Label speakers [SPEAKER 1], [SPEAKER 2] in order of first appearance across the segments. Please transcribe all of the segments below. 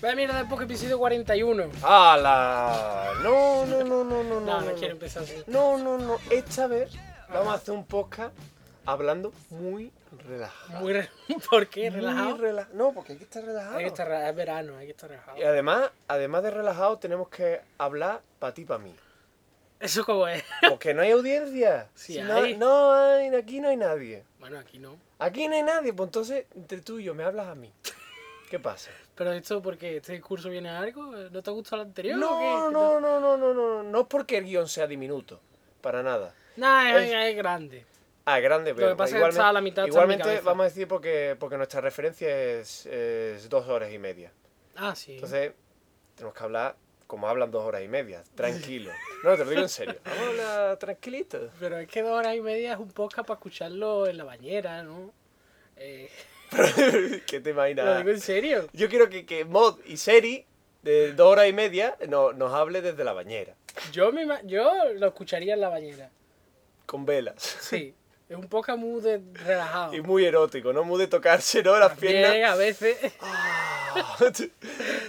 [SPEAKER 1] Voy a mirar después que episodio 41.
[SPEAKER 2] ¡Hala! No, no, no, no, no, no.
[SPEAKER 1] No, no quiero empezar así.
[SPEAKER 2] No, no, no. Esta vez vamos a hacer un podcast hablando muy relajado.
[SPEAKER 1] Muy re- ¿Por qué?
[SPEAKER 2] Muy
[SPEAKER 1] ¿Relajado?
[SPEAKER 2] rela- No, porque hay que estar relajado.
[SPEAKER 1] Hay que estar relajado, es verano, hay que estar relajado.
[SPEAKER 2] Y además, además de relajado, tenemos que hablar para ti, para mí.
[SPEAKER 1] Eso como es.
[SPEAKER 2] Porque no hay audiencia.
[SPEAKER 1] Sí
[SPEAKER 2] Si no,
[SPEAKER 1] hay.
[SPEAKER 2] no hay, aquí no hay nadie.
[SPEAKER 1] Bueno, aquí no.
[SPEAKER 2] Aquí no hay nadie, pues entonces entre tú y yo me hablas a mí. ¿Qué pasa?
[SPEAKER 1] Pero esto porque este curso viene a algo, ¿no te gustó el anterior? o qué?
[SPEAKER 2] No, no, no, no, no, no, no es porque el guión sea diminuto, para nada.
[SPEAKER 1] Nah, es,
[SPEAKER 2] Es-
[SPEAKER 1] es grande.
[SPEAKER 2] Ah, grande, pero
[SPEAKER 1] que pasa es que
[SPEAKER 2] igualme-
[SPEAKER 1] está a la mitad, está en mi
[SPEAKER 2] igualmente
[SPEAKER 1] cabeza.
[SPEAKER 2] vamos a decir porque, porque nuestra referencia es, es dos horas y media.
[SPEAKER 1] Ah, sí.
[SPEAKER 2] Entonces tenemos que hablar como hablan dos horas y media, tranquilo. No, te lo digo en serio. Vamos a hablar tranquilito.
[SPEAKER 1] Pero es que dos horas y media es un podcast para escucharlo en la bañera, ¿no? Eh,
[SPEAKER 2] ¿Qué
[SPEAKER 1] Lo
[SPEAKER 2] te imaginas?
[SPEAKER 1] digo en serio.
[SPEAKER 2] Yo quiero que, que Mod y Seri, de dos horas y media, no- nos hable desde la bañera,
[SPEAKER 1] Yo, me ima- yo lo escucharía en la bañera.
[SPEAKER 2] con velas.
[SPEAKER 1] Sí. Es un podcast muy de- relajado.
[SPEAKER 2] Y muy erótico, no muy de tocarse, ¿no? Las piernas.
[SPEAKER 1] Bien, a veces.
[SPEAKER 2] Ah, dos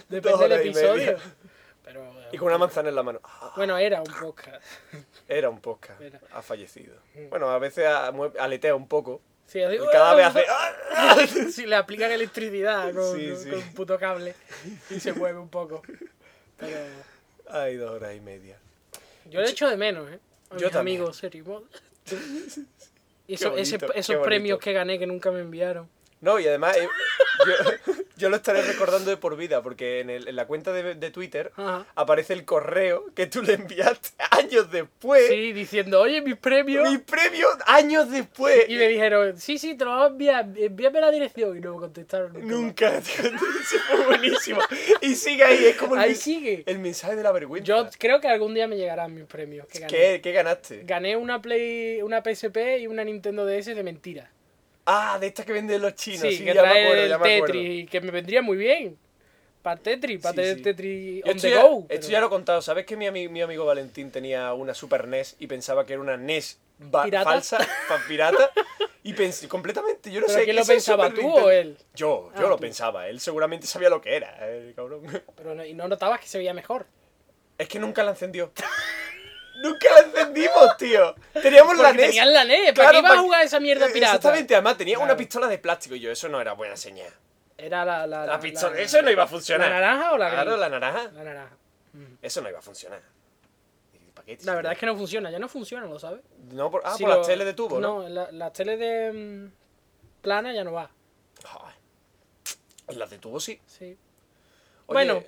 [SPEAKER 1] Depende
[SPEAKER 2] horas
[SPEAKER 1] del
[SPEAKER 2] y media.
[SPEAKER 1] episodio. Pero, eh,
[SPEAKER 2] Y con una manzana en la mano. Ah,
[SPEAKER 1] bueno, era un podcast.
[SPEAKER 2] Era un podcast.
[SPEAKER 1] Era.
[SPEAKER 2] Ha fallecido. Bueno, a veces a- mue- aletea un poco.
[SPEAKER 1] Sí, así,
[SPEAKER 2] Y cada vez hace. ¡Ah!
[SPEAKER 1] Si le aplican electricidad con,
[SPEAKER 2] Sí, sí.
[SPEAKER 1] con un puto cable y se mueve un poco. Pero
[SPEAKER 2] Ay, dos horas y media.
[SPEAKER 1] yo le echo de menos, ¿eh? A
[SPEAKER 2] Yo
[SPEAKER 1] mis
[SPEAKER 2] también.
[SPEAKER 1] amigos, serio. Y eso-
[SPEAKER 2] Qué
[SPEAKER 1] ese-
[SPEAKER 2] bonito, qué
[SPEAKER 1] esos
[SPEAKER 2] bonito.
[SPEAKER 1] premios que gané que nunca me enviaron.
[SPEAKER 2] No, y además. eh, yo, yo lo estaré recordando de por vida, porque en, el- en la cuenta de, de Twitter
[SPEAKER 1] Ajá.
[SPEAKER 2] aparece el correo que tú le enviaste años después.
[SPEAKER 1] Sí, diciendo, oye, mis premios.
[SPEAKER 2] Eh. Mi premio años después.
[SPEAKER 1] Y me dijeron, sí, sí, te lo voy a enviar, envíame la dirección. Y no me contestaron. nunca más.
[SPEAKER 2] Nunca, tío, eso fue buenísimo. Y sigue ahí, es como el,
[SPEAKER 1] Ahí
[SPEAKER 2] men-
[SPEAKER 1] sigue.
[SPEAKER 2] el mensaje de la vergüenza.
[SPEAKER 1] Yo creo que algún día me llegarán mis premios. Que gané.
[SPEAKER 2] ¿Qué, qué ganaste?
[SPEAKER 1] Gané una Play, una PSP y una Nintendo DS de mentira.
[SPEAKER 2] Ah, de estas que venden los chinos. Sí,
[SPEAKER 1] sí, que
[SPEAKER 2] ya me
[SPEAKER 1] trae
[SPEAKER 2] acuerdo,
[SPEAKER 1] el
[SPEAKER 2] ya me acuerdo.
[SPEAKER 1] Tetris, que me vendría muy bien. Para Tetris, para
[SPEAKER 2] Sí,
[SPEAKER 1] tener
[SPEAKER 2] sí.
[SPEAKER 1] Tetris
[SPEAKER 2] Yo
[SPEAKER 1] on
[SPEAKER 2] Esto,
[SPEAKER 1] the
[SPEAKER 2] ya,
[SPEAKER 1] go.
[SPEAKER 2] esto
[SPEAKER 1] pero
[SPEAKER 2] ya lo he contado. ¿Sabes que mi, ami- mi amigo Valentín tenía una Super NES y pensaba que era una NES ba-
[SPEAKER 1] ¿Pirata?
[SPEAKER 2] falsa, pa- pirata? Y pensé completamente, yo no
[SPEAKER 1] ¿Pero
[SPEAKER 2] sé.
[SPEAKER 1] quién
[SPEAKER 2] ¿qué
[SPEAKER 1] lo
[SPEAKER 2] es el
[SPEAKER 1] pensaba,
[SPEAKER 2] Super
[SPEAKER 1] tú
[SPEAKER 2] Nintendo?
[SPEAKER 1] o él?
[SPEAKER 2] Yo,
[SPEAKER 1] Ah,
[SPEAKER 2] yo lo
[SPEAKER 1] tú.
[SPEAKER 2] pensaba. Él seguramente sabía lo que era, el cabrón.
[SPEAKER 1] pero no- y no notabas que se veía mejor.
[SPEAKER 2] Es que nunca la encendió. ¡Nunca la encendimos, tío! Teníamos la E
[SPEAKER 1] Porque
[SPEAKER 2] NES.
[SPEAKER 1] tenían la NES, ¿para qué ibas
[SPEAKER 2] para-
[SPEAKER 1] a jugar esa mierda
[SPEAKER 2] Eh,
[SPEAKER 1] pirata?
[SPEAKER 2] Exactamente, además tenía una
[SPEAKER 1] Claro.
[SPEAKER 2] pistola de plástico y yo, eso no era buena señal.
[SPEAKER 1] Era la... La,
[SPEAKER 2] La
[SPEAKER 1] la-
[SPEAKER 2] pistola,
[SPEAKER 1] la-
[SPEAKER 2] eso no iba a funcionar.
[SPEAKER 1] ¿La naranja o la
[SPEAKER 2] Claro,
[SPEAKER 1] gris?
[SPEAKER 2] la naranja.
[SPEAKER 1] La naranja. Mm.
[SPEAKER 2] Eso no iba a funcionar. ¿Y pa' qué, tío?
[SPEAKER 1] La verdad es que no funciona, ya no funciona, ¿lo sabes?
[SPEAKER 2] No, por, ah,
[SPEAKER 1] Si
[SPEAKER 2] por
[SPEAKER 1] lo-
[SPEAKER 2] las teles de tubo, ¿no?
[SPEAKER 1] No, la- las teles de... mm, plana ya no va,
[SPEAKER 2] Joder. Las de tubo sí.
[SPEAKER 1] sí.
[SPEAKER 2] Oye,
[SPEAKER 1] Bueno.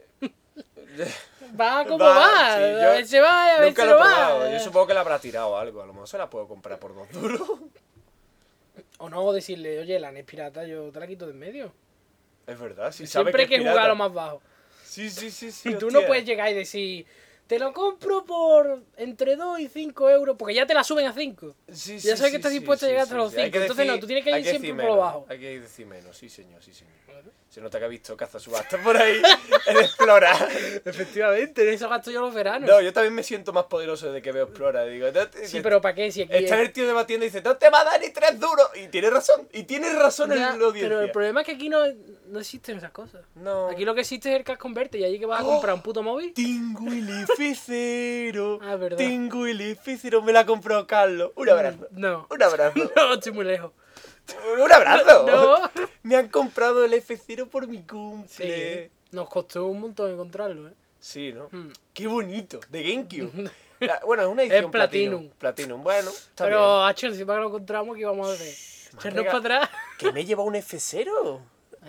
[SPEAKER 1] Va como
[SPEAKER 2] Va,
[SPEAKER 1] va,
[SPEAKER 2] sí, yo
[SPEAKER 1] a veces va, a
[SPEAKER 2] Nunca
[SPEAKER 1] veces
[SPEAKER 2] lo he
[SPEAKER 1] no va.
[SPEAKER 2] probado. Yo supongo que la habrá tirado algo. A lo mejor se la puedo comprar por dos duros.
[SPEAKER 1] O no, decirle, oye, la NES pirata yo te la quito de en medio.
[SPEAKER 2] Es verdad, sí. sabe
[SPEAKER 1] Siempre hay
[SPEAKER 2] que es
[SPEAKER 1] que jugar a
[SPEAKER 2] pirata.
[SPEAKER 1] lo más bajo.
[SPEAKER 2] Sí, sí, sí. sí
[SPEAKER 1] Y tú
[SPEAKER 2] hostia.
[SPEAKER 1] no puedes llegar y decir, te lo compro por entre 2 y 5 euros, porque ya te la suben a 5.
[SPEAKER 2] Sí,
[SPEAKER 1] Ya
[SPEAKER 2] sí,
[SPEAKER 1] sabes que
[SPEAKER 2] sí,
[SPEAKER 1] estás
[SPEAKER 2] sí,
[SPEAKER 1] dispuesto a
[SPEAKER 2] sí,
[SPEAKER 1] llegar
[SPEAKER 2] sí,
[SPEAKER 1] hasta los
[SPEAKER 2] sí. Hay
[SPEAKER 1] cinco,
[SPEAKER 2] que
[SPEAKER 1] entonces no, tú tienes que
[SPEAKER 2] hay
[SPEAKER 1] ir
[SPEAKER 2] decir
[SPEAKER 1] siempre por lo
[SPEAKER 2] menos,
[SPEAKER 1] bajo.
[SPEAKER 2] Hay que decir menos, sí, señor, sí, señor. Se nota que ha visto caza subasta por ahí en explorar.
[SPEAKER 1] Efectivamente, en eso gasto yo los veranos.
[SPEAKER 2] No, yo también me siento más poderoso de que veo Explora. Digo, no te-
[SPEAKER 1] sí,
[SPEAKER 2] te-
[SPEAKER 1] pero ¿para qué? Si aquí
[SPEAKER 2] Está
[SPEAKER 1] es-
[SPEAKER 2] el tío debatiendo y dice, no te va a dar ni tres duros. Y tiene razón, y tiene razón
[SPEAKER 1] Ya,
[SPEAKER 2] el audiencia.
[SPEAKER 1] pero el problema es que aquí no, no existen esas cosas.
[SPEAKER 2] No.
[SPEAKER 1] Aquí lo que existe es el cash converte y allí que vas a
[SPEAKER 2] Oh.
[SPEAKER 1] comprar un puto móvil.
[SPEAKER 2] Tengo el F0.
[SPEAKER 1] Ah, verdad. Mm.
[SPEAKER 2] Tengo el F0, me la compró Carlos. Un abrazo.
[SPEAKER 1] No.
[SPEAKER 2] Un abrazo.
[SPEAKER 1] No, estoy muy lejos.
[SPEAKER 2] Un abrazo.
[SPEAKER 1] No.
[SPEAKER 2] Me han comprado el F0 por mi cumple.
[SPEAKER 1] Sí. Nos costó un montón encontrarlo, ¿eh?
[SPEAKER 2] Sí, ¿no?
[SPEAKER 1] Mm.
[SPEAKER 2] Qué bonito, de GameCube. La- bueno, es una edición
[SPEAKER 1] Es Platinum.
[SPEAKER 2] Platinum. Platinum, bueno, está
[SPEAKER 1] Pero, ah, Hacho, encima que lo encontramos, ¿qué vamos a hacer? Echarnos
[SPEAKER 2] rega-
[SPEAKER 1] para atrás.
[SPEAKER 2] bien. ¿Que me lleva un F0?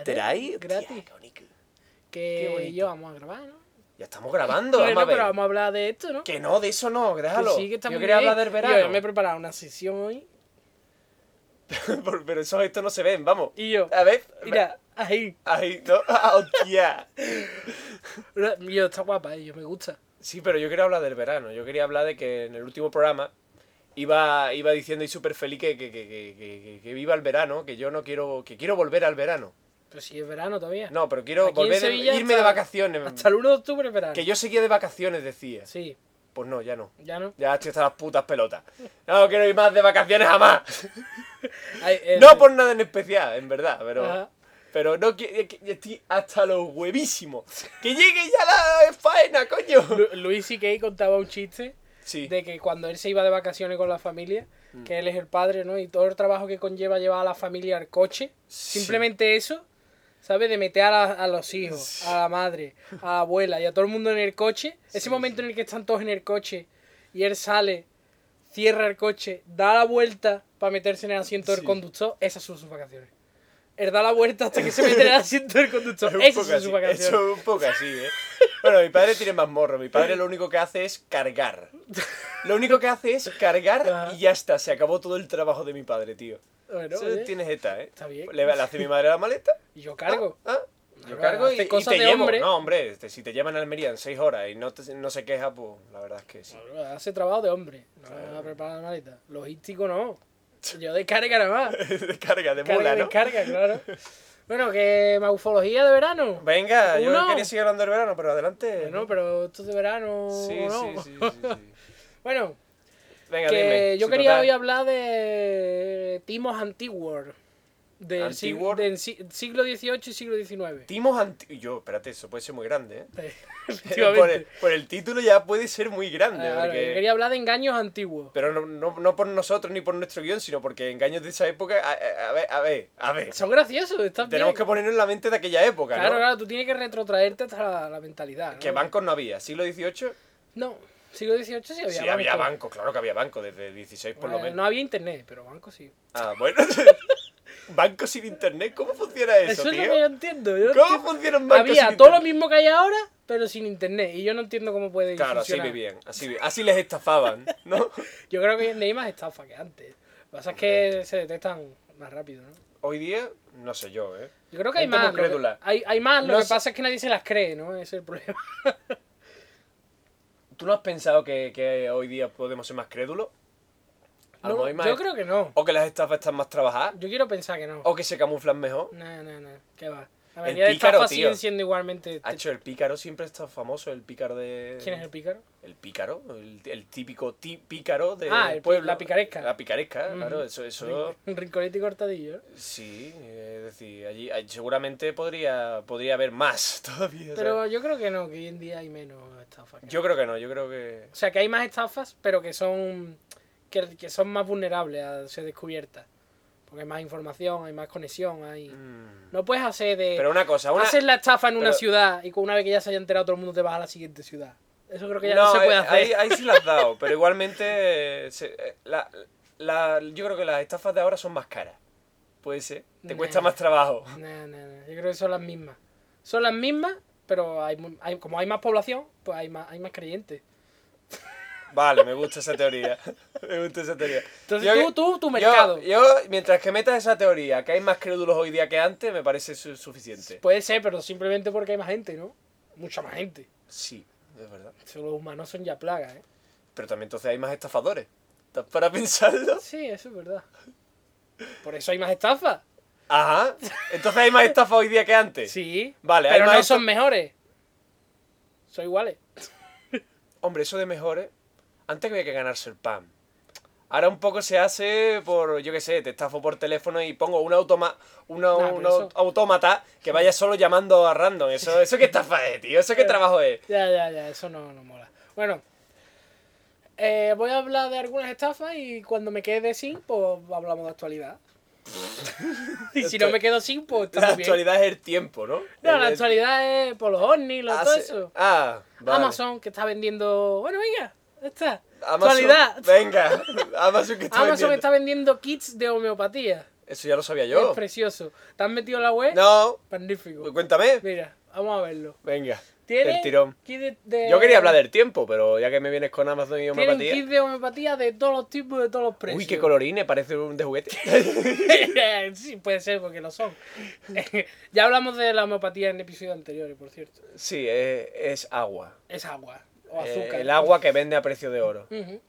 [SPEAKER 2] ¿Terai?
[SPEAKER 1] Gratis.
[SPEAKER 2] Hostia, qué bonito. Qué
[SPEAKER 1] Que
[SPEAKER 2] bonito.
[SPEAKER 1] yo vamos a grabar, ¿no?
[SPEAKER 2] Ya estamos grabando,
[SPEAKER 1] Bueno,
[SPEAKER 2] vamos a ver.
[SPEAKER 1] pero vamos a hablar de esto, ¿no?
[SPEAKER 2] Que no, de eso no, déjalo.
[SPEAKER 1] sí, que está
[SPEAKER 2] Yo
[SPEAKER 1] muy
[SPEAKER 2] quería
[SPEAKER 1] bien.
[SPEAKER 2] hablar del verano.
[SPEAKER 1] Yo me he preparado una sesión hoy
[SPEAKER 2] Por- pero esos gestos no se ven, vamos.
[SPEAKER 1] y yo,
[SPEAKER 2] A ver.
[SPEAKER 1] Ah, mira, ahí.
[SPEAKER 2] Ahí, no. Ah, hostia.
[SPEAKER 1] Y Yo, está guapa, y yo, me gusta.
[SPEAKER 2] Sí, pero yo quería hablar del verano. Yo quería hablar de que en el último programa iba, iba diciendo y súper feliz que, que, que, que, que- que viva el verano, que yo no quiero, que quiero volver al verano.
[SPEAKER 1] Pero si es verano todavía.
[SPEAKER 2] No, pero quiero
[SPEAKER 1] Aquí en
[SPEAKER 2] volver de-
[SPEAKER 1] Sevilla
[SPEAKER 2] irme de
[SPEAKER 1] hasta-
[SPEAKER 2] vacaciones.
[SPEAKER 1] Hasta el 1 de octubre es verano.
[SPEAKER 2] Que yo seguía de vacaciones, decía.
[SPEAKER 1] Sí,
[SPEAKER 2] Pues no, ya no.
[SPEAKER 1] ya no.
[SPEAKER 2] Ya estoy hasta las putas pelotas. No quiero ir más de vacaciones jamás.
[SPEAKER 1] Ay, el-
[SPEAKER 2] No por nada en especial, en verdad, pero...
[SPEAKER 1] Ajá.
[SPEAKER 2] Pero no que, que- que estoy hasta los huevísimos. Que llegue ya la faena, coño.
[SPEAKER 1] Lu- Luis C.K. contaba un chiste
[SPEAKER 2] Sí. Mm.
[SPEAKER 1] de que cuando él se iba de vacaciones con la familia, que él es el padre, ¿no? Y todo el trabajo que conlleva llevar a la familia al coche,
[SPEAKER 2] Sí.
[SPEAKER 1] simplemente eso, ¿sabes? De meter a, la- a los hijos, a la madre, a la abuela y a todo el mundo en el coche. Ese momento en el que están todos en el coche y él sale, cierra el coche, da la vuelta para meterse en el asiento del
[SPEAKER 2] Sí.
[SPEAKER 1] conductor, esas son sus vacaciones. Él da la vuelta hasta que se mete en el asiento del conductor.
[SPEAKER 2] Es un
[SPEAKER 1] Esas
[SPEAKER 2] poco
[SPEAKER 1] son
[SPEAKER 2] así,
[SPEAKER 1] sus vacaciones.
[SPEAKER 2] eso es un poco así, ¿eh? Bueno, mi padre tiene más morro. Mi padre lo único que hace es cargar. Lo único que hace es cargar
[SPEAKER 1] Ajá.
[SPEAKER 2] y ya está. Se acabó todo el trabajo de mi padre, tío.
[SPEAKER 1] Bueno,
[SPEAKER 2] Eso
[SPEAKER 1] oye,
[SPEAKER 2] tienes ETA, ¿eh?
[SPEAKER 1] está bien.
[SPEAKER 2] Le, le hace mi madre la maleta.
[SPEAKER 1] y yo cargo.
[SPEAKER 2] ¿Ah? Yo
[SPEAKER 1] Claro,
[SPEAKER 2] cargo y,
[SPEAKER 1] hace
[SPEAKER 2] y
[SPEAKER 1] cosas
[SPEAKER 2] te
[SPEAKER 1] de
[SPEAKER 2] llevo.
[SPEAKER 1] hombre.
[SPEAKER 2] No, hombre, este, si te llevan a Almería en 6 horas y no, te- no se queja, pues la verdad es que sí.
[SPEAKER 1] Claro, Hace trabajo de hombre. No a preparar la maleta. Logístico no. Yo de carga nada más.
[SPEAKER 2] de carga, de
[SPEAKER 1] Carga,
[SPEAKER 2] mula, ¿no?
[SPEAKER 1] descarga, claro. Bueno, que maufología de verano.
[SPEAKER 2] Venga, yo
[SPEAKER 1] Uno.
[SPEAKER 2] quería seguir hablando del verano, pero adelante.
[SPEAKER 1] Bueno, pero esto es de verano.
[SPEAKER 2] sí,
[SPEAKER 1] ¿no?
[SPEAKER 2] sí, sí, sí, sí.
[SPEAKER 1] Bueno,
[SPEAKER 2] Venga,
[SPEAKER 1] que
[SPEAKER 2] dime.
[SPEAKER 1] yo
[SPEAKER 2] si
[SPEAKER 1] quería
[SPEAKER 2] total-
[SPEAKER 1] hoy hablar de timos antiguos. Del sig-
[SPEAKER 2] ¿Antiguos?
[SPEAKER 1] del si- siglo XVIII y siglo XIX.
[SPEAKER 2] Timos antiguos. Yo, espérate, eso puede ser muy grande, ¿eh? Por el,
[SPEAKER 1] Efectivamente.
[SPEAKER 2] por el título ya puede ser muy grande.
[SPEAKER 1] Ah, claro,
[SPEAKER 2] porque-
[SPEAKER 1] yo quería hablar de engaños antiguos.
[SPEAKER 2] Pero no, no, no por nosotros ni por nuestro guión, sino porque engaños de esa época. A, a- a ver, a ver, a ver.
[SPEAKER 1] Son graciosos, están
[SPEAKER 2] Tenemos que
[SPEAKER 1] bien.
[SPEAKER 2] ponernos en la mente de aquella época,
[SPEAKER 1] Claro,
[SPEAKER 2] ¿no?
[SPEAKER 1] claro, tú tienes que retrotraerte hasta la, la mentalidad. ¿no?
[SPEAKER 2] Que bancos no había. Siglo XVIII
[SPEAKER 1] No, siglo XVIII sí había
[SPEAKER 2] sí
[SPEAKER 1] banco.
[SPEAKER 2] había bancos, claro que había bancos, desde 16 por lo
[SPEAKER 1] Bueno,
[SPEAKER 2] menos.
[SPEAKER 1] No había internet, pero banco sí.
[SPEAKER 2] Ah, bueno. bancos sin internet, ¿cómo funciona eso,
[SPEAKER 1] Eso, es
[SPEAKER 2] tío?
[SPEAKER 1] lo que yo entiendo. yo no
[SPEAKER 2] ¿Cómo
[SPEAKER 1] entiendo.
[SPEAKER 2] funcionan bancos
[SPEAKER 1] Había
[SPEAKER 2] sin
[SPEAKER 1] todo
[SPEAKER 2] internet?
[SPEAKER 1] lo mismo que hay ahora, pero sin internet. Y yo no entiendo cómo puede
[SPEAKER 2] Claro, así
[SPEAKER 1] funcionar.
[SPEAKER 2] vivían, así, vi- así les estafaban, ¿no?
[SPEAKER 1] Yo creo que hay más estafa que antes. Lo que pasa es que se detectan más rápido, ¿no?
[SPEAKER 2] Hoy día, no sé yo, ¿eh?
[SPEAKER 1] Yo creo que hay
[SPEAKER 2] Gente
[SPEAKER 1] más.
[SPEAKER 2] muy
[SPEAKER 1] lo que-
[SPEAKER 2] crédula.
[SPEAKER 1] hay, hay más, lo
[SPEAKER 2] No
[SPEAKER 1] que
[SPEAKER 2] sé-
[SPEAKER 1] pasa es que nadie se las cree, ¿no? Ese es el problema.
[SPEAKER 2] ¿Tú no has pensado que, que hoy día podemos ser más crédulos? A lo
[SPEAKER 1] No,
[SPEAKER 2] mejor Ah, hay más
[SPEAKER 1] yo
[SPEAKER 2] est-
[SPEAKER 1] creo que no.
[SPEAKER 2] O que las estafas están más trabajadas,
[SPEAKER 1] Yo quiero pensar que no.
[SPEAKER 2] o que se camuflan mejor.
[SPEAKER 1] No, no, no. ¿Qué va? La mayoría de
[SPEAKER 2] pícaro,
[SPEAKER 1] estafas
[SPEAKER 2] tío. Ah,
[SPEAKER 1] siguen siendo igualmente.
[SPEAKER 2] Ha hecho el pícaro, siempre está famoso, el pícaro de...
[SPEAKER 1] este ¿Quién es el pícaro?
[SPEAKER 2] El pícaro, el, el típico ti- pícaro de
[SPEAKER 1] Ah, el pi-
[SPEAKER 2] pueblo.
[SPEAKER 1] la picaresca.
[SPEAKER 2] La picaresca,
[SPEAKER 1] Ujú.
[SPEAKER 2] claro, eso... eso...
[SPEAKER 1] Rin- Rinconete y cortadillo. ¿eh?
[SPEAKER 2] Sí, eh, es decir, allí, allí seguramente podría, podría haber más todavía.
[SPEAKER 1] Pero
[SPEAKER 2] ¿sabes?
[SPEAKER 1] yo creo que no, que hoy en día hay menos estafas. que
[SPEAKER 2] Yo creo que no, yo creo que...
[SPEAKER 1] O sea, que hay más estafas, pero que son que, que son más vulnerables a ser descubiertas. Porque hay más información, hay más conexión, hay...
[SPEAKER 2] Mm.
[SPEAKER 1] No eh, puedes hacer de...
[SPEAKER 2] Pero una cosa, una...
[SPEAKER 1] Haces la estafa en una
[SPEAKER 2] pero-
[SPEAKER 1] ciudad y con una vez que ya se haya enterado todo el mundo te vas a la siguiente ciudad. Eso creo que ya no, se puede
[SPEAKER 2] eh,
[SPEAKER 1] hacer.
[SPEAKER 2] Ahí, ahí sí las has dado, pero igualmente eh, se- eh, la- la- yo creo que las estafas de ahora son más caras. Puede ser. Te cuesta
[SPEAKER 1] Nah.
[SPEAKER 2] más trabajo.
[SPEAKER 1] No, no, no. Yo creo que son las mismas. Son las mismas, pero hay, mu- hay- como hay más población, pues hay más, hay más creyentes.
[SPEAKER 2] Vale, me gusta esa teoría. Me gusta esa teoría.
[SPEAKER 1] Entonces
[SPEAKER 2] Yo-
[SPEAKER 1] tú, tú, tu
[SPEAKER 2] yo-
[SPEAKER 1] mercado.
[SPEAKER 2] Yo, mientras que metas esa teoría, que hay más crédulos hoy día que antes, me parece su- suficiente.
[SPEAKER 1] Puede ser, pero simplemente porque hay más gente, ¿no? Mucha más gente.
[SPEAKER 2] Sí, es verdad.
[SPEAKER 1] Eso, Los humanos son ya plagas, ¿eh?
[SPEAKER 2] Pero también entonces hay más estafadores. ¿Estás para pensarlo?
[SPEAKER 1] Sí, eso es verdad. Por eso hay más estafas.
[SPEAKER 2] Ajá. Entonces hay más estafas hoy día que antes.
[SPEAKER 1] Sí.
[SPEAKER 2] Vale, hay
[SPEAKER 1] pero no
[SPEAKER 2] más
[SPEAKER 1] son mejores. Son iguales.
[SPEAKER 2] Hombre, eso de mejores. Antes había que ganarse el pan. Ahora un poco se hace por, yo qué sé, te estafo por teléfono y pongo un automa, una,
[SPEAKER 1] Nah, pero
[SPEAKER 2] un
[SPEAKER 1] eso-
[SPEAKER 2] autómata que vaya solo llamando a random. Eso, eso qué estafa es, tío. Eso qué trabajo es.
[SPEAKER 1] Ya, ya, ya, eso no, no mola. Bueno, eh, voy a hablar de algunas estafas y cuando me quede sin, pues hablamos de actualidad. y si no me quedo sin, pues
[SPEAKER 2] La
[SPEAKER 1] está muy bien.
[SPEAKER 2] actualidad es el tiempo, ¿no?
[SPEAKER 1] No, la
[SPEAKER 2] El-
[SPEAKER 1] actualidad es por los ovnis, lo-
[SPEAKER 2] hace-
[SPEAKER 1] todo eso.
[SPEAKER 2] Ah, vale.
[SPEAKER 1] Amazon, que está vendiendo... Bueno, venga, ya está.
[SPEAKER 2] Amazon,
[SPEAKER 1] Actualidad.
[SPEAKER 2] Venga, Amazon que está
[SPEAKER 1] Amazon
[SPEAKER 2] vendiendo.
[SPEAKER 1] está vendiendo kits de homeopatía.
[SPEAKER 2] Eso ya lo sabía yo.
[SPEAKER 1] Es precioso. ¿Te has metido en la web?
[SPEAKER 2] No,
[SPEAKER 1] Magnífico.
[SPEAKER 2] cuéntame.
[SPEAKER 1] Mira, vamos a verlo.
[SPEAKER 2] Venga,
[SPEAKER 1] Tiene
[SPEAKER 2] el tirón.
[SPEAKER 1] kit de- de-
[SPEAKER 2] Yo quería hablar del tiempo, pero ya que me vienes con Amazon y
[SPEAKER 1] Tiene un
[SPEAKER 2] homeopatía...
[SPEAKER 1] kit de homeopatía de todos los tipos, de todos los precios.
[SPEAKER 2] Uy, qué colorines, parece un de juguete.
[SPEAKER 1] sí, puede ser, porque lo son. ya hablamos de la homeopatía en episodios anteriores, por cierto.
[SPEAKER 2] sí, eh, es, agua.
[SPEAKER 1] Es agua o
[SPEAKER 2] Eh,
[SPEAKER 1] azúcar.
[SPEAKER 2] el agua que vende a precio de oro.
[SPEAKER 1] Ujú.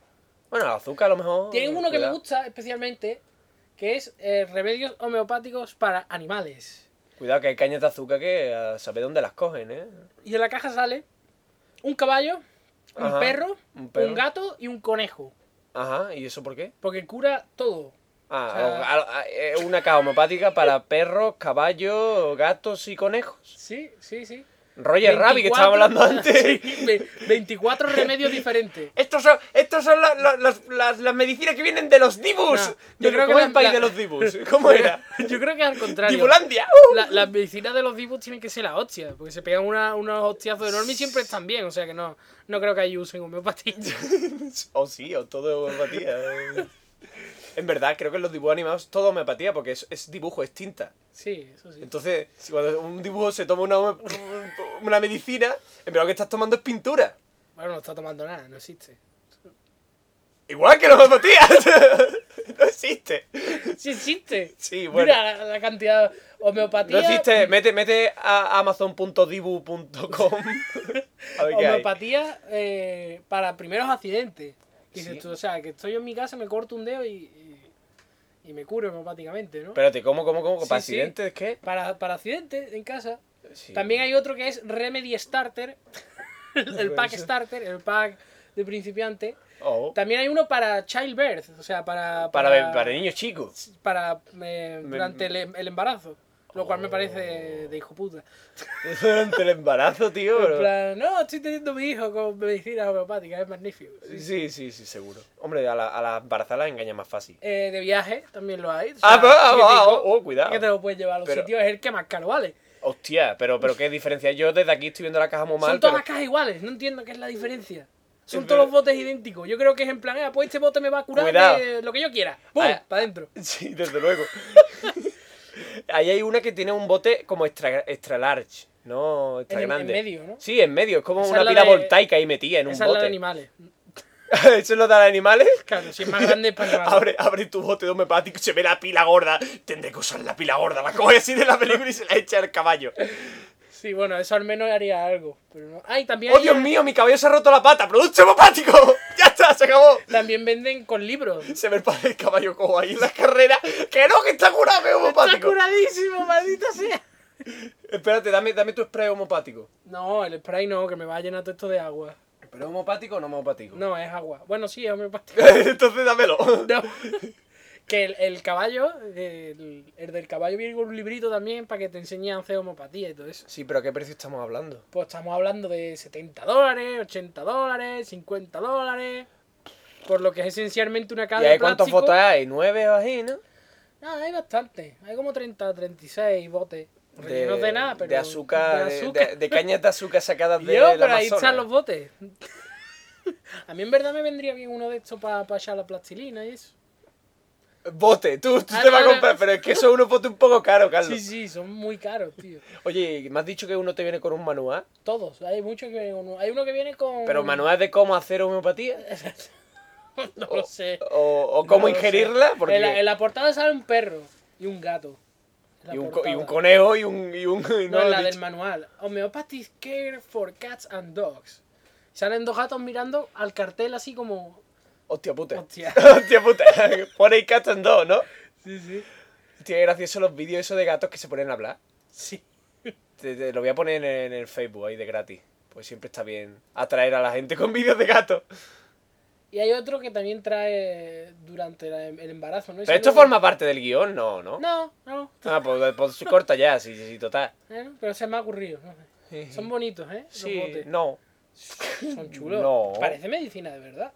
[SPEAKER 2] Bueno, el azúcar a lo mejor.
[SPEAKER 1] Tienen uno que me
[SPEAKER 2] cuidado.
[SPEAKER 1] gusta especialmente, que es eh, remedios homeopáticos para animales.
[SPEAKER 2] Cuidado, que hay cañas de azúcar que a saber dónde las cogen, ¿eh?
[SPEAKER 1] Y en la caja sale un caballo, un,
[SPEAKER 2] Ajá,
[SPEAKER 1] perro,
[SPEAKER 2] un perro.
[SPEAKER 1] un gato y un conejo.
[SPEAKER 2] Ajá, ¿y eso por qué?
[SPEAKER 1] Porque cura todo.
[SPEAKER 2] Ah, o- a- a- eh, una caja homeopática para perros, caballos, gatos y conejos.
[SPEAKER 1] Sí, sí, sí.
[SPEAKER 2] Roger Rabbit, que estábamos hablando
[SPEAKER 1] 24
[SPEAKER 2] antes.
[SPEAKER 1] Sí, ve- 24 remedios diferentes.
[SPEAKER 2] Estos son, estos son la- la- las, las- las medicinas que vienen de los Dibus.
[SPEAKER 1] No,
[SPEAKER 2] yo creo que
[SPEAKER 1] la-
[SPEAKER 2] era el país
[SPEAKER 1] la-
[SPEAKER 2] de los Dibus. ¿Cómo era?
[SPEAKER 1] Yo creo que es al contrario.
[SPEAKER 2] Dibulandia.
[SPEAKER 1] La- las medicinas de los dibus tienen que ser la hostia, porque se pegan una- unos hostiazos enormes y siempre están bien, o sea que no, no creo que ahí usen homeopatía.
[SPEAKER 2] O Oh, sí, o todo homeopatía. en verdad, creo que en los dibujos animados todo homeopatía, porque es, es dibujo, es tinta.
[SPEAKER 1] Sí, eso sí.
[SPEAKER 2] Entonces, si cuando un dibujo se toma una, home- una medicina, en verdad lo que estás tomando es pintura.
[SPEAKER 1] Bueno, no está tomando nada, no existe.
[SPEAKER 2] Igual que la homeopatía. no existe.
[SPEAKER 1] Sí existe.
[SPEAKER 2] Sí, bueno.
[SPEAKER 1] Mira la, la cantidad de homeopatía.
[SPEAKER 2] No existe. Mete, mete a amazon.dibu.com. A ver qué hay.
[SPEAKER 1] homeopatía eh, para primeros accidentes. Que dices
[SPEAKER 2] Sí.
[SPEAKER 1] tú, o sea, que estoy yo en mi casa, me corto un dedo y, y, y me curo homeopáticamente, ¿no?
[SPEAKER 2] Espérate, ¿cómo, cómo, cómo?
[SPEAKER 1] Sí,
[SPEAKER 2] ¿Para
[SPEAKER 1] sí.
[SPEAKER 2] accidentes qué?
[SPEAKER 1] Para, para accidentes en casa.
[SPEAKER 2] Sí.
[SPEAKER 1] También hay otro que es Remedy Starter, el, el pack
[SPEAKER 2] Eso.
[SPEAKER 1] starter, el pack de principiante.
[SPEAKER 2] Oh.
[SPEAKER 1] También hay uno para childbirth, o sea, para...
[SPEAKER 2] Para, be- para niños chicos.
[SPEAKER 1] para, eh,
[SPEAKER 2] Me- Oh.
[SPEAKER 1] durante el, el embarazo. Lo cual me parece de hijo puta.
[SPEAKER 2] Durante el embarazo, tío.
[SPEAKER 1] En
[SPEAKER 2] bro.
[SPEAKER 1] plan, no, estoy teniendo mi hijo con medicinas homeopáticas, es magnífico.
[SPEAKER 2] Sí, sí, sí, seguro. Hombre, a la, a la embarazada la engaña más fácil.
[SPEAKER 1] Eh, de viaje también lo hay. o sea,
[SPEAKER 2] Ah, pero, ah,
[SPEAKER 1] chiquitico,
[SPEAKER 2] ah, oh, oh, cuidado.
[SPEAKER 1] que te lo puedes llevar a los
[SPEAKER 2] Pero-
[SPEAKER 1] sitios, es el que más caro vale.
[SPEAKER 2] Hostia, pero, pero qué diferencia. Yo desde aquí estoy viendo la caja muy Oh, mal.
[SPEAKER 1] Son todas
[SPEAKER 2] pero-
[SPEAKER 1] las cajas iguales, no entiendo qué es la diferencia. Son
[SPEAKER 2] Es
[SPEAKER 1] todos los
[SPEAKER 2] verdad.
[SPEAKER 1] botes idénticos. Yo creo que es en plan, ah, pues este bote me va a curar
[SPEAKER 2] Cuidado.
[SPEAKER 1] de lo que yo quiera. ¡Bum!
[SPEAKER 2] Ah.
[SPEAKER 1] Para adentro.
[SPEAKER 2] Sí, desde luego. Ahí hay una que tiene un bote como extra, extra large, ¿no? Extra
[SPEAKER 1] En- en
[SPEAKER 2] grande.
[SPEAKER 1] medio, ¿no?
[SPEAKER 2] Sí, en medio. Es como
[SPEAKER 1] Esa
[SPEAKER 2] una
[SPEAKER 1] es la
[SPEAKER 2] pila
[SPEAKER 1] de-
[SPEAKER 2] voltaica ahí metida en un
[SPEAKER 1] Esa es
[SPEAKER 2] bote.
[SPEAKER 1] la de animales.
[SPEAKER 2] ¿Eso es lo de los animales?
[SPEAKER 1] Claro, si es más grande es para animales.
[SPEAKER 2] Abre, abre tu bote de homeopático, se ve la pila gorda. Tendré que usar la pila gorda. La coge así de la película y se la echa al caballo.
[SPEAKER 1] Sí, bueno, eso al menos haría algo. Pero no. Ah, y también,
[SPEAKER 2] ¡Oh,
[SPEAKER 1] hay-
[SPEAKER 2] Dios mío! Mi caballo se ha roto la pata. ¡Producto homeopático! ¡Ya está! ¡Se acabó!
[SPEAKER 1] también venden con libros.
[SPEAKER 2] Se ve el padre del caballo cojo ahí en la carrera. ¡Que no! ¡Que está curado! que es
[SPEAKER 1] Está
[SPEAKER 2] homeopático!
[SPEAKER 1] curadísimo, maldita sea.
[SPEAKER 2] Espérate, dame, dame tu spray homeopático.
[SPEAKER 1] No, el spray no, que me va a llenar todo esto de agua.
[SPEAKER 2] ¿Pero homeopático o no homeopático?
[SPEAKER 1] No, es agua. Bueno, sí, es homeopático.
[SPEAKER 2] Entonces dámelo.
[SPEAKER 1] No. que el, el caballo, el, el del caballo viene con un librito también para que te enseñe a hacer homeopatía y todo eso.
[SPEAKER 2] Sí, pero ¿a qué precio estamos hablando?
[SPEAKER 1] Pues estamos hablando de 70 dólares, 80 dólares, 50 dólares. Por lo que es esencialmente una caja
[SPEAKER 2] ¿Y
[SPEAKER 1] de
[SPEAKER 2] ahí cuántos
[SPEAKER 1] plástico.
[SPEAKER 2] botes hay? ¿Nueve o así, no?
[SPEAKER 1] No, hay bastante. Hay como 30, 36 botes. Rellenos de, Pues nada, pero.
[SPEAKER 2] De azúcar, de,
[SPEAKER 1] de
[SPEAKER 2] de- de cañas de azúcar sacadas de
[SPEAKER 1] Yo,
[SPEAKER 2] la
[SPEAKER 1] pero ahí
[SPEAKER 2] Amazonas.
[SPEAKER 1] están los botes. a mí en verdad me vendría bien uno de estos para echar la plastilina y eso.
[SPEAKER 2] Bote, tú, tú
[SPEAKER 1] Ah,
[SPEAKER 2] te
[SPEAKER 1] no,
[SPEAKER 2] vas a
[SPEAKER 1] no.
[SPEAKER 2] comprar, pero es que eso es unos botes un poco caro,
[SPEAKER 1] Sí,
[SPEAKER 2] Carlos.
[SPEAKER 1] sí, son muy caros, tío.
[SPEAKER 2] Oye, me has dicho que uno te viene con un manual,
[SPEAKER 1] Todos. Hay muchos que vienen con uno. Hay uno que viene con.
[SPEAKER 2] pero manual de cómo hacer homeopatía
[SPEAKER 1] No lo sé.
[SPEAKER 2] o, o cómo
[SPEAKER 1] Eh. No lo sé.
[SPEAKER 2] ingerirla, porque
[SPEAKER 1] En la, en la portada sale un perro y un gato. En la
[SPEAKER 2] y, un, co- y un
[SPEAKER 1] portada.
[SPEAKER 2] conejo y un y un y
[SPEAKER 1] No, en
[SPEAKER 2] lo
[SPEAKER 1] la
[SPEAKER 2] he
[SPEAKER 1] del
[SPEAKER 2] dicho.
[SPEAKER 1] manual. Homeopathic Care for Cats and Dogs. Salen dos gatos mirando al cartel así como.
[SPEAKER 2] Hostia puta.
[SPEAKER 1] Hostia.
[SPEAKER 2] Hostia puta. Pone ahí Cats and Dogs, ¿no?
[SPEAKER 1] Sí, sí.
[SPEAKER 2] Hostia, qué gracioso los vídeos esos de gatos que se ponen a hablar.
[SPEAKER 1] Sí.
[SPEAKER 2] Te, te lo voy a poner en el Facebook ahí de gratis. Pues siempre está bien atraer a la gente con vídeos de gatos.
[SPEAKER 1] Pues Y hay otro que también trae durante la- el embarazo, ¿no? Y
[SPEAKER 2] Pero esto
[SPEAKER 1] sale un-
[SPEAKER 2] forma parte del guión, no, ¿no?
[SPEAKER 1] No, no.
[SPEAKER 2] Ah, pues, pues corta ya, sí, sí, sí, total.
[SPEAKER 1] eh, Pero se me ha ocurrido. no sé. Son bonitos, ¿eh? Los
[SPEAKER 2] Sí,
[SPEAKER 1] botes.
[SPEAKER 2] no.
[SPEAKER 1] Son chulos.
[SPEAKER 2] No.
[SPEAKER 1] Parece medicina de verdad.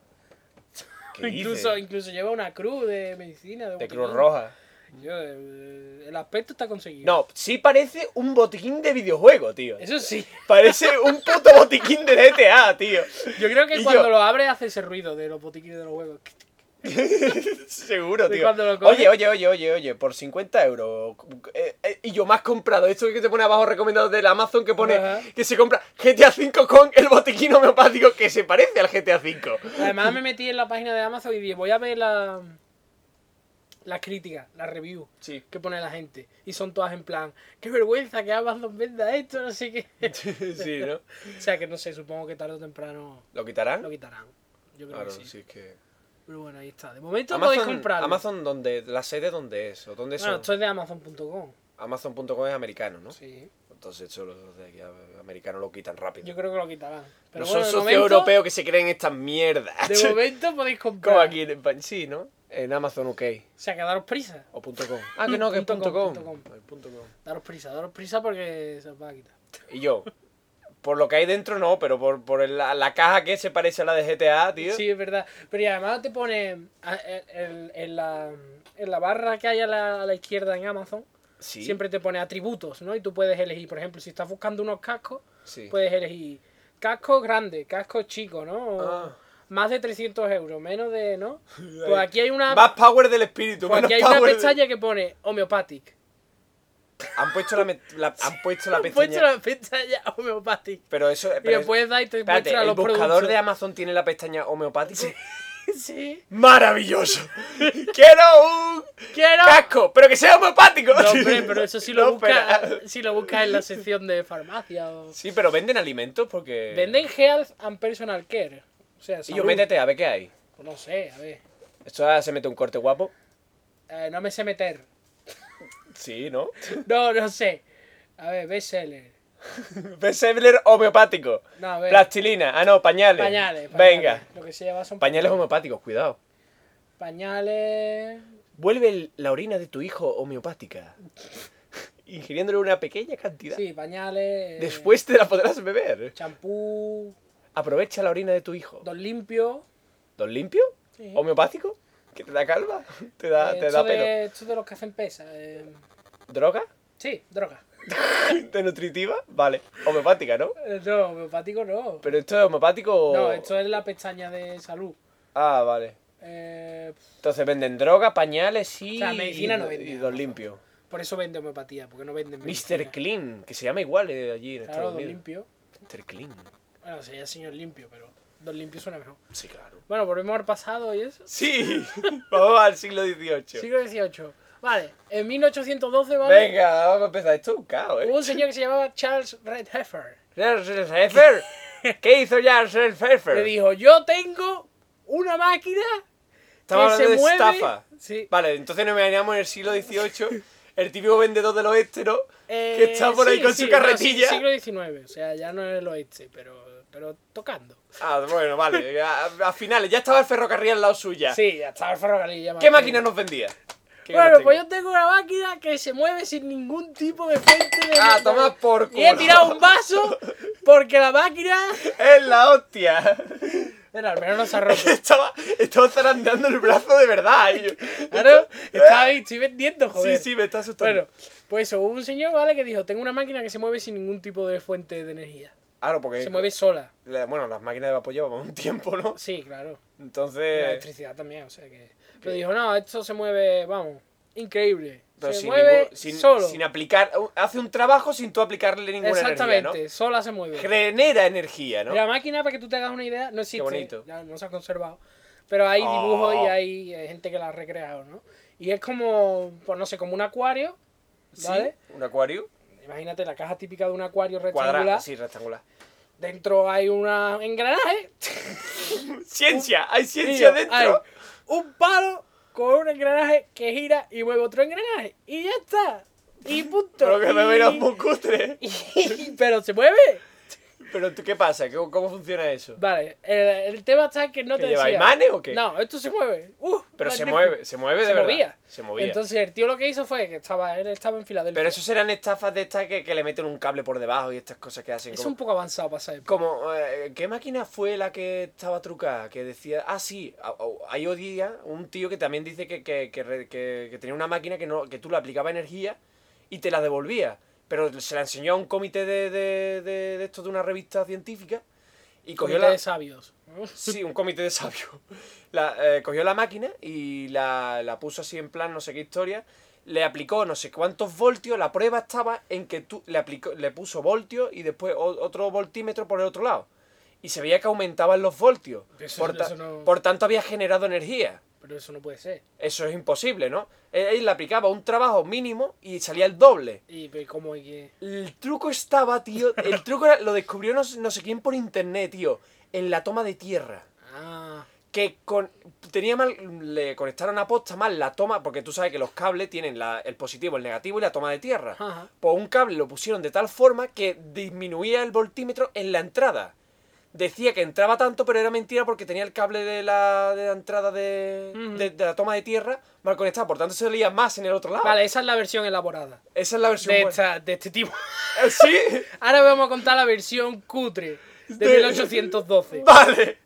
[SPEAKER 2] ¿Qué
[SPEAKER 1] Incluso,
[SPEAKER 2] dices?
[SPEAKER 1] incluso lleva una cruz de medicina. De,
[SPEAKER 2] De
[SPEAKER 1] botiquín.
[SPEAKER 2] Cruz Roja.
[SPEAKER 1] Yo, eh, el aspecto está conseguido.
[SPEAKER 2] No, sí parece un botiquín de videojuego, tío.
[SPEAKER 1] Eso sí.
[SPEAKER 2] Parece un puto botiquín de GTA, tío.
[SPEAKER 1] Yo creo que
[SPEAKER 2] Y
[SPEAKER 1] cuando
[SPEAKER 2] yo-
[SPEAKER 1] lo abres hace ese ruido de los botiquines de los huevos.
[SPEAKER 2] Seguro,
[SPEAKER 1] De
[SPEAKER 2] tío.
[SPEAKER 1] cuando lo coges.
[SPEAKER 2] Oye, oye, oye, oye, oye, por 50 euros. eh, eh, y yo más comprado. Esto que te pone abajo recomendado del Amazon que pone
[SPEAKER 1] Ajá.
[SPEAKER 2] que se compra GTA V con el botiquín homeopático que se parece al GTA V.
[SPEAKER 1] Además me metí en la página de Amazon y dije, voy a ver la las críticas, las reviews
[SPEAKER 2] Sí.
[SPEAKER 1] que pone la gente. Y son todas en plan, qué vergüenza que Amazon venda esto, no sé qué.
[SPEAKER 2] sí, ¿no?
[SPEAKER 1] o sea que no sé, supongo que tarde o temprano
[SPEAKER 2] ¿Lo quitarán?
[SPEAKER 1] lo quitarán. Yo creo
[SPEAKER 2] Claro,
[SPEAKER 1] que sí.
[SPEAKER 2] sí, es que...
[SPEAKER 1] Pero bueno, ahí está. De momento podéis
[SPEAKER 2] Amazon,
[SPEAKER 1] comprarlo.
[SPEAKER 2] Amazon ¿dónde? ¿La sede dónde es? ¿O dónde
[SPEAKER 1] bueno,
[SPEAKER 2] son?
[SPEAKER 1] esto es de Amazon.com.
[SPEAKER 2] Amazon.com es americano, ¿no?
[SPEAKER 1] Sí.
[SPEAKER 2] Entonces eso los de aquí a- americanos lo quitan rápido.
[SPEAKER 1] Yo creo que lo quitarán. Pero bueno,
[SPEAKER 2] no son
[SPEAKER 1] de
[SPEAKER 2] socios
[SPEAKER 1] momento-
[SPEAKER 2] europeos que se creen estas mierdas.
[SPEAKER 1] De momento podéis comprar.
[SPEAKER 2] Como aquí en España. Sí, ¿no? en Amazon UK
[SPEAKER 1] O sea, que daros prisa.
[SPEAKER 2] o punto .com. Ah, que no, que es
[SPEAKER 1] Punto
[SPEAKER 2] punto
[SPEAKER 1] com,
[SPEAKER 2] .com.
[SPEAKER 1] punto com.
[SPEAKER 2] Ay, punto com.
[SPEAKER 1] Daros prisa, daros prisa porque se os va a quitar.
[SPEAKER 2] Y yo, por lo que hay dentro no, pero por, por el- la, la caja que se parece a la de GTA, tío.
[SPEAKER 1] Sí, es verdad. Pero y además te pone a- en, en la, en la barra que hay a la, a la izquierda en Amazon.
[SPEAKER 2] Sí,
[SPEAKER 1] Siempre te pone atributos, ¿no? Y tú puedes elegir, por ejemplo, si estás buscando unos cascos,
[SPEAKER 2] sí.
[SPEAKER 1] puedes elegir casco grande, casco chico, ¿no? O
[SPEAKER 2] Ah.
[SPEAKER 1] Más de 300 euros, menos de, ¿no? Pues aquí hay una,
[SPEAKER 2] Más power del espíritu,
[SPEAKER 1] pues
[SPEAKER 2] menos
[SPEAKER 1] aquí hay una
[SPEAKER 2] power. de-
[SPEAKER 1] pestaña que pone homeopathic.
[SPEAKER 2] Han puesto la, me- la- han puesto la
[SPEAKER 1] Te muestra
[SPEAKER 2] pestaña.
[SPEAKER 1] la pestaña homeopathic.
[SPEAKER 2] Pero eso.
[SPEAKER 1] Y
[SPEAKER 2] pero
[SPEAKER 1] le puedes dar y te
[SPEAKER 2] espérate,
[SPEAKER 1] muestra
[SPEAKER 2] el
[SPEAKER 1] los
[SPEAKER 2] buscador
[SPEAKER 1] productos.
[SPEAKER 2] de Amazon tiene la pestaña homeopática.
[SPEAKER 1] sí.
[SPEAKER 2] ¡Maravilloso! ¡Quiero un
[SPEAKER 1] Quiero...
[SPEAKER 2] casco! ¡Pero que sea homeopático!
[SPEAKER 1] No, hombre, pero eso sí lo
[SPEAKER 2] No,
[SPEAKER 1] buscas
[SPEAKER 2] espera.
[SPEAKER 1] si lo buscas en la sección de farmacia o...
[SPEAKER 2] Sí, pero venden alimentos porque.
[SPEAKER 1] Venden health and personal care. O sea,
[SPEAKER 2] Y
[SPEAKER 1] salud.
[SPEAKER 2] yo, métete, a ver qué hay.
[SPEAKER 1] No sé, a ver.
[SPEAKER 2] Esto ahora se mete un corte guapo.
[SPEAKER 1] Eh, no me sé meter.
[SPEAKER 2] Sí, ¿no?
[SPEAKER 1] No, no sé. A ver, bestseller.
[SPEAKER 2] Bestseller homeopático.
[SPEAKER 1] No, a ver.
[SPEAKER 2] Plastilina. Ah, no, pañales.
[SPEAKER 1] Pañales, pañales.
[SPEAKER 2] Venga.
[SPEAKER 1] Lo que se lleva son
[SPEAKER 2] Pañales homeopáticos, cuidado.
[SPEAKER 1] pañales.
[SPEAKER 2] Vuelve el- la orina de tu hijo homeopática. Ingiriéndole una pequeña cantidad.
[SPEAKER 1] Sí, pañales. eh,
[SPEAKER 2] Después te la podrás beber.
[SPEAKER 1] Champú.
[SPEAKER 2] Aprovecha la orina de tu hijo.
[SPEAKER 1] Don limpio.
[SPEAKER 2] ¿Don limpio?
[SPEAKER 1] Sí.
[SPEAKER 2] ¿Homeopático? ¿Que te da calma? ¿Te da,
[SPEAKER 1] Eh,
[SPEAKER 2] Ah, te
[SPEAKER 1] esto
[SPEAKER 2] da
[SPEAKER 1] de,
[SPEAKER 2] pelo?
[SPEAKER 1] esto de los que hacen pesa. eh,
[SPEAKER 2] ¿Droga?
[SPEAKER 1] sí, droga.
[SPEAKER 2] ¿De nutritiva? Vale. Homeopática, ¿no?
[SPEAKER 1] Eh, No, homeopático no.
[SPEAKER 2] ¿Pero esto es homeopático o...?
[SPEAKER 1] No, esto es la pestaña de salud.
[SPEAKER 2] Ah, vale.
[SPEAKER 1] Eh,
[SPEAKER 2] Entonces venden droga, pañales y...
[SPEAKER 1] O sea, medicina no
[SPEAKER 2] y-
[SPEAKER 1] venden.
[SPEAKER 2] Y don limpio.
[SPEAKER 1] por eso vende homeopatía, porque no venden.
[SPEAKER 2] Mr.
[SPEAKER 1] medicina.
[SPEAKER 2] Clean, que se llama igual eh, allí en
[SPEAKER 1] Claro,
[SPEAKER 2] Estados
[SPEAKER 1] Don
[SPEAKER 2] Unidos.
[SPEAKER 1] Limpio.
[SPEAKER 2] Mr. Clean.
[SPEAKER 1] Bueno, sería señor limpio, pero Don Limpio suena mejor.
[SPEAKER 2] Sí, claro.
[SPEAKER 1] Bueno, volvemos al pasado y eso.
[SPEAKER 2] Sí, vamos al siglo XVIII.
[SPEAKER 1] Siglo XVIII. Vale, en 1812, ¿vale?
[SPEAKER 2] Venga, vamos a empezar. Esto es un caos, ¿eh?
[SPEAKER 1] Hubo un señor que se llamaba Charles Red Heifer.
[SPEAKER 2] Charles Pfeffer. ¿Qué hizo Charles
[SPEAKER 1] Le
[SPEAKER 2] Pfeffer?
[SPEAKER 1] dijo, yo tengo una máquina
[SPEAKER 2] Estaba
[SPEAKER 1] que
[SPEAKER 2] hablando
[SPEAKER 1] se
[SPEAKER 2] de
[SPEAKER 1] mueve.
[SPEAKER 2] estafa.
[SPEAKER 1] Sí.
[SPEAKER 2] Vale, entonces nos imaginamos en el siglo XVIII el típico vendedor del oeste, ¿no?
[SPEAKER 1] Eh,
[SPEAKER 2] que está por ahí
[SPEAKER 1] sí,
[SPEAKER 2] con
[SPEAKER 1] sí,
[SPEAKER 2] su
[SPEAKER 1] no, sí,
[SPEAKER 2] carretilla.
[SPEAKER 1] siglo XIX, o sea, ya no en el oeste, pero, pero tocando.
[SPEAKER 2] Ah, bueno, vale. A, a finales, ya estaba el ferrocarril al lado suya.
[SPEAKER 1] Sí, ya estaba el ferrocarril. ya me
[SPEAKER 2] ¿Qué
[SPEAKER 1] acuerdo.
[SPEAKER 2] máquina nos vendía? ¿Qué
[SPEAKER 1] Bueno,
[SPEAKER 2] ganas
[SPEAKER 1] pues
[SPEAKER 2] tengo?
[SPEAKER 1] yo tengo una máquina que se mueve sin ningún tipo de fuente de.
[SPEAKER 2] Ah, toma por culo.
[SPEAKER 1] Y he tirado un vaso porque la máquina.
[SPEAKER 2] ¡Es la hostia!
[SPEAKER 1] Bueno, al menos no se ha roto.
[SPEAKER 2] estaba, estaba zarandeando el brazo de verdad. y yo- eh,
[SPEAKER 1] Claro, está ahí, estoy vendiendo, joder.
[SPEAKER 2] Sí, sí, me está asustando.
[SPEAKER 1] Bueno, pues eso, hubo un señor, ¿vale? Que dijo, tengo una máquina que se mueve sin ningún tipo de fuente de energía.
[SPEAKER 2] Claro, porque.
[SPEAKER 1] Se mueve sola.
[SPEAKER 2] la- bueno, las máquinas de vapor llevaban un tiempo, ¿no?
[SPEAKER 1] Sí, claro. Y La
[SPEAKER 2] Entonces.
[SPEAKER 1] electricidad también, o sea que... Pero dijo, no, esto se mueve, vamos, increíble.
[SPEAKER 2] pero
[SPEAKER 1] se
[SPEAKER 2] sin
[SPEAKER 1] mueve
[SPEAKER 2] ningún- sin,
[SPEAKER 1] solo.
[SPEAKER 2] sin aplicar. Hace un trabajo sin tú aplicarle ninguna
[SPEAKER 1] Exactamente,
[SPEAKER 2] energía.
[SPEAKER 1] sola se mueve.
[SPEAKER 2] ¿no? Genera energía, ¿no?
[SPEAKER 1] La máquina, para que tú te hagas una idea, no existe.
[SPEAKER 2] bonito.
[SPEAKER 1] Ya no se ha conservado. Pero hay dibujos
[SPEAKER 2] Oh.
[SPEAKER 1] y hay eh, gente que la ha recreado, ¿no? Y es como, pues no sé, como un acuario,
[SPEAKER 2] Sí,
[SPEAKER 1] ¿vale?
[SPEAKER 2] Un acuario.
[SPEAKER 1] Imagínate la caja típica de un acuario rectangular.
[SPEAKER 2] Cuadrado. Sí, rectangular.
[SPEAKER 1] Dentro hay una engranaje.
[SPEAKER 2] Ciencia, hay
[SPEAKER 1] y
[SPEAKER 2] ciencia
[SPEAKER 1] yo,
[SPEAKER 2] dentro.
[SPEAKER 1] hay un palo con un engranaje que gira y mueve otro engranaje. Y ya está. Y punto.
[SPEAKER 2] Pero que me
[SPEAKER 1] Y-
[SPEAKER 2] verás muy cutre.
[SPEAKER 1] Pero se mueve.
[SPEAKER 2] Pero tú, ¿qué pasa? ¿Cómo, cómo funciona eso?
[SPEAKER 1] Vale, el, el tema está que no
[SPEAKER 2] ¿Que
[SPEAKER 1] te
[SPEAKER 2] lleva
[SPEAKER 1] decía.
[SPEAKER 2] imanes o qué?
[SPEAKER 1] No, esto se mueve. Uh,
[SPEAKER 2] Pero se
[SPEAKER 1] magnífico.
[SPEAKER 2] mueve, se mueve de
[SPEAKER 1] se
[SPEAKER 2] verdad.
[SPEAKER 1] movía.
[SPEAKER 2] Se movía.
[SPEAKER 1] Entonces el tío lo que hizo fue que estaba, él estaba en Filadelfia.
[SPEAKER 2] Pero eso serán estafas de estas que, que le meten un cable por debajo y estas cosas que hacen.
[SPEAKER 1] es
[SPEAKER 2] como-
[SPEAKER 1] un poco avanzado para esa época.
[SPEAKER 2] Como, eh, ¿qué máquina fue la que estaba trucada? Que decía, ah, sí, a- a- hay hoy día un tío que también dice que, que, que re- que- que tenía una máquina que, no, que tú le aplicabas energía y te la devolvía. Pero se la enseñó a un comité de, de, de, de esto de una revista científica y cogió
[SPEAKER 1] Comité
[SPEAKER 2] la...
[SPEAKER 1] de sabios.
[SPEAKER 2] Sí, un comité de sabios. La, eh, cogió la máquina y la, la puso así en plan no sé qué historia. Le aplicó no sé cuántos voltios. La prueba estaba en que tú le, aplicó, le puso voltios y después o- otro voltímetro por el otro lado. Y se veía que aumentaban los voltios.
[SPEAKER 1] Eso-
[SPEAKER 2] por, ta-
[SPEAKER 1] eso no-
[SPEAKER 2] por tanto, había generado energía.
[SPEAKER 1] Pero eso no puede ser.
[SPEAKER 2] Eso es imposible, ¿no? Él, él le aplicaba un trabajo mínimo y salía el doble.
[SPEAKER 1] Y pero, como que...
[SPEAKER 2] El truco estaba, tío. El truco era- lo descubrió no, sé- no sé quién por internet, tío. En la toma de tierra
[SPEAKER 1] Ah,
[SPEAKER 2] que con, tenía mal, le conectaron a posta mal la toma, porque tú sabes que los cables tienen la- el positivo, el negativo y la toma de tierra.
[SPEAKER 1] Ajá.
[SPEAKER 2] Pues un cable lo pusieron de tal forma que disminuía el voltímetro en la entrada. decía que entraba tanto, pero era mentira porque tenía el cable de la, de la entrada de,
[SPEAKER 1] Ujú.
[SPEAKER 2] de- de la toma de tierra mal conectado. Por tanto, se leía más en el otro lado.
[SPEAKER 1] Vale, esa es la versión elaborada
[SPEAKER 2] Esa es la versión
[SPEAKER 1] de,
[SPEAKER 2] buena.
[SPEAKER 1] esta- de este tipo.
[SPEAKER 2] Eh, ¿Sí?
[SPEAKER 1] Ahora vamos a contar la versión cutre de
[SPEAKER 2] De-
[SPEAKER 1] 1812.
[SPEAKER 2] vale.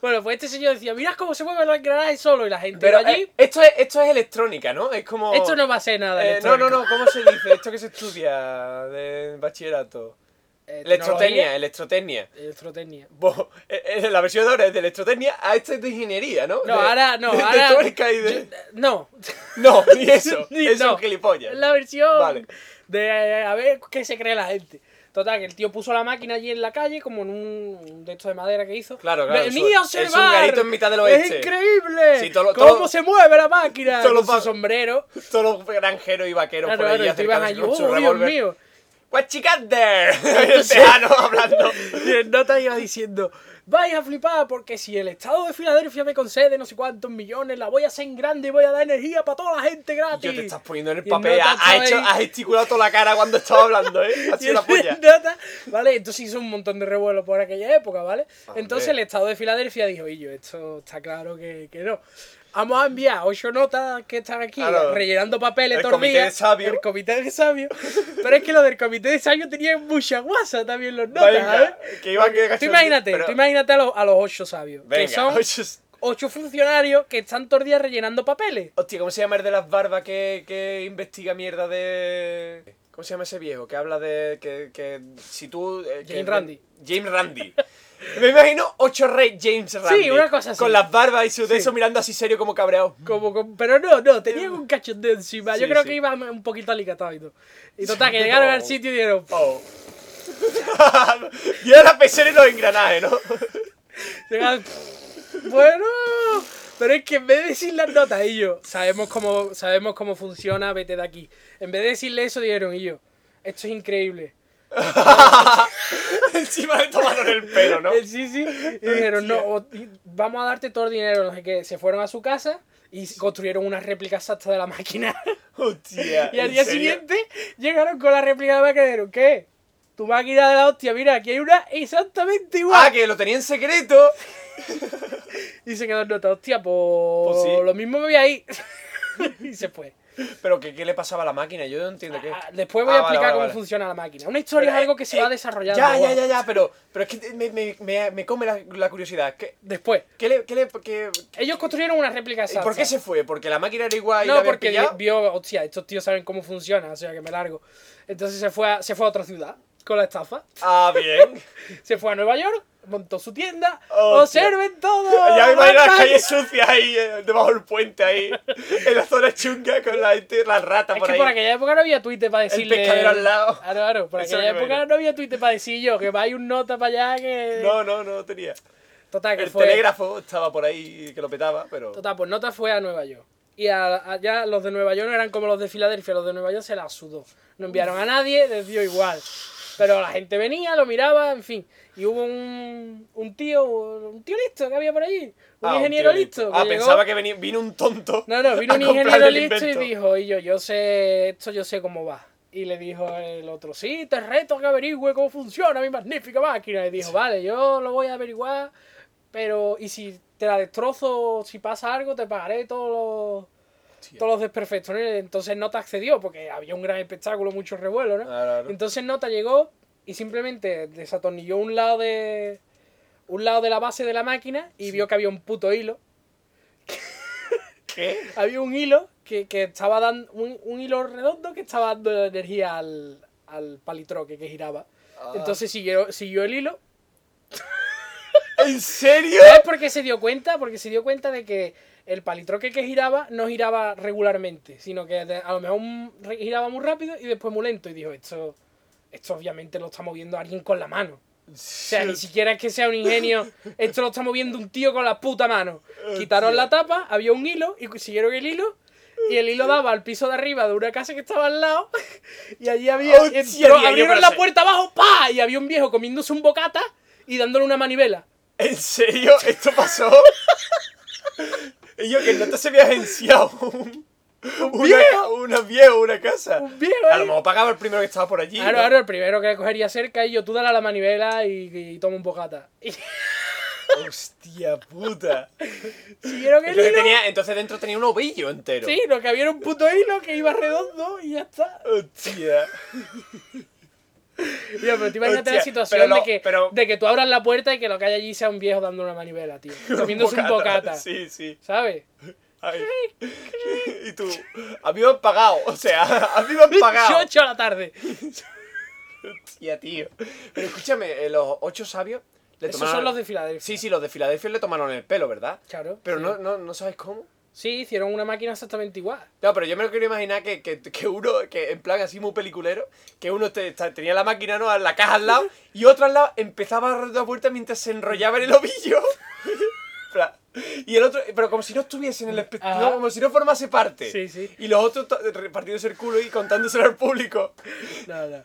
[SPEAKER 1] Bueno, pues este señor decía, mirad cómo se mueve los engranajes solo y la gente
[SPEAKER 2] Pero
[SPEAKER 1] iba allí.
[SPEAKER 2] eh, esto, es, esto es electrónica, ¿no? Es como...
[SPEAKER 1] esto no va a ser nada.
[SPEAKER 2] Eh, no,
[SPEAKER 1] electrónico.
[SPEAKER 2] no, no, ¿cómo se dice? Esto que se estudia de bachillerato.
[SPEAKER 1] Eh,
[SPEAKER 2] Electrotecnia, eh.
[SPEAKER 1] tecnología,
[SPEAKER 2] electrotecnia.
[SPEAKER 1] Electrotecnia.
[SPEAKER 2] Bo- eh, eh, la versión de ahora es de electrotecnia a esta es de ingeniería, ¿no?
[SPEAKER 1] No,
[SPEAKER 2] De-
[SPEAKER 1] ahora, no,
[SPEAKER 2] de- de
[SPEAKER 1] ahora.
[SPEAKER 2] tuerca y de-
[SPEAKER 1] yo- eh, no.
[SPEAKER 2] No, ni eso.
[SPEAKER 1] Ni-
[SPEAKER 2] eso
[SPEAKER 1] no.
[SPEAKER 2] es un gilipollas.
[SPEAKER 1] Es la versión
[SPEAKER 2] Vale.
[SPEAKER 1] de eh, a ver qué se cree la gente. Total, que el tío puso la máquina allí en la calle, como en un de estos de madera que hizo.
[SPEAKER 2] Claro, claro,
[SPEAKER 1] Vení
[SPEAKER 2] eso-
[SPEAKER 1] a observar.
[SPEAKER 2] es un garito en mitad del
[SPEAKER 1] ¡Es
[SPEAKER 2] oeste".
[SPEAKER 1] increíble!
[SPEAKER 2] Sí, todo lo-
[SPEAKER 1] ¡Cómo
[SPEAKER 2] todo-
[SPEAKER 1] se mueve la máquina!
[SPEAKER 2] todo lo
[SPEAKER 1] con su
[SPEAKER 2] pa-
[SPEAKER 1] sombrero.
[SPEAKER 2] Todos los granjeros y vaqueros
[SPEAKER 1] Claro,
[SPEAKER 2] por allí
[SPEAKER 1] claro, y tú ibas
[SPEAKER 2] acercándose
[SPEAKER 1] allí.
[SPEAKER 2] con su
[SPEAKER 1] ¡Oh, Dios
[SPEAKER 2] revólver. Pues,
[SPEAKER 1] mío!
[SPEAKER 2] What's you got there? El tejano hablando.
[SPEAKER 1] Y el nota iba diciendo, vais a flipar porque si el estado de Filadelfia me concede no sé cuántos millones, la voy a hacer en grande y voy a dar energía para toda la gente gratis.
[SPEAKER 2] Yo te estás poniendo en el
[SPEAKER 1] Y el
[SPEAKER 2] papel.
[SPEAKER 1] nota
[SPEAKER 2] Has ha
[SPEAKER 1] estaba
[SPEAKER 2] hecho,
[SPEAKER 1] ahí.
[SPEAKER 2] ha gesticulado toda la cara cuando estaba hablando, ¿eh? Ha
[SPEAKER 1] Y
[SPEAKER 2] sido la
[SPEAKER 1] el
[SPEAKER 2] polla.
[SPEAKER 1] nota- vale, entonces hizo un montón de revuelo por aquella época, ¿vale?
[SPEAKER 2] Hombre.
[SPEAKER 1] Entonces el estado de Filadelfia dijo, y yo, esto está claro que, que no. Vamos a enviar ocho notas que están aquí
[SPEAKER 2] Claro.
[SPEAKER 1] rellenando papeles
[SPEAKER 2] El
[SPEAKER 1] todo el
[SPEAKER 2] comité
[SPEAKER 1] día.
[SPEAKER 2] de sabios.
[SPEAKER 1] El comité de sabios. Pero es que lo del comité de sabios tenía mucha guasa también los notas,
[SPEAKER 2] Venga,
[SPEAKER 1] ¿sabes?
[SPEAKER 2] que iban que
[SPEAKER 1] Tú
[SPEAKER 2] cachonde-
[SPEAKER 1] imagínate,
[SPEAKER 2] pero-
[SPEAKER 1] tú imagínate a los, a los ocho sabios.
[SPEAKER 2] Venga,
[SPEAKER 1] que son
[SPEAKER 2] ocho-
[SPEAKER 1] ocho funcionarios que están todos los días rellenando papeles.
[SPEAKER 2] Hostia, ¿cómo se llama el de las barbas que, que investiga mierda de. ¿Cómo se llama ese viejo? Que habla de. que, que si tú. eh, que-
[SPEAKER 1] James Randi.
[SPEAKER 2] James Randy. Me imagino ocho rey James Randy.
[SPEAKER 1] una cosa así.
[SPEAKER 2] Con las barbas y su
[SPEAKER 1] Sí.
[SPEAKER 2] de eso mirando así serio como cabreado.
[SPEAKER 1] Como, con- pero no, no, tenían un cachondeo encima. Yo
[SPEAKER 2] Em, Sí,
[SPEAKER 1] creo
[SPEAKER 2] sí.
[SPEAKER 1] que iban un poquito alicatado y todo. Y total, que llegaron al sitio y dijeron,
[SPEAKER 2] Oh. y ahora pensé en los engranajes, ¿no?
[SPEAKER 1] llegaron, bueno, pero es que en vez de decir las notas, y yo, sabemos cómo, sabemos cómo funciona, vete de aquí. En vez de decirle eso, dijeron, y yo, esto es increíble.
[SPEAKER 2] Encima le tomaron el pelo, ¿no?
[SPEAKER 1] Eh, Sí, sí. Y dijeron, no, o- y vamos a darte todo el dinero, no sé qué. Se fueron a su casa y construyeron una réplica exacta de la máquina.
[SPEAKER 2] Hostia.
[SPEAKER 1] Y al
[SPEAKER 2] ¿en
[SPEAKER 1] día
[SPEAKER 2] serio?
[SPEAKER 1] siguiente llegaron con la réplica de la máquina y dijeron, ¿qué? Tu máquina de la hostia, mira, aquí hay una exactamente
[SPEAKER 2] Ah,
[SPEAKER 1] igual.
[SPEAKER 2] que lo tenía en secreto.
[SPEAKER 1] Y se quedó en nota, hostia, pues,
[SPEAKER 2] Pues sí.
[SPEAKER 1] lo mismo me voy a ir. y se fue.
[SPEAKER 2] Pero que qué le pasaba a la máquina, yo no entiendo qué.
[SPEAKER 1] Ah, Después voy a
[SPEAKER 2] Ah, vale,
[SPEAKER 1] explicar
[SPEAKER 2] vale,
[SPEAKER 1] cómo
[SPEAKER 2] vale.
[SPEAKER 1] funciona la máquina. Una historia
[SPEAKER 2] Pero,
[SPEAKER 1] es algo
[SPEAKER 2] eh,
[SPEAKER 1] que se
[SPEAKER 2] eh,
[SPEAKER 1] va desarrollando.
[SPEAKER 2] Ya, ya,
[SPEAKER 1] guau.
[SPEAKER 2] ya, ya, pero, pero es que me, me- me- me come la, la curiosidad. ¿Qué,
[SPEAKER 1] Después.
[SPEAKER 2] qué le, qué le- qué-
[SPEAKER 1] Ellos construyeron una réplica
[SPEAKER 2] ¿Y
[SPEAKER 1] exacta.
[SPEAKER 2] por qué se fue? ¿Porque la máquina era igual y la
[SPEAKER 1] No,
[SPEAKER 2] habían
[SPEAKER 1] porque di-
[SPEAKER 2] pillado?
[SPEAKER 1] vio, hostia, estos tíos saben cómo funciona, o sea que me largo. Entonces se fue a, se fue a otra ciudad con la estafa.
[SPEAKER 2] Ah, bien.
[SPEAKER 1] Se fue a Nueva York, montó su tienda.
[SPEAKER 2] Hostia.
[SPEAKER 1] ¡Observen todo!
[SPEAKER 2] ya me imagino las
[SPEAKER 1] Batman!
[SPEAKER 2] calles sucias ahí, eh, debajo del puente ahí, en la zona chunga con la gente, las ratas
[SPEAKER 1] Es
[SPEAKER 2] por
[SPEAKER 1] que
[SPEAKER 2] ahí.
[SPEAKER 1] por aquella época no había Twitter para decirle.
[SPEAKER 2] pescadero al lado.
[SPEAKER 1] Claro, claro. Por
[SPEAKER 2] Eso
[SPEAKER 1] aquella
[SPEAKER 2] es lo que me
[SPEAKER 1] época
[SPEAKER 2] digo.
[SPEAKER 1] no había Twitter para decir yo que hay un nota para allá que.
[SPEAKER 2] No, no, no tenía.
[SPEAKER 1] Total, que
[SPEAKER 2] El
[SPEAKER 1] fue.
[SPEAKER 2] telégrafo estaba por ahí que lo petaba, pero...
[SPEAKER 1] Total, pues nota fue a Nueva York. Y a- allá los de Nueva York no eran como los de Filadelfia, los de Nueva York se la sudó. No enviaron a nadie, les dio igual. Pero la gente venía, lo miraba, en fin. Y hubo un, un tío, un tío listo que había por allí. Un
[SPEAKER 2] Ah,
[SPEAKER 1] ingeniero
[SPEAKER 2] tío
[SPEAKER 1] listo.
[SPEAKER 2] Ah,
[SPEAKER 1] llegó-
[SPEAKER 2] pensaba que venía- vino un tonto.
[SPEAKER 1] No, no, vino
[SPEAKER 2] a
[SPEAKER 1] un
[SPEAKER 2] comprarle
[SPEAKER 1] ingeniero
[SPEAKER 2] el
[SPEAKER 1] listo y
[SPEAKER 2] invento.
[SPEAKER 1] dijo, y yo, yo sé, esto yo sé cómo va. Y le dijo el otro, sí, te reto que averigüe cómo funciona mi magnífica máquina. Y dijo, vale, yo lo voy a averiguar, pero, y si te la destrozo, si pasa algo, te pagaré todos los,
[SPEAKER 2] Hostia.
[SPEAKER 1] todos los desperfectos. ¿no? Y Entonces Nota accedió, porque había un gran espectáculo, mucho revuelo, ¿no?
[SPEAKER 2] Claro, claro.
[SPEAKER 1] Entonces Nota llegó y simplemente desatornilló un lado de un lado de la base de la máquina y vio que había un puto hilo
[SPEAKER 2] ¿Qué?
[SPEAKER 1] había un hilo que, que estaba dando un, un hilo redondo que estaba dando energía al, al palitroque que giraba.
[SPEAKER 2] Ah.
[SPEAKER 1] Entonces siguió, siguió el hilo.
[SPEAKER 2] ¿En serio?
[SPEAKER 1] ¿Sabes por qué se dio cuenta? Porque se dio cuenta de que el palitroque que giraba no giraba regularmente, sino que de- a lo mejor un- re- giraba muy rápido y después muy lento. Y dijo, esto, esto obviamente lo está moviendo alguien con la mano. O sea, ni siquiera es que sea un ingenio. Esto lo está moviendo un tío con la puta mano.
[SPEAKER 2] Oh,
[SPEAKER 1] Quitaron la tapa, había un hilo y siguieron el hilo. Y el hilo daba al piso de arriba de una casa que estaba al lado. Y allí había.
[SPEAKER 2] Hostia,
[SPEAKER 1] entró-
[SPEAKER 2] tío,
[SPEAKER 1] abrieron
[SPEAKER 2] Oh, pero
[SPEAKER 1] la
[SPEAKER 2] se-
[SPEAKER 1] puerta abajo, ¡pa! Y había un viejo comiéndose un bocata y dándole una manivela.
[SPEAKER 2] ¿En serio? ¿Esto pasó? y yo que no te se había agenciado un, una, ca- una vieja, una casa.
[SPEAKER 1] Un viejo,
[SPEAKER 2] A lo
[SPEAKER 1] ¿eh?
[SPEAKER 2] mejor pagaba el primero que estaba por allí.
[SPEAKER 1] Claro,
[SPEAKER 2] ¿no?
[SPEAKER 1] claro, el primero que cogería cerca y yo tú dale a la manivela y, y toma un bocata. Y
[SPEAKER 2] Hostia puta.
[SPEAKER 1] siguieron el
[SPEAKER 2] Entonces,
[SPEAKER 1] hilo.
[SPEAKER 2] tenía, entonces dentro tenía un ovillo entero.
[SPEAKER 1] Sí, lo que había era un puto hilo que iba redondo y ya está.
[SPEAKER 2] Hostia.
[SPEAKER 1] Tío, pero tú imagínate
[SPEAKER 2] Hostia,
[SPEAKER 1] la situación
[SPEAKER 2] pero lo-
[SPEAKER 1] de, que,
[SPEAKER 2] pero-
[SPEAKER 1] de que tú abras la puerta y que lo que hay allí sea un viejo dando una manivela, tío. Comiéndose un bocata.
[SPEAKER 2] Sí, sí.
[SPEAKER 1] ¿Sabes?
[SPEAKER 2] Ay. y tú, a mí me han pagado. O sea, a mí me han pagado.
[SPEAKER 1] 8 a la tarde.
[SPEAKER 2] Hostia, tío. Pero escúchame, eh, los ocho sabios le
[SPEAKER 1] Esos
[SPEAKER 2] tomaron.
[SPEAKER 1] son los de Filadelfia.
[SPEAKER 2] Sí, sí, los de Filadelfia le tomaron el pelo, ¿verdad?
[SPEAKER 1] Claro.
[SPEAKER 2] Pero
[SPEAKER 1] sí.
[SPEAKER 2] no, no, no sabes cómo.
[SPEAKER 1] Sí, hicieron una máquina exactamente igual.
[SPEAKER 2] No, pero yo me lo quiero imaginar que, que, que uno, que en plan así muy peliculero, que uno te- te- tenía la máquina, ¿no? La caja al lado, y otro al lado empezaba a dar la vuelta mientras se enrollaba en el ovillo. En plan, y el otro, pero como si no estuviese en el espectáculo,
[SPEAKER 1] Ajá.
[SPEAKER 2] como si no formase parte.
[SPEAKER 1] Sí, sí.
[SPEAKER 2] Y los otros to- repartiéndose el culo y contándoselo al público.
[SPEAKER 1] No, no.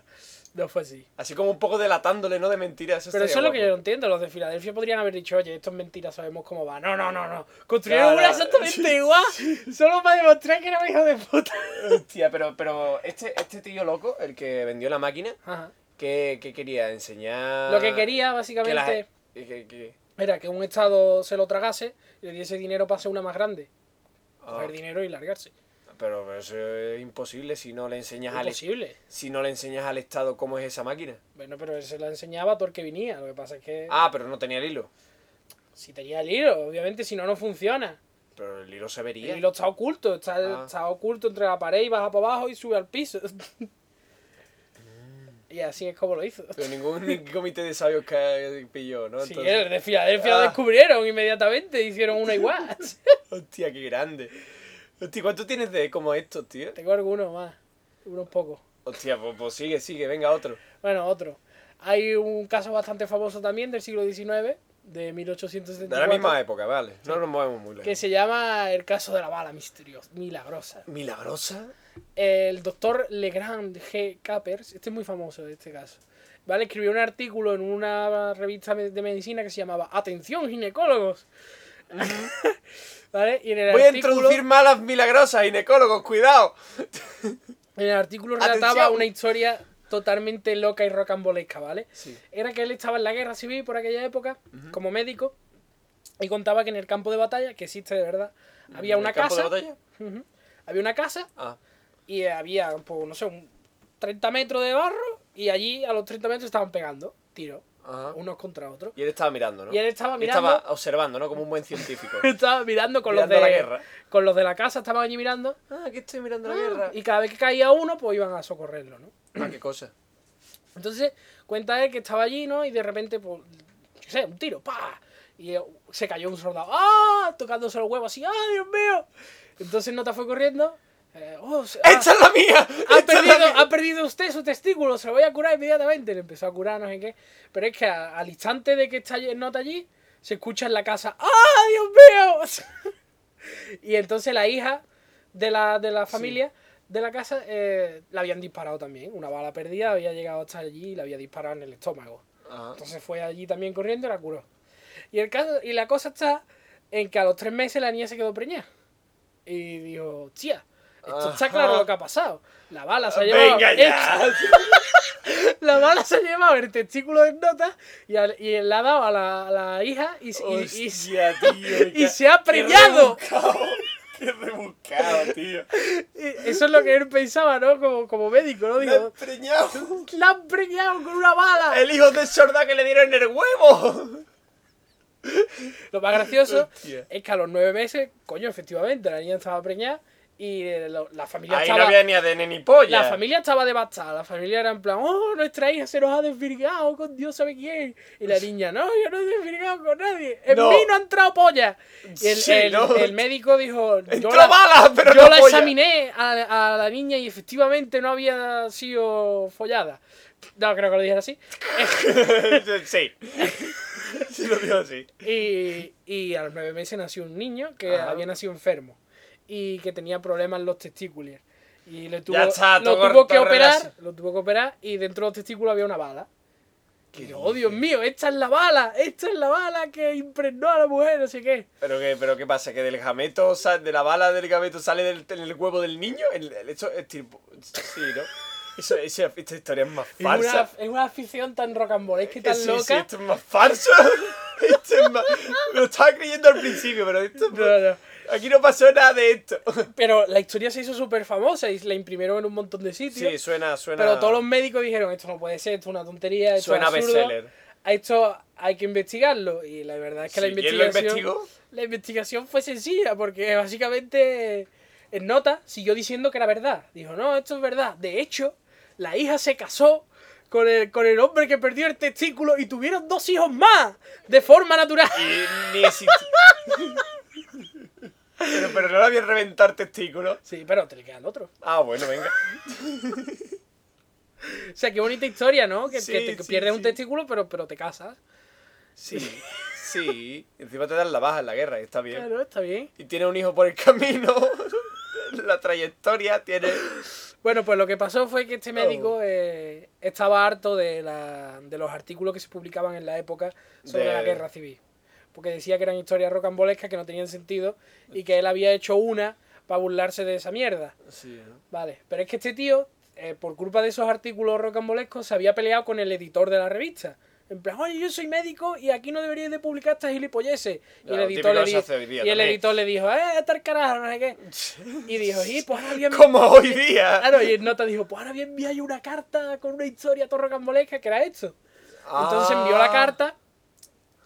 [SPEAKER 1] No fue así.
[SPEAKER 2] Así como un poco delatándole, ¿no? De mentiras.
[SPEAKER 1] Pero eso es lo que yo no
[SPEAKER 2] estaría
[SPEAKER 1] entiendo. Los de Filadelfia podrían haber dicho, oye, esto es mentira, sabemos cómo va. No, no, no, no. Construyeron
[SPEAKER 2] Claro.
[SPEAKER 1] una exactamente igual. Solo para demostrar que era hijo de puta.
[SPEAKER 2] guapo. Hostia, pero, pero este, este tío loco, el que vendió la máquina,
[SPEAKER 1] Ajá.
[SPEAKER 2] ¿qué, qué quería? ¿Enseñar...?
[SPEAKER 1] Lo que quería,
[SPEAKER 2] que la-
[SPEAKER 1] básicamente,
[SPEAKER 2] que- que-
[SPEAKER 1] era que un Estado se lo tragase y le diese dinero para hacer una más grande.
[SPEAKER 2] Ah.
[SPEAKER 1] Coger dinero y largarse.
[SPEAKER 2] Pero eso es imposible si no le enseñas al
[SPEAKER 1] Imposible.
[SPEAKER 2] si no le enseñas al Estado cómo es esa máquina.
[SPEAKER 1] Bueno, pero él se la enseñaba a todo el que vinía. Lo que pasa es que
[SPEAKER 2] Ah, pero no tenía el hilo.
[SPEAKER 1] si tenía el hilo, obviamente, si no, no funciona.
[SPEAKER 2] Pero el hilo se vería.
[SPEAKER 1] El hilo está oculto, está,
[SPEAKER 2] Ah.
[SPEAKER 1] está oculto entre la pared y baja para abajo y sube al piso. y así es como lo hizo.
[SPEAKER 2] Pero ningún ningún comité de sabios que pilló, ¿no?
[SPEAKER 1] Sí,
[SPEAKER 2] Entonces-
[SPEAKER 1] el de Filadelfia
[SPEAKER 2] Ah.
[SPEAKER 1] lo descubrieron inmediatamente, hicieron una igual.
[SPEAKER 2] Hostia, qué grande. Hostia, ¿cuánto tienes de como estos, tío?
[SPEAKER 1] Tengo algunos más, unos pocos.
[SPEAKER 2] Hostia, pues, pues sigue, sigue, venga otro.
[SPEAKER 1] Bueno, otro. Hay un caso bastante famoso también del siglo XIX, de
[SPEAKER 2] De la misma
[SPEAKER 1] 1874,
[SPEAKER 2] época, vale. No nos movemos muy
[SPEAKER 1] que
[SPEAKER 2] lejos.
[SPEAKER 1] se llama el caso de la bala misteriosa, milagrosa.
[SPEAKER 2] ¿Milagrosa?
[SPEAKER 1] El doctor Legrand G. Capers, este es muy famoso de este caso, ¿vale? Escribió un artículo en una revista me- de medicina que se llamaba Atención, ginecólogos. ¿Vale? Y en el
[SPEAKER 2] Voy a
[SPEAKER 1] artículo,
[SPEAKER 2] introducir malas milagrosas, ginecólogos, cuidado.
[SPEAKER 1] en el artículo relataba
[SPEAKER 2] Atención.
[SPEAKER 1] una historia totalmente loca y rocambolesca, ¿vale?
[SPEAKER 2] Sí.
[SPEAKER 1] Era que él estaba en la guerra civil por aquella época, como médico, y contaba que en el campo de batalla, que existe de verdad, había
[SPEAKER 2] ¿En el
[SPEAKER 1] una
[SPEAKER 2] campo de
[SPEAKER 1] casa,
[SPEAKER 2] batalla?
[SPEAKER 1] ujú, había una casa
[SPEAKER 2] Ah.
[SPEAKER 1] y había, pues, no sé, un 30 metros de barro y allí a los 30 metros estaban pegando tiro,
[SPEAKER 2] Ajá.
[SPEAKER 1] unos contra otros.
[SPEAKER 2] Y él estaba mirando, ¿no?
[SPEAKER 1] Y él estaba
[SPEAKER 2] Y
[SPEAKER 1] mirando,
[SPEAKER 2] estaba observando, ¿no? Como un buen científico.
[SPEAKER 1] estaba mirando con
[SPEAKER 2] mirando
[SPEAKER 1] los
[SPEAKER 2] la
[SPEAKER 1] de
[SPEAKER 2] guerra.
[SPEAKER 1] con los de la casa, estaban allí mirando.
[SPEAKER 2] Ah, aquí estoy mirando la
[SPEAKER 1] ah,
[SPEAKER 2] guerra.
[SPEAKER 1] Y cada vez que caía uno, pues iban a socorrerlo, ¿no?
[SPEAKER 2] Ah, qué cosa.
[SPEAKER 1] Entonces, cuenta él que estaba allí, ¿no? Y de repente, pues, yo qué sé, un tiro, ¡pa! Y eh, se cayó un soldado, ¡ah! Tocándose los huevos así, ¡ah, Dios mío! Entonces Nota fue corriendo, eh, ¡oh! se- ah,
[SPEAKER 2] ¡Esta es la mía!
[SPEAKER 1] ha,
[SPEAKER 2] ¡Esta es
[SPEAKER 1] perdido,
[SPEAKER 2] la mía!
[SPEAKER 1] ha perdido usted su testículo, se lo voy a curar inmediatamente. Le empezó a curar, no sé qué. Pero es que a- al instante de que está Nota allí, se escucha en la casa, ¡ah, Dios mío! y entonces la hija de la, de la familia de la casa eh, la habían disparado también. Una bala perdida había llegado hasta allí y la había disparado en el estómago.
[SPEAKER 2] Ajá.
[SPEAKER 1] Entonces fue allí también corriendo y la curó. Y, el caso, y la cosa está en que a los tres meses la niña se quedó preñada. Y dijo, tía, esto está
[SPEAKER 2] Ajá.
[SPEAKER 1] claro lo que ha pasado. La bala se ha llevado.
[SPEAKER 2] ¡Venga ya!
[SPEAKER 1] La bala se ha llevado el testículo de nota y, al- y la ha dado a la, a la hija y, se- y- y se-
[SPEAKER 2] Hostia, tío,
[SPEAKER 1] y
[SPEAKER 2] ya.
[SPEAKER 1] se ha
[SPEAKER 2] Qué
[SPEAKER 1] preñado.
[SPEAKER 2] rebuscado. ¡Qué rebuscado, tío!
[SPEAKER 1] y eso es lo que él pensaba, ¿no? Como, como médico, ¿no?
[SPEAKER 2] ¡Me han
[SPEAKER 1] Digo,
[SPEAKER 2] preñado!
[SPEAKER 1] la han preñado con una bala.
[SPEAKER 2] ¡El hijo de sorda que le dieron en el huevo!
[SPEAKER 1] Lo más gracioso
[SPEAKER 2] Hostia.
[SPEAKER 1] es que a los nueve meses, coño, efectivamente, la niña estaba preñada y eh, lo- la familia
[SPEAKER 2] Ahí
[SPEAKER 1] estaba...
[SPEAKER 2] no había ni ADN ni polla.
[SPEAKER 1] La familia estaba devastada, la familia era en plan, oh, nuestra hija se nos ha desvirgado con Dios sabe quién. Y la niña, no, yo no he desvirgado con nadie, en
[SPEAKER 2] No.
[SPEAKER 1] mí no ha entrado polla. Y el,
[SPEAKER 2] Sí,
[SPEAKER 1] el-
[SPEAKER 2] no.
[SPEAKER 1] el médico dijo, yo
[SPEAKER 2] ¡Entró
[SPEAKER 1] la,
[SPEAKER 2] bala, pero
[SPEAKER 1] yo
[SPEAKER 2] no
[SPEAKER 1] la
[SPEAKER 2] polla.
[SPEAKER 1] examiné a, a la niña y efectivamente no había sido follada. No, creo que lo dijera así.
[SPEAKER 2] sí. Sí, lo digo así.
[SPEAKER 1] Y, y a los nueve meses nació un niño que
[SPEAKER 2] Ajá.
[SPEAKER 1] había nacido enfermo y que tenía problemas en los testículos. Y le tuvo,
[SPEAKER 2] Ya está,
[SPEAKER 1] lo
[SPEAKER 2] todo-
[SPEAKER 1] tuvo que
[SPEAKER 2] todo
[SPEAKER 1] operar,
[SPEAKER 2] relax-
[SPEAKER 1] lo tuvo que operar y dentro de los testículos había una bala. Y yo, oh, Dios mío, esta es la bala, esta es la bala que impregnó a la mujer, no sé qué.
[SPEAKER 2] ¿Pero qué, pero qué pasa? ¿Que del gameto, sal- de la bala del gameto sale del, en el huevo del niño? El, el- esto es tipo... Sí, ¿no? Eso, eso- esta historia es más
[SPEAKER 1] Es una,
[SPEAKER 2] falsa.
[SPEAKER 1] es una afición tan rocambolesca y
[SPEAKER 2] Eh,
[SPEAKER 1] tan
[SPEAKER 2] sí, sí,
[SPEAKER 1] loca.
[SPEAKER 2] esto es más falso. Esto es más... Me lo estaba creyendo al principio, pero esto...
[SPEAKER 1] No, no.
[SPEAKER 2] Aquí no pasó nada de esto.
[SPEAKER 1] Pero la historia se hizo súper famosa y la imprimieron en un montón de sitios.
[SPEAKER 2] Sí, suena, suena...
[SPEAKER 1] pero todos los médicos dijeron, esto no puede ser, esto es una tontería, esto
[SPEAKER 2] Suena
[SPEAKER 1] es absurdo.
[SPEAKER 2] bestseller.
[SPEAKER 1] A esto hay que investigarlo. Y la verdad es que la
[SPEAKER 2] Sí, ¿quién lo
[SPEAKER 1] investigación...
[SPEAKER 2] investigó?
[SPEAKER 1] La investigación fue sencilla porque básicamente en nota siguió diciendo que era verdad. Dijo, no, esto es verdad. De hecho, la hija se casó con el, con el hombre que perdió el testículo y tuvieron dos hijos más de forma natural.
[SPEAKER 2] Y ni exist- pero, pero no la voy a reventar testículos.
[SPEAKER 1] Sí, pero te le queda el otro.
[SPEAKER 2] Ah, bueno, venga.
[SPEAKER 1] O sea, qué bonita historia, ¿no? Que,
[SPEAKER 2] Sí,
[SPEAKER 1] que te- que
[SPEAKER 2] sí,
[SPEAKER 1] pierdes un
[SPEAKER 2] sí.
[SPEAKER 1] testículo, pero, pero te casas.
[SPEAKER 2] Sí, sí. Encima te dan la baja en la guerra, está bien.
[SPEAKER 1] Claro, está bien.
[SPEAKER 2] Y tiene un hijo por el camino. la trayectoria tiene.
[SPEAKER 1] Bueno, pues lo que pasó fue que
[SPEAKER 2] Oh.
[SPEAKER 1] este médico eh, estaba harto de, la- de los artículos que se publicaban en la época sobre
[SPEAKER 2] De-
[SPEAKER 1] la guerra civil. Porque decía que eran historias rocambolescas que no tenían sentido y que él había hecho una para burlarse de esa mierda.
[SPEAKER 2] Sí, ¿no?
[SPEAKER 1] Vale, pero es que este tío, eh, por culpa de esos artículos rocambolescos, se había peleado con el editor de la revista. En plan, oye, yo soy médico y aquí no deberíais de publicar estas gilipolleces. Y el
[SPEAKER 2] Claro,
[SPEAKER 1] editor, le,
[SPEAKER 2] típico que se hace hoy
[SPEAKER 1] di-
[SPEAKER 2] día
[SPEAKER 1] y el
[SPEAKER 2] también.
[SPEAKER 1] editor le dijo, eh, estar carajo, no sé qué. Y dijo, y pues ahora voy a enviar-".
[SPEAKER 2] Como hoy día.
[SPEAKER 1] Claro, Ah, y el nota dijo, pues ahora bien enviáis una carta con una historia todo rocambolesca que era esto. Entonces
[SPEAKER 2] Ah.
[SPEAKER 1] envió la carta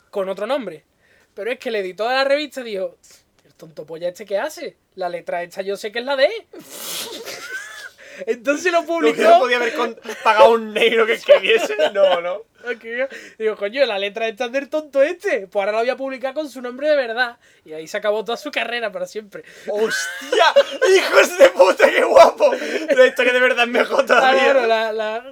[SPEAKER 1] con otro nombre. Pero es que el editor de la revista dijo, el tonto polla este que hace, la letra esta yo sé que es la D. Entonces lo
[SPEAKER 2] Lo que no
[SPEAKER 1] publicó.
[SPEAKER 2] podía haber con- pagado a un negro que escribiese. No, no.
[SPEAKER 1] Ok, Digo, coño, la letra esta es del tonto este. Pues ahora la voy a publicar con su nombre de verdad. Y ahí se acabó toda su carrera para siempre.
[SPEAKER 2] ¡Hostia! ¡Hijos de puta, qué guapo! La historia de verdad es mejor
[SPEAKER 1] Ah,
[SPEAKER 2] todavía.
[SPEAKER 1] claro, la- la-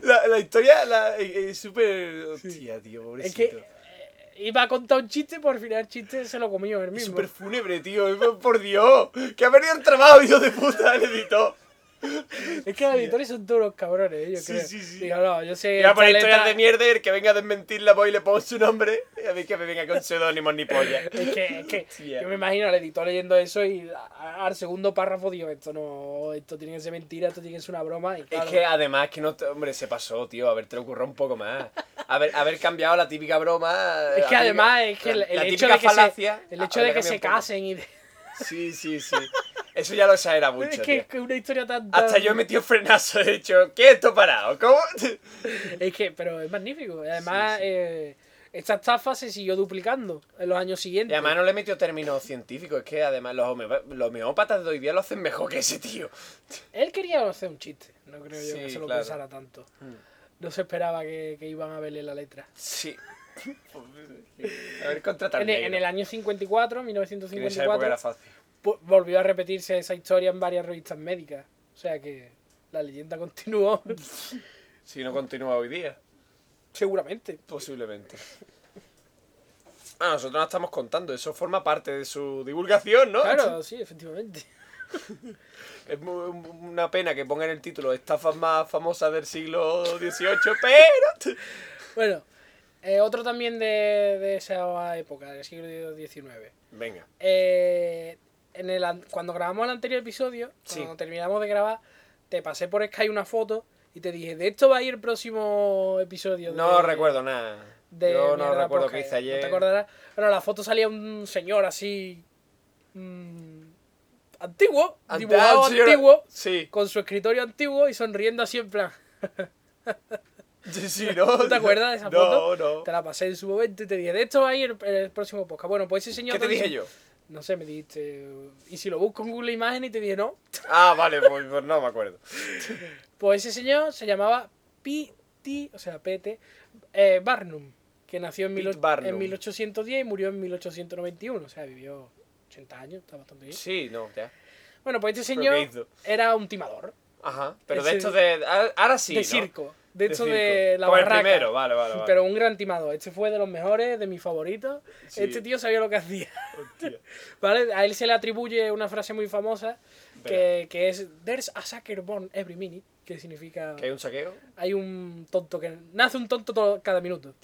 [SPEAKER 2] La, la historia la, eh, eh, súper. Hostia, tío,
[SPEAKER 1] Es
[SPEAKER 2] pobrecito.
[SPEAKER 1] que eh, iba a contar un chiste, por final el chiste se lo comió él
[SPEAKER 2] Es
[SPEAKER 1] mismo.
[SPEAKER 2] súper fúnebre, tío. Por Dios. Que ha perdido el trabajo, hijo de puta, el editor.
[SPEAKER 1] Es que los editores son duros cabrones, eh, yo
[SPEAKER 2] Sí,
[SPEAKER 1] creo.
[SPEAKER 2] sí, sí.
[SPEAKER 1] Digo, no, yo sé.
[SPEAKER 2] Y a
[SPEAKER 1] esta
[SPEAKER 2] poner historias
[SPEAKER 1] letra-
[SPEAKER 2] de mierda y el que venga a desmentirla voy y le pongo su nombre. Y a mí que me venga con seudónimos ni polla.
[SPEAKER 1] Es que, es que
[SPEAKER 2] Hostia.
[SPEAKER 1] yo me imagino al editor leyendo eso y a- a- al segundo párrafo digo, esto no, esto tiene que ser mentira, esto tiene que ser una broma. Y claro,
[SPEAKER 2] Es que además que no te- hombre se pasó, tío, haberte lo ocurrido un poco más. Haber, haber cambiado la típica broma. la
[SPEAKER 1] Es que
[SPEAKER 2] típica-
[SPEAKER 1] además es que el,
[SPEAKER 2] la-
[SPEAKER 1] el
[SPEAKER 2] la
[SPEAKER 1] hecho
[SPEAKER 2] típica
[SPEAKER 1] de que se,
[SPEAKER 2] falacia,
[SPEAKER 1] el hecho
[SPEAKER 2] habría
[SPEAKER 1] de que
[SPEAKER 2] cambiado
[SPEAKER 1] se
[SPEAKER 2] un poco.
[SPEAKER 1] casen y de-
[SPEAKER 2] Sí, sí, sí. Eso ya lo exagera mucho.
[SPEAKER 1] es que
[SPEAKER 2] tío.
[SPEAKER 1] es que una historia tan, tan-
[SPEAKER 2] Hasta yo he metido frenazo, he dicho, ¿qué esto parado? ¿Cómo?
[SPEAKER 1] es que pero es magnífico. Y Además eh, esta estafa se siguió duplicando en los años
[SPEAKER 2] Y
[SPEAKER 1] siguientes.
[SPEAKER 2] además no le he metido términos científicos, es que además los, homeop- los homeópatas de hoy día lo hacen mejor que ese tío.
[SPEAKER 1] Él quería hacer un chiste, no creo yo que
[SPEAKER 2] Sí,
[SPEAKER 1] se lo
[SPEAKER 2] claro. Mm.
[SPEAKER 1] pensara tanto. No se esperaba que, que iban a verle la letra.
[SPEAKER 2] Sí. A ver, contratar
[SPEAKER 1] En el, en el año 54,
[SPEAKER 2] Que en esa época
[SPEAKER 1] 1954,
[SPEAKER 2] era fácil.
[SPEAKER 1] vo- volvió a repetirse esa historia en varias revistas médicas. O sea que la leyenda continuó,
[SPEAKER 2] Si no continúa hoy día,
[SPEAKER 1] seguramente.
[SPEAKER 2] posiblemente. Ah, nosotros no estamos contando, eso forma parte de su divulgación, ¿no?
[SPEAKER 1] Claro, sí, efectivamente.
[SPEAKER 2] Es mu- una pena que pongan el título Estafas más famosas del siglo XVIII, pero.
[SPEAKER 1] Bueno, eh, otro también de, de esa época, del siglo XIX.
[SPEAKER 2] Venga.
[SPEAKER 1] Eh, en el, an- cuando grabamos el anterior episodio,
[SPEAKER 2] Sí.
[SPEAKER 1] cuando terminamos de grabar, te pasé por Sky una foto y te dije, de esto va a ir el próximo episodio.
[SPEAKER 2] No
[SPEAKER 1] de-
[SPEAKER 2] recuerdo nada.
[SPEAKER 1] de
[SPEAKER 2] Yo no
[SPEAKER 1] Mierda
[SPEAKER 2] recuerdo
[SPEAKER 1] Podcast,
[SPEAKER 2] qué hice ayer.
[SPEAKER 1] No te acordarás. Bueno, en la foto salía un señor así. mm, antiguo,
[SPEAKER 2] Ante-
[SPEAKER 1] dibujado
[SPEAKER 2] ah, sí, yo-
[SPEAKER 1] antiguo,
[SPEAKER 2] Sí.
[SPEAKER 1] con su escritorio antiguo y sonriendo así en plan.
[SPEAKER 2] Sí, sí, no.
[SPEAKER 1] ¿No te acuerdas de esa
[SPEAKER 2] no,
[SPEAKER 1] foto?
[SPEAKER 2] No,
[SPEAKER 1] Te la pasé en su momento y te dije, de esto va a ir el, el próximo podcast. Bueno, pues ese señor.
[SPEAKER 2] ¿Qué te
[SPEAKER 1] no hizo-
[SPEAKER 2] dije yo?
[SPEAKER 1] No sé, me dijiste. Y si lo busco en Google Imagen y te dije, no.
[SPEAKER 2] Ah, vale, pues, pues no me acuerdo.
[SPEAKER 1] Pues ese señor se llamaba P.T., o sea, P.T. eh, Barnum, que nació en,
[SPEAKER 2] Pete
[SPEAKER 1] 18- en
[SPEAKER 2] Barnum.
[SPEAKER 1] 1810 y murió en 1891, o sea, vivió 80 años, está bastante bien.
[SPEAKER 2] Sí, no, ya.
[SPEAKER 1] Bueno, pues este
[SPEAKER 2] ¿Pero
[SPEAKER 1] señor
[SPEAKER 2] qué hizo?
[SPEAKER 1] era un timador
[SPEAKER 2] Ajá. Pero
[SPEAKER 1] Ese-
[SPEAKER 2] de estos de. ah, Ahora sí.
[SPEAKER 1] de
[SPEAKER 2] ¿no?
[SPEAKER 1] circo, de hecho
[SPEAKER 2] circo.
[SPEAKER 1] de la
[SPEAKER 2] Como el
[SPEAKER 1] barraca.
[SPEAKER 2] primero, vale, vale. vale.
[SPEAKER 1] Pero un gran timador, este fue de los mejores, de mis favoritos.
[SPEAKER 2] Sí.
[SPEAKER 1] Este tío sabía lo que hacía,
[SPEAKER 2] Hostia.
[SPEAKER 1] ¿vale? A él se le atribuye una frase muy famosa que, que es There's a sucker born every minute, que que significa...
[SPEAKER 2] Que hay un saqueo.
[SPEAKER 1] Hay un tonto que... Nace un tonto todo- cada minuto.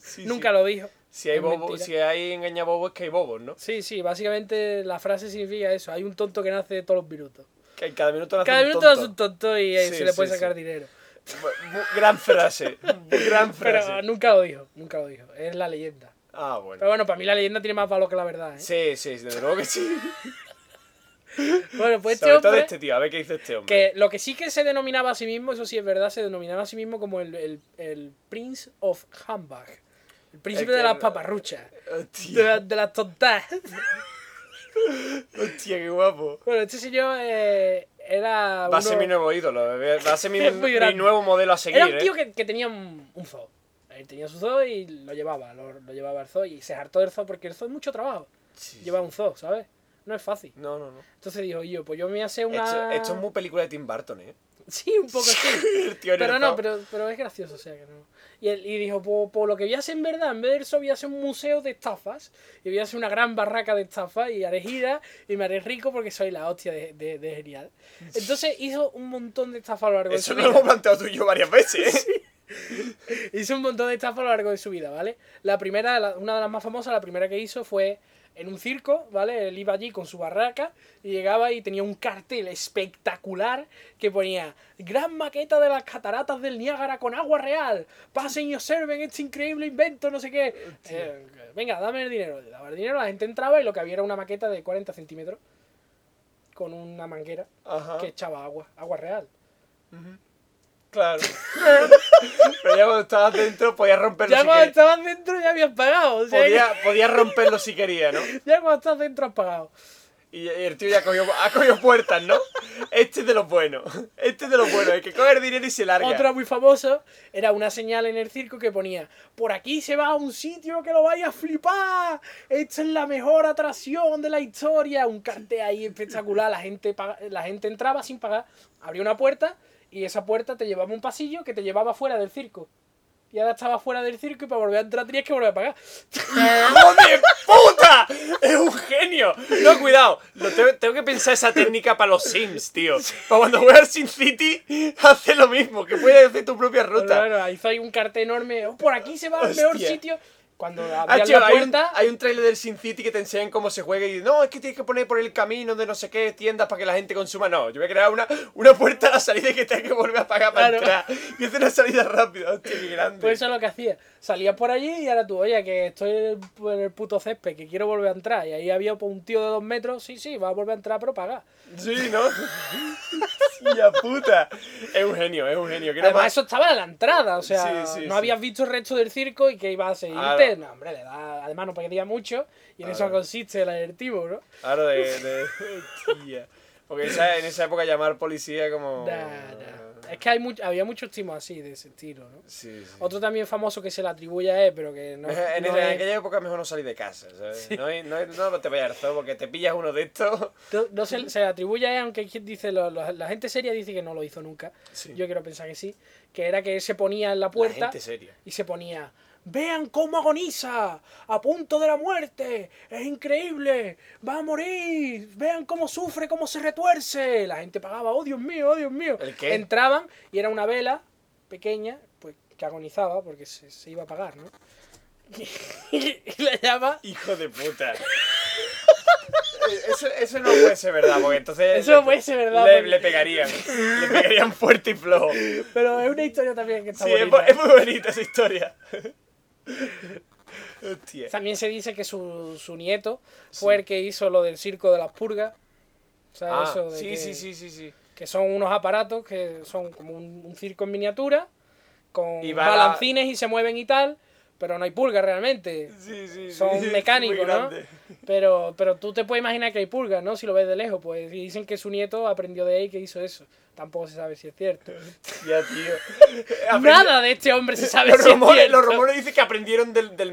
[SPEAKER 2] Sí,
[SPEAKER 1] Nunca
[SPEAKER 2] sí.
[SPEAKER 1] lo dijo.
[SPEAKER 2] Si hay,
[SPEAKER 1] es
[SPEAKER 2] bobo,
[SPEAKER 1] mentira.
[SPEAKER 2] si hay engañabobos es que hay bobos, ¿no?
[SPEAKER 1] Sí, sí, básicamente la frase significa eso. Hay un tonto que nace todos los minutos.
[SPEAKER 2] Que en cada minuto nace
[SPEAKER 1] Cada
[SPEAKER 2] un
[SPEAKER 1] minuto
[SPEAKER 2] tonto.
[SPEAKER 1] nace un tonto y eh,
[SPEAKER 2] Sí,
[SPEAKER 1] se le
[SPEAKER 2] sí,
[SPEAKER 1] puede sacar
[SPEAKER 2] sí.
[SPEAKER 1] dinero.
[SPEAKER 2] Bu- bu- Gran frase. Gran frase.
[SPEAKER 1] Pero nunca lo dijo, nunca lo dijo. Es la leyenda.
[SPEAKER 2] Ah,
[SPEAKER 1] Pero
[SPEAKER 2] bueno.
[SPEAKER 1] bueno, para mí la leyenda tiene más valor que la verdad, ¿eh?
[SPEAKER 2] Sí, sí, desde luego que sí.
[SPEAKER 1] Bueno, pues este
[SPEAKER 2] Sobre todo
[SPEAKER 1] hombre,
[SPEAKER 2] este tío, a ver qué dice este hombre.
[SPEAKER 1] que lo que sí que se denominaba a sí mismo, eso sí es verdad, se denominaba a sí mismo como el, el, el Prince of Humbug. El príncipe
[SPEAKER 2] que-
[SPEAKER 1] de las paparruchas. De,
[SPEAKER 2] Hostia,
[SPEAKER 1] la- de las tontas.
[SPEAKER 2] hostia, qué guapo.
[SPEAKER 1] Bueno, este señor eh, era
[SPEAKER 2] Va a ser
[SPEAKER 1] uno-
[SPEAKER 2] mi nuevo ídolo, bebé. va a ser mi,
[SPEAKER 1] Es muy
[SPEAKER 2] mi
[SPEAKER 1] grande.
[SPEAKER 2] nuevo modelo a seguir.
[SPEAKER 1] Era un tío
[SPEAKER 2] ¿eh?
[SPEAKER 1] que, que tenía un, un zoo. Él tenía su zoo y lo llevaba, lo, lo llevaba al zoo y se hartó del zoo porque el zoo es mucho trabajo.
[SPEAKER 2] Sí, sí.
[SPEAKER 1] Lleva un zoo, ¿sabes? No es fácil.
[SPEAKER 2] No, no, no.
[SPEAKER 1] Entonces dijo, yo, pues yo me voy a hacer una...
[SPEAKER 2] Esto, esto es muy película de Tim Burton, ¿eh?
[SPEAKER 1] Sí, un poco sí.
[SPEAKER 2] El tío en
[SPEAKER 1] Pero
[SPEAKER 2] el
[SPEAKER 1] no,
[SPEAKER 2] zoo.
[SPEAKER 1] pero, pero es gracioso, o sea que no. Y, él, y dijo, por, por lo que voy a hacer en verdad, en vez de eso voy a hacer un museo de estafas. Y voy a hacer una gran barraca de estafas y haré gira y me haré rico porque soy la hostia de, de- de genial. Entonces hizo un montón de estafas a lo largo de su
[SPEAKER 2] Eso no
[SPEAKER 1] vida.
[SPEAKER 2] lo hemos planteado tú y yo varias veces, ¿eh?
[SPEAKER 1] Hizo un montón de estafas a lo largo de su vida, ¿vale? La primera, la- una de las más famosas, la primera que hizo fue en un circo, ¿vale? Él iba allí con su barraca y llegaba y tenía un cartel espectacular que ponía Gran maqueta de las cataratas del Niágara con agua real. Pasen y observen este increíble invento, no sé qué. Eh, venga, dame el dinero. Le Daba el dinero, la gente entraba y lo que había era una maqueta de 40 centímetros con una manguera
[SPEAKER 2] Ajá.
[SPEAKER 1] que echaba agua, agua real.
[SPEAKER 2] Claro. pero ya cuando estabas dentro podías romperlo
[SPEAKER 1] Ya
[SPEAKER 2] si
[SPEAKER 1] cuando
[SPEAKER 2] querías.
[SPEAKER 1] estaban dentro ya habían pagado. o sea que-
[SPEAKER 2] Podía, podía romperlo si quería, ¿no?
[SPEAKER 1] Ya cuando estás dentro has pagado.
[SPEAKER 2] Y el tío ya cogió, ha cogido puertas, ¿no? Este es de los buenos. Este es de los buenos. El que coge el dinero y se larga.
[SPEAKER 1] Otra muy famosa era una señal en el circo que ponía: Por aquí se va a un sitio que lo vaya a flipar. Esta es la mejor atracción de la historia. Un cartel ahí espectacular. La gente, paga- la gente entraba sin pagar. Abría una puerta y esa puerta te llevaba a un pasillo que te llevaba fuera del circo. Y ahora estaba fuera del circo y para volver a entrar tenías que volver a pagar.
[SPEAKER 2] ¡Hijo de puta! ¡Es un genio! No, cuidado. Lo tengo, tengo que pensar esa técnica para los Sims, tío. Para cuando juegas Sin City, hace lo mismo. Que puedes hacer tu propia ruta.
[SPEAKER 1] Claro, hizo ahí un cartel enorme: "Oh, Por aquí se va al mejor
[SPEAKER 2] Hostia.
[SPEAKER 1] sitio. Cuando
[SPEAKER 2] Ah,
[SPEAKER 1] abrían
[SPEAKER 2] tío,
[SPEAKER 1] la
[SPEAKER 2] hay, un,
[SPEAKER 1] puerta,
[SPEAKER 2] hay un trailer del Sin City que te enseñan cómo se juega y no, es que tienes que poner por el camino de no sé qué tiendas para que la gente consuma. No, yo voy a crear una, una puerta a la salida y que tengas que volver a pagar para
[SPEAKER 1] Claro.
[SPEAKER 2] entrar. Y hacer una salida rápida. Hostia, qué grande.
[SPEAKER 1] Pues eso es lo que hacía. Salías por allí y ahora tú, oye, que estoy en el pu- en el puto césped, que quiero volver a entrar. Y ahí había pues, un tío de dos metros, sí, sí, va a volver a entrar, pero paga.
[SPEAKER 2] Sí, ¿no? ¡Ya puta! Es un genio, es un genio. Que nada
[SPEAKER 1] Además,
[SPEAKER 2] más-
[SPEAKER 1] eso estaba a la entrada, o sea,
[SPEAKER 2] Sí, sí,
[SPEAKER 1] no
[SPEAKER 2] sí.
[SPEAKER 1] habías visto el resto del circo y que iba a seguirte.
[SPEAKER 2] Claro.
[SPEAKER 1] No, hombre, le da, además no pedía mucho y en eso
[SPEAKER 2] Claro.
[SPEAKER 1] consiste el alertivo, ¿no?
[SPEAKER 2] Ahora de. de- tía. Porque esa- en esa época llamar policía como.
[SPEAKER 1] Da, da. Es que hay much- había muchos timos así, de ese estilo, ¿no?
[SPEAKER 2] Sí, sí.
[SPEAKER 1] Otro también famoso que se le atribuye a él, pero que no,
[SPEAKER 2] en, en-
[SPEAKER 1] no
[SPEAKER 2] en
[SPEAKER 1] es-
[SPEAKER 2] aquella época mejor no salir de casa, ¿sabes? No, hay- no hay- no te vayas al zoo porque te pillas uno de estos.
[SPEAKER 1] No, no se, se le atribuye a él, aunque quien dice lo- lo- la gente seria dice que no lo hizo nunca.
[SPEAKER 2] Sí.
[SPEAKER 1] Yo quiero pensar que sí. Que era que él se ponía en la
[SPEAKER 2] La
[SPEAKER 1] puerta
[SPEAKER 2] gente seria.
[SPEAKER 1] y se ponía. ¡Vean cómo agoniza! ¡A punto de la muerte! ¡Es increíble! ¡Va a morir! ¡Vean cómo sufre, cómo se retuerce! La gente pagaba, ¡oh Dios mío, oh Dios mío!
[SPEAKER 2] ¿El qué?
[SPEAKER 1] Entraban y era una vela pequeña, pues que agonizaba porque se, se iba a pagar, ¿no? y la llama
[SPEAKER 2] Hijo de puta. Eso, eso no puede ser verdad, porque entonces.
[SPEAKER 1] Eso no puede ser verdad,
[SPEAKER 2] Le,
[SPEAKER 1] porque-
[SPEAKER 2] le pegarían. Le pegarían fuerte y flojo.
[SPEAKER 1] Pero es una historia también que está
[SPEAKER 2] Sí, es,
[SPEAKER 1] bonita. ¿eh?
[SPEAKER 2] bu- es muy bonita esa historia. Hostia.
[SPEAKER 1] También se dice que su, su nieto fue el que hizo lo del circo de las purgas. O sea,
[SPEAKER 2] Ah,
[SPEAKER 1] eso de
[SPEAKER 2] sí,
[SPEAKER 1] que,
[SPEAKER 2] sí, sí, sí, sí.
[SPEAKER 1] que son unos aparatos que son como un, un circo en miniatura, con
[SPEAKER 2] Y va la-
[SPEAKER 1] balancines y se mueven y tal, pero no hay pulgas realmente.
[SPEAKER 2] Sí, sí, sí,
[SPEAKER 1] Son
[SPEAKER 2] sí, es
[SPEAKER 1] mecánicos,
[SPEAKER 2] muy
[SPEAKER 1] ¿no?
[SPEAKER 2] grande.
[SPEAKER 1] Pero, pero tú te puedes imaginar que hay pulgas, ¿no? Si lo ves de lejos, pues y dicen que su nieto aprendió de él que hizo eso. Tampoco se sabe si es cierto.
[SPEAKER 2] Ya, tío. Aprendi-
[SPEAKER 1] Nada de este hombre se sabe
[SPEAKER 2] Los
[SPEAKER 1] si es
[SPEAKER 2] rumores,
[SPEAKER 1] cierto.
[SPEAKER 2] los rumores dicen que aprendieron del, del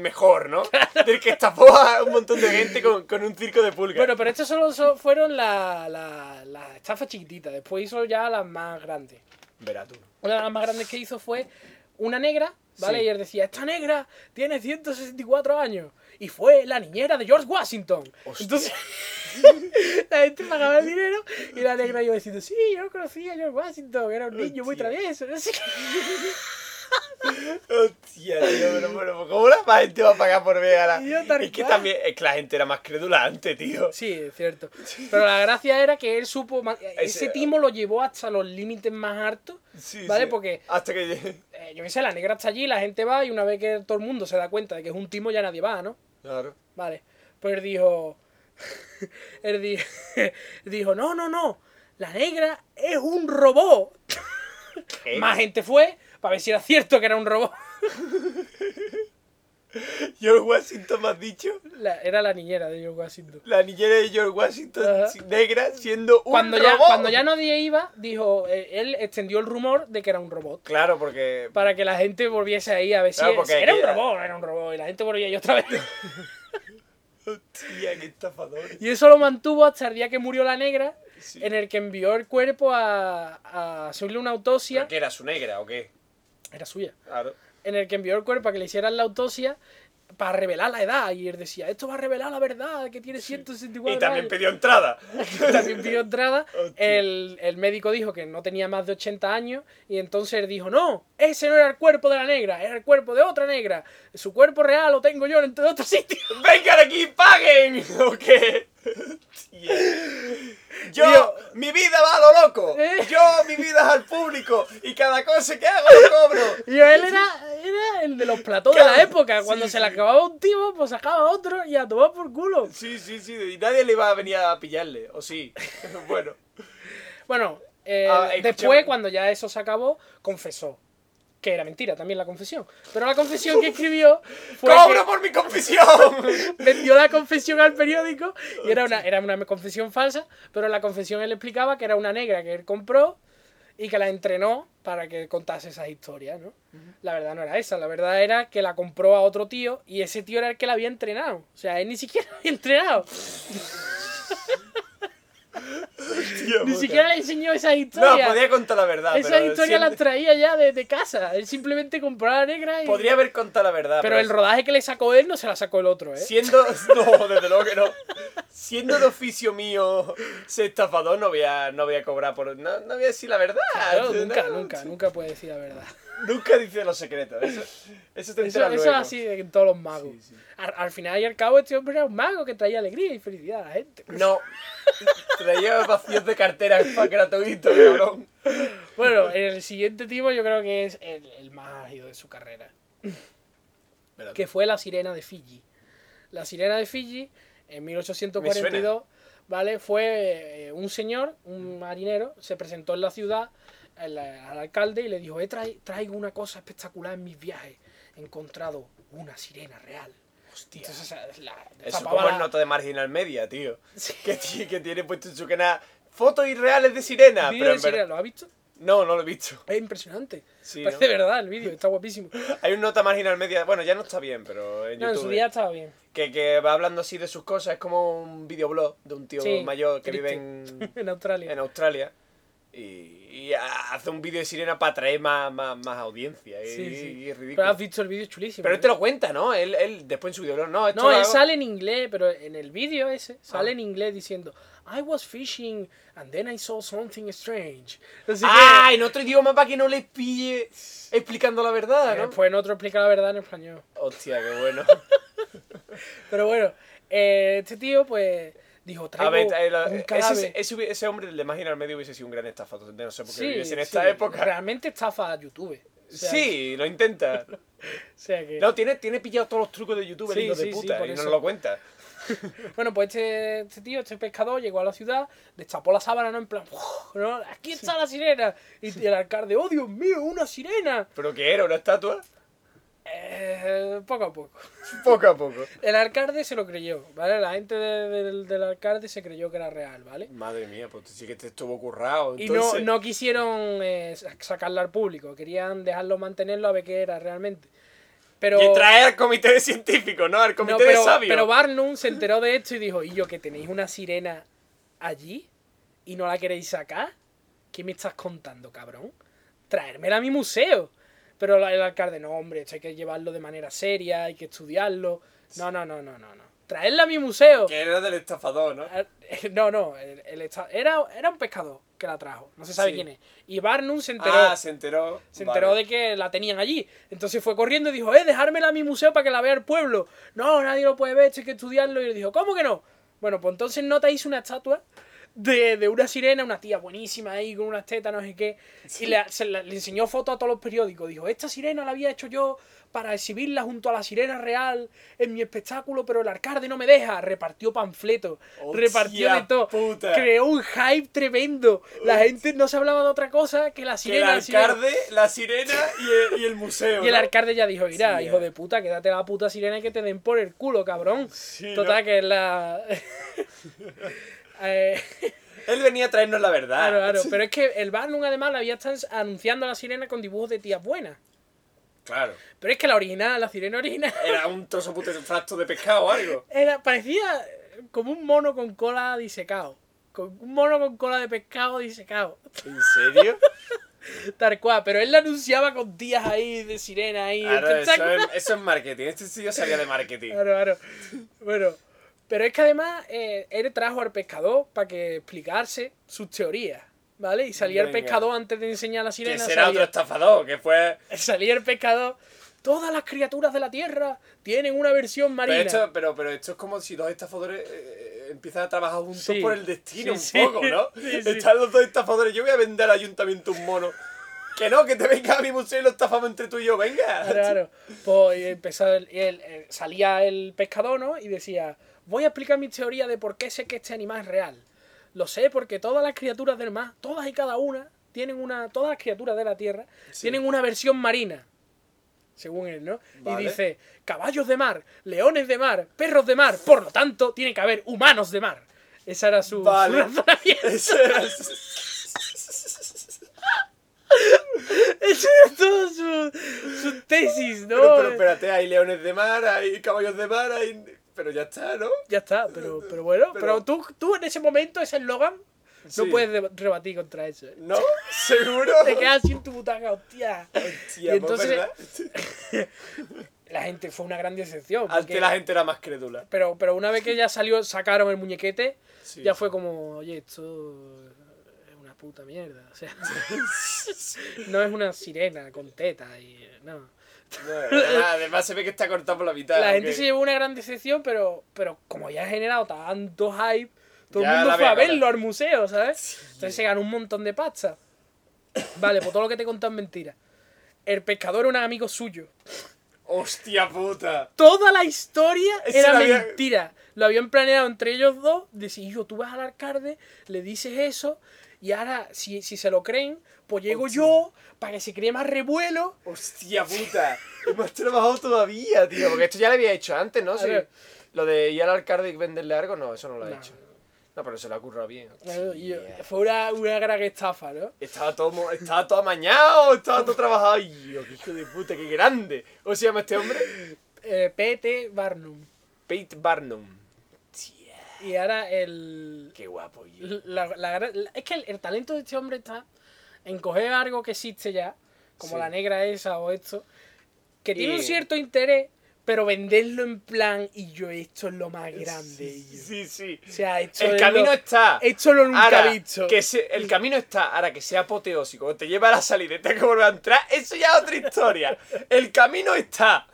[SPEAKER 2] mejor, ¿no? Del que estafó a un montón de gente con, con un circo de pulgas.
[SPEAKER 1] Bueno, pero estas solo son- fueron la- la- las estafas chiquititas. Después hizo ya las más grandes.
[SPEAKER 2] Verá tú.
[SPEAKER 1] Una de las más grandes que hizo fue una negra, ¿vale?
[SPEAKER 2] Sí.
[SPEAKER 1] Y él decía, esta negra tiene 164 años. Y fue la niñera de George Washington.
[SPEAKER 2] Hostia.
[SPEAKER 1] Entonces, la gente pagaba el dinero y la negra iba diciendo, sí, yo lo conocía, George Washington, era un niño muy
[SPEAKER 2] Hostia.
[SPEAKER 1] travieso, no sé qué.
[SPEAKER 2] Hostia, tío, pero, pero ¿cómo la más gente va a pagar por ver a la-
[SPEAKER 1] Tío, tal
[SPEAKER 2] Es que
[SPEAKER 1] cual.
[SPEAKER 2] también, es que la gente era más crédula antes, tío.
[SPEAKER 1] Sí, es cierto. Pero la gracia era que él supo, ma- ese
[SPEAKER 2] Ese-
[SPEAKER 1] timo lo llevó hasta los límites más altos,
[SPEAKER 2] Sí,
[SPEAKER 1] ¿vale?
[SPEAKER 2] sí.
[SPEAKER 1] Porque
[SPEAKER 2] Hasta que llegue.
[SPEAKER 1] eh, yo qué sé, la negra está allí, la gente va y una vez que todo el mundo se da cuenta de que es un timo ya nadie va, ¿no?
[SPEAKER 2] Claro.
[SPEAKER 1] Vale. Pero él dijo. él di- dijo, no, no, no. La negra es un robot.
[SPEAKER 2] ¿Qué?
[SPEAKER 1] Más gente fue para ver si era cierto que era un robot.
[SPEAKER 2] George Washington, me has dicho.
[SPEAKER 1] La- era la niñera de George Washington.
[SPEAKER 2] La niñera de George Washington
[SPEAKER 1] Ajá.
[SPEAKER 2] si- negra siendo un
[SPEAKER 1] Cuando ya,
[SPEAKER 2] robot.
[SPEAKER 1] cuando ya nadie iba, dijo, eh, él extendió el rumor de que era un robot.
[SPEAKER 2] Claro, porque.
[SPEAKER 1] Para que la gente volviese ahí a ver si
[SPEAKER 2] Claro,
[SPEAKER 1] es-
[SPEAKER 2] porque
[SPEAKER 1] era un
[SPEAKER 2] aquella-
[SPEAKER 1] robot, no era un robot. Y la gente volvía y otra vez.
[SPEAKER 2] Hostia, qué estafador.
[SPEAKER 1] Y eso lo mantuvo hasta el día que murió la negra,
[SPEAKER 2] Sí.
[SPEAKER 1] en el que envió el cuerpo a, a hacerle una autopsia.
[SPEAKER 2] ¿Pero qué era su negra o qué?
[SPEAKER 1] Era suya.
[SPEAKER 2] Claro.
[SPEAKER 1] en el que envió el cuerpo a que le hicieran la autopsia para revelar la edad. Y él decía, esto va a revelar la verdad, que tiene 164
[SPEAKER 2] Y también
[SPEAKER 1] años.
[SPEAKER 2] pidió entrada.
[SPEAKER 1] también pidió entrada.
[SPEAKER 2] Hostia.
[SPEAKER 1] El, el médico dijo que no tenía más de 80 años. Y entonces él dijo, no, ese no era el cuerpo de la negra, era el cuerpo de otra negra. Su cuerpo real lo tengo yo en otro sitio.
[SPEAKER 2] ¡Vengan aquí y paguen! ¿O qué? Hostia. Yo,
[SPEAKER 1] Tío.
[SPEAKER 2] mi vida va a lo loco.
[SPEAKER 1] Eh.
[SPEAKER 2] Yo, mi vida es al público. Y cada cosa que hago lo cobro.
[SPEAKER 1] Y él era, era el de los platós de la
[SPEAKER 2] Claro.
[SPEAKER 1] época.
[SPEAKER 2] Sí,
[SPEAKER 1] Cuando se
[SPEAKER 2] sí.
[SPEAKER 1] le acababa un tipo, pues sacaba otro y a tomar por culo.
[SPEAKER 2] Sí, sí, sí. Y nadie le iba a venir a pillarle. ¿O sí? Bueno.
[SPEAKER 1] Bueno, eh,
[SPEAKER 2] Ah,
[SPEAKER 1] después,
[SPEAKER 2] escúchame.
[SPEAKER 1] cuando ya eso se acabó, confesó. Que era mentira también la confesión. Pero la confesión que escribió fue
[SPEAKER 2] ¡Cobro por mi confesión!
[SPEAKER 1] que vendió la confesión al periódico y era una, era una confesión falsa, pero en la confesión él explicaba que era una negra que él compró y que la entrenó para que contase esas historias, ¿no? La verdad no era esa, la verdad era que la compró a otro tío y ese tío era el que la había entrenado. O sea, él ni siquiera la había entrenado.
[SPEAKER 2] Tío
[SPEAKER 1] Ni
[SPEAKER 2] puta.
[SPEAKER 1] siquiera le enseñó esas
[SPEAKER 2] No,
[SPEAKER 1] historias.
[SPEAKER 2] podía contar la verdad.
[SPEAKER 1] Esa
[SPEAKER 2] Ah, pero
[SPEAKER 1] historia
[SPEAKER 2] siempre-
[SPEAKER 1] la traía ya de, de casa. Él simplemente compró la negra y.
[SPEAKER 2] Podría haber contado la verdad.
[SPEAKER 1] pero el rodaje que le sacó él no se la sacó el otro, ¿eh?
[SPEAKER 2] Siendo. No, desde luego que no. Siendo de oficio mío ser estafador, no voy a, no voy a cobrar por. No, no voy a decir la verdad.
[SPEAKER 1] Claro, nunca,
[SPEAKER 2] ah, No,
[SPEAKER 1] nunca, nunca puede decir la verdad.
[SPEAKER 2] Nunca dice los secretos. Eso, eso
[SPEAKER 1] Eso,
[SPEAKER 2] te
[SPEAKER 1] eso
[SPEAKER 2] enteras
[SPEAKER 1] es
[SPEAKER 2] luego.
[SPEAKER 1] así en todos los magos.
[SPEAKER 2] Sí, sí.
[SPEAKER 1] Al, al final y al cabo, este hombre era un mago que traía alegría y felicidad a la gente.
[SPEAKER 2] No. Traía vacíos de cartera para gratuito, cabrón.
[SPEAKER 1] Bueno, el siguiente tipo yo creo que es el, el más ágido de su carrera.
[SPEAKER 2] Pero-
[SPEAKER 1] que fue la sirena de Fiji. La sirena de Fiji, en 1842, ¿vale? Fue eh, un señor, un
[SPEAKER 2] Mm.
[SPEAKER 1] marinero, se presentó en la ciudad al, al alcalde y le dijo, "He trai- traigo una cosa espectacular en mis viajes. He encontrado una sirena real.
[SPEAKER 2] Hostia.
[SPEAKER 1] Entonces, o sea, la-
[SPEAKER 2] Eso
[SPEAKER 1] tapaba
[SPEAKER 2] como
[SPEAKER 1] la-
[SPEAKER 2] el nota de marginal media, tío.
[SPEAKER 1] Sí.
[SPEAKER 2] Que, ti- que tiene puesto en su canal fotos irreales de sirena.
[SPEAKER 1] Vídeo
[SPEAKER 2] Pero
[SPEAKER 1] de
[SPEAKER 2] en verdad.
[SPEAKER 1] sirena, ¿lo has visto?
[SPEAKER 2] No, no lo he visto.
[SPEAKER 1] Es impresionante.
[SPEAKER 2] Sí,
[SPEAKER 1] Parece
[SPEAKER 2] ¿no?
[SPEAKER 1] de verdad el vídeo, está guapísimo.
[SPEAKER 2] Hay un nota marginal media. Bueno, ya no está bien, pero en
[SPEAKER 1] No, en
[SPEAKER 2] YouTube. eh.
[SPEAKER 1] su día estaba bien.
[SPEAKER 2] que, que va hablando así de sus cosas. Es como un videoblog de un tío
[SPEAKER 1] Sí,
[SPEAKER 2] mayor que vive
[SPEAKER 1] triste.
[SPEAKER 2] en,
[SPEAKER 1] en Australia.
[SPEAKER 2] en Australia. Y, y hace un vídeo de sirena para atraer más, más, más audiencia. Y,
[SPEAKER 1] Sí, sí.
[SPEAKER 2] eh, y es ridículo.
[SPEAKER 1] Pero has
[SPEAKER 2] Pero,
[SPEAKER 1] visto el vídeo, es chulísimo. ¿eh?
[SPEAKER 2] él te lo cuenta, ¿no? Él, él después en su videoblog. No, esto
[SPEAKER 1] No,
[SPEAKER 2] lo
[SPEAKER 1] él
[SPEAKER 2] hago-
[SPEAKER 1] sale en inglés, pero en el vídeo ese sale
[SPEAKER 2] Ah.
[SPEAKER 1] en inglés diciendo I was fishing and then I saw something strange. Así que
[SPEAKER 2] ¡Ah! En otro idioma para que no les pille explicando la verdad,
[SPEAKER 1] eh,
[SPEAKER 2] ¿no?
[SPEAKER 1] después en otro explica la verdad en español.
[SPEAKER 2] Hostia, qué bueno.
[SPEAKER 1] Pero bueno, eh, este tío pues dijo
[SPEAKER 2] A
[SPEAKER 1] traigo
[SPEAKER 2] ver, eh, la-
[SPEAKER 1] un
[SPEAKER 2] ese,
[SPEAKER 1] cadáver.
[SPEAKER 2] ese, hubi- ese hombre, el de Marginal Medio, hubiese sido un gran estafador. No sé por qué
[SPEAKER 1] Sí,
[SPEAKER 2] viviese en
[SPEAKER 1] sí,
[SPEAKER 2] esta época.
[SPEAKER 1] Realmente estafa a YouTube. O sea,
[SPEAKER 2] sí, lo intenta.
[SPEAKER 1] o sea que-
[SPEAKER 2] No, tiene, tiene pillado todos los trucos de YouTube,
[SPEAKER 1] Sí,
[SPEAKER 2] el hijo
[SPEAKER 1] sí,
[SPEAKER 2] de
[SPEAKER 1] sí,
[SPEAKER 2] puta,
[SPEAKER 1] por
[SPEAKER 2] y no
[SPEAKER 1] eso.
[SPEAKER 2] nos lo cuenta.
[SPEAKER 1] Bueno, pues este, este tío, este pescador, llegó a la ciudad, destapó la sábana, ¿no? En plan, "Uf, ¿no? aquí está la sirena. Y, y el alcalde, oh Dios mío, una sirena.
[SPEAKER 2] ¿Pero qué era? ¿Una estatua?
[SPEAKER 1] Eh, poco a poco.
[SPEAKER 2] Poco a poco.
[SPEAKER 1] El alcalde se lo creyó, ¿vale? La gente de- del- del alcalde se creyó que era real, ¿vale?
[SPEAKER 2] Madre mía, pues sí que te estuvo currado.
[SPEAKER 1] Y no,
[SPEAKER 2] entonces.
[SPEAKER 1] no quisieron eh, sa- sacarla al público, querían dejarlo mantenerlo a ver qué era realmente. Pero,
[SPEAKER 2] Y traer al comité de científicos, ¿no? Al
[SPEAKER 1] no,
[SPEAKER 2] comité
[SPEAKER 1] pero,
[SPEAKER 2] de sabios.
[SPEAKER 1] pero Barnum se enteró de esto y dijo, ¿y yo que tenéis una sirena allí y no la queréis sacar? ¿Qué me estás contando, cabrón? Traérmela a mi museo. Pero la- el alcalde, no, hombre, esto hay que llevarlo de manera seria, hay que estudiarlo. No, no, no, no, no, no. traerla a mi museo.
[SPEAKER 2] Que era del estafador,
[SPEAKER 1] Ah,
[SPEAKER 2] ¿no?
[SPEAKER 1] No, no, el- el esta- era, era un pescador que la trajo, no se sabe
[SPEAKER 2] Sí.
[SPEAKER 1] quién es. Y Barnum se enteró,
[SPEAKER 2] Ah, se enteró.
[SPEAKER 1] se enteró de que la tenían allí. Entonces fue corriendo y dijo, eh, dejármela a mi museo para que la vea el pueblo. No, nadie lo puede ver, esto hay que estudiarlo. Y le dijo, ¿cómo que no? Bueno, pues entonces Nota hizo una estatua de, de una sirena, una tía buenísima ahí, con unas tetas, no sé qué. Y le, se la- le enseñó fotos a todos los periódicos. Dijo, esta sirena la había hecho yo para exhibirla junto a la sirena real en mi espectáculo, pero el alcalde no me deja. Repartió panfletos,
[SPEAKER 2] Hostia
[SPEAKER 1] repartió de todo.
[SPEAKER 2] puta.
[SPEAKER 1] Creó un hype tremendo. La gente no se hablaba de otra cosa que la
[SPEAKER 2] Que el
[SPEAKER 1] sirena. la sirena.
[SPEAKER 2] alcalde, la sirena y el, y el museo.
[SPEAKER 1] Y el
[SPEAKER 2] ¿no?
[SPEAKER 1] alcalde ya dijo, mira,
[SPEAKER 2] Sí,
[SPEAKER 1] hijo
[SPEAKER 2] ya.
[SPEAKER 1] de puta, quédate la puta sirena y que te den por el culo, cabrón.
[SPEAKER 2] Sí,
[SPEAKER 1] Total,
[SPEAKER 2] ¿no?
[SPEAKER 1] que es la... Eh,
[SPEAKER 2] Él venía a traernos la verdad.
[SPEAKER 1] claro, claro. Pero es que el Barnum además la había estado anunciando a la sirena con dibujos de tías buenas.
[SPEAKER 2] Claro.
[SPEAKER 1] Pero es que la original, la sirena original,
[SPEAKER 2] Era un trozo puto fracto de pescado o algo.
[SPEAKER 1] era, parecía como un mono con cola disecado. Con un mono con cola de pescado disecado.
[SPEAKER 2] ¿En serio?
[SPEAKER 1] Tal cual, pero él la anunciaba con tías ahí de sirena ahí.
[SPEAKER 2] Claro, eso
[SPEAKER 1] espectacular.
[SPEAKER 2] es, eso es marketing. Este tío sabía de marketing.
[SPEAKER 1] Claro, claro. Bueno, pero es que además eh, él trajo al pescador para que explicarse sus teorías, ¿vale? Y salía el
[SPEAKER 2] Venga.
[SPEAKER 1] pescador antes de enseñar a la
[SPEAKER 2] Que
[SPEAKER 1] sirena.
[SPEAKER 2] será otro
[SPEAKER 1] salía,
[SPEAKER 2] estafador, que fue... pues,
[SPEAKER 1] salía el pescador. Todas las criaturas de la tierra tienen una versión
[SPEAKER 2] Pero
[SPEAKER 1] marina.
[SPEAKER 2] esto, pero, pero esto es como si dos estafadores eh, eh, empiezan a trabajar juntos
[SPEAKER 1] Sí.
[SPEAKER 2] por el destino
[SPEAKER 1] Sí,
[SPEAKER 2] un
[SPEAKER 1] sí.
[SPEAKER 2] poco, ¿no?
[SPEAKER 1] Sí, sí.
[SPEAKER 2] Están los dos estafadores. Yo voy a vender al ayuntamiento un mono. Que no, que te venga a mi museo y lo estafamos entre tú y yo. Venga.
[SPEAKER 1] Claro, claro. Pues y empezó el- y el- eh, salía el pescador, ¿no? Y decía, voy a explicar mi teoría de por qué sé que este animal es real. Lo sé porque todas las criaturas del mar, todas y cada una, tienen una, todas las criaturas de la tierra,
[SPEAKER 2] Sí.
[SPEAKER 1] tienen una versión marina. Según él, ¿no?
[SPEAKER 2] Vale.
[SPEAKER 1] Y dice, caballos de mar, leones de mar, perros de mar, por lo tanto, tiene que haber humanos de mar. Esa era su, su
[SPEAKER 2] Vale.
[SPEAKER 1] razonamiento.
[SPEAKER 2] Eso era-
[SPEAKER 1] Esa era toda su, su tesis, ¿no?
[SPEAKER 2] Pero, pero espérate, hay leones de mar, hay caballos de mar, hay... Pero ya está, ¿no?
[SPEAKER 1] Ya está, pero, pero bueno,
[SPEAKER 2] Pero-
[SPEAKER 1] pero, tú, tú en ese momento, ese eslogan,
[SPEAKER 2] Sí.
[SPEAKER 1] no puedes deba- rebatir contra eso. ¿eh?
[SPEAKER 2] ¿No? ¿Seguro?
[SPEAKER 1] Te quedas sin tu butaca, hostia.
[SPEAKER 2] Hostia,
[SPEAKER 1] Y
[SPEAKER 2] pues,
[SPEAKER 1] entonces-
[SPEAKER 2] ¿verdad?
[SPEAKER 1] La gente fue una gran decepción. porque-
[SPEAKER 2] Antes la gente era más crédula.
[SPEAKER 1] Pero, pero una vez que ya salió, sacaron el muñequete,
[SPEAKER 2] Sí,
[SPEAKER 1] ya
[SPEAKER 2] sí.
[SPEAKER 1] fue como, oye, esto es una puta mierda. O sea, no es una sirena con teta y. No.
[SPEAKER 2] No, además, además se ve que está cortado por la mitad.
[SPEAKER 1] La gente
[SPEAKER 2] aunque-
[SPEAKER 1] se llevó una gran decepción, pero, pero como ya ha generado tanto hype, todo
[SPEAKER 2] Ya
[SPEAKER 1] el
[SPEAKER 2] la
[SPEAKER 1] mundo fue a
[SPEAKER 2] veo,
[SPEAKER 1] verlo al museo, ¿sabes? Entonces se ganó un montón de pasta. Vale, pues todo lo que te contan es mentira. El pescador era un amigo suyo.
[SPEAKER 2] ¡Hostia puta!
[SPEAKER 1] Toda la historia
[SPEAKER 2] Eso
[SPEAKER 1] era
[SPEAKER 2] lo había-
[SPEAKER 1] mentira. Lo habían planeado entre ellos dos. Decir, yo, tú vas al alcalde, le dices eso, y ahora, si, si se lo creen, pues llego
[SPEAKER 2] Hostia.
[SPEAKER 1] yo para que se cree más revuelo.
[SPEAKER 2] ¡Hostia puta! Hemos trabajado todavía, tío. Porque esto ya lo había hecho antes, ¿no?
[SPEAKER 1] A
[SPEAKER 2] Sí.
[SPEAKER 1] ver.
[SPEAKER 2] Lo de ir al alcalde y venderle algo, no, eso no lo ha
[SPEAKER 1] No.
[SPEAKER 2] hecho. No, pero se lo ha currado bien.
[SPEAKER 1] Y yo-
[SPEAKER 2] Hostia.
[SPEAKER 1] Fue una, una gran estafa, ¿no?
[SPEAKER 2] Estaba todo, mo- estaba todo amañado, estaba todo trabajado. ¡Ay, Dios, qué hijo de puta, qué grande! ¿Cómo se llama este hombre?
[SPEAKER 1] Eh, P.T. Barnum.
[SPEAKER 2] Pete Barnum. Hostia,
[SPEAKER 1] Y ahora el.
[SPEAKER 2] qué guapo. tío.
[SPEAKER 1] la- la gra- la- es que el, el talento de este hombre está en coger algo que existe ya, como
[SPEAKER 2] Sí.
[SPEAKER 1] la negra esa o esto, que tiene
[SPEAKER 2] Y-
[SPEAKER 1] un cierto interés, pero venderlo en plan, y yo, esto es lo más grande. y yo".
[SPEAKER 2] Sí, sí.
[SPEAKER 1] O sea, esto
[SPEAKER 2] El
[SPEAKER 1] es
[SPEAKER 2] camino
[SPEAKER 1] lo-
[SPEAKER 2] está.
[SPEAKER 1] Esto lo nunca
[SPEAKER 2] Ahora,
[SPEAKER 1] visto.
[SPEAKER 2] Que se- el camino está, ahora que sea apoteósico, que te lleva a la salida y tenga que volver a entrar, eso ya es otra historia. El camino está.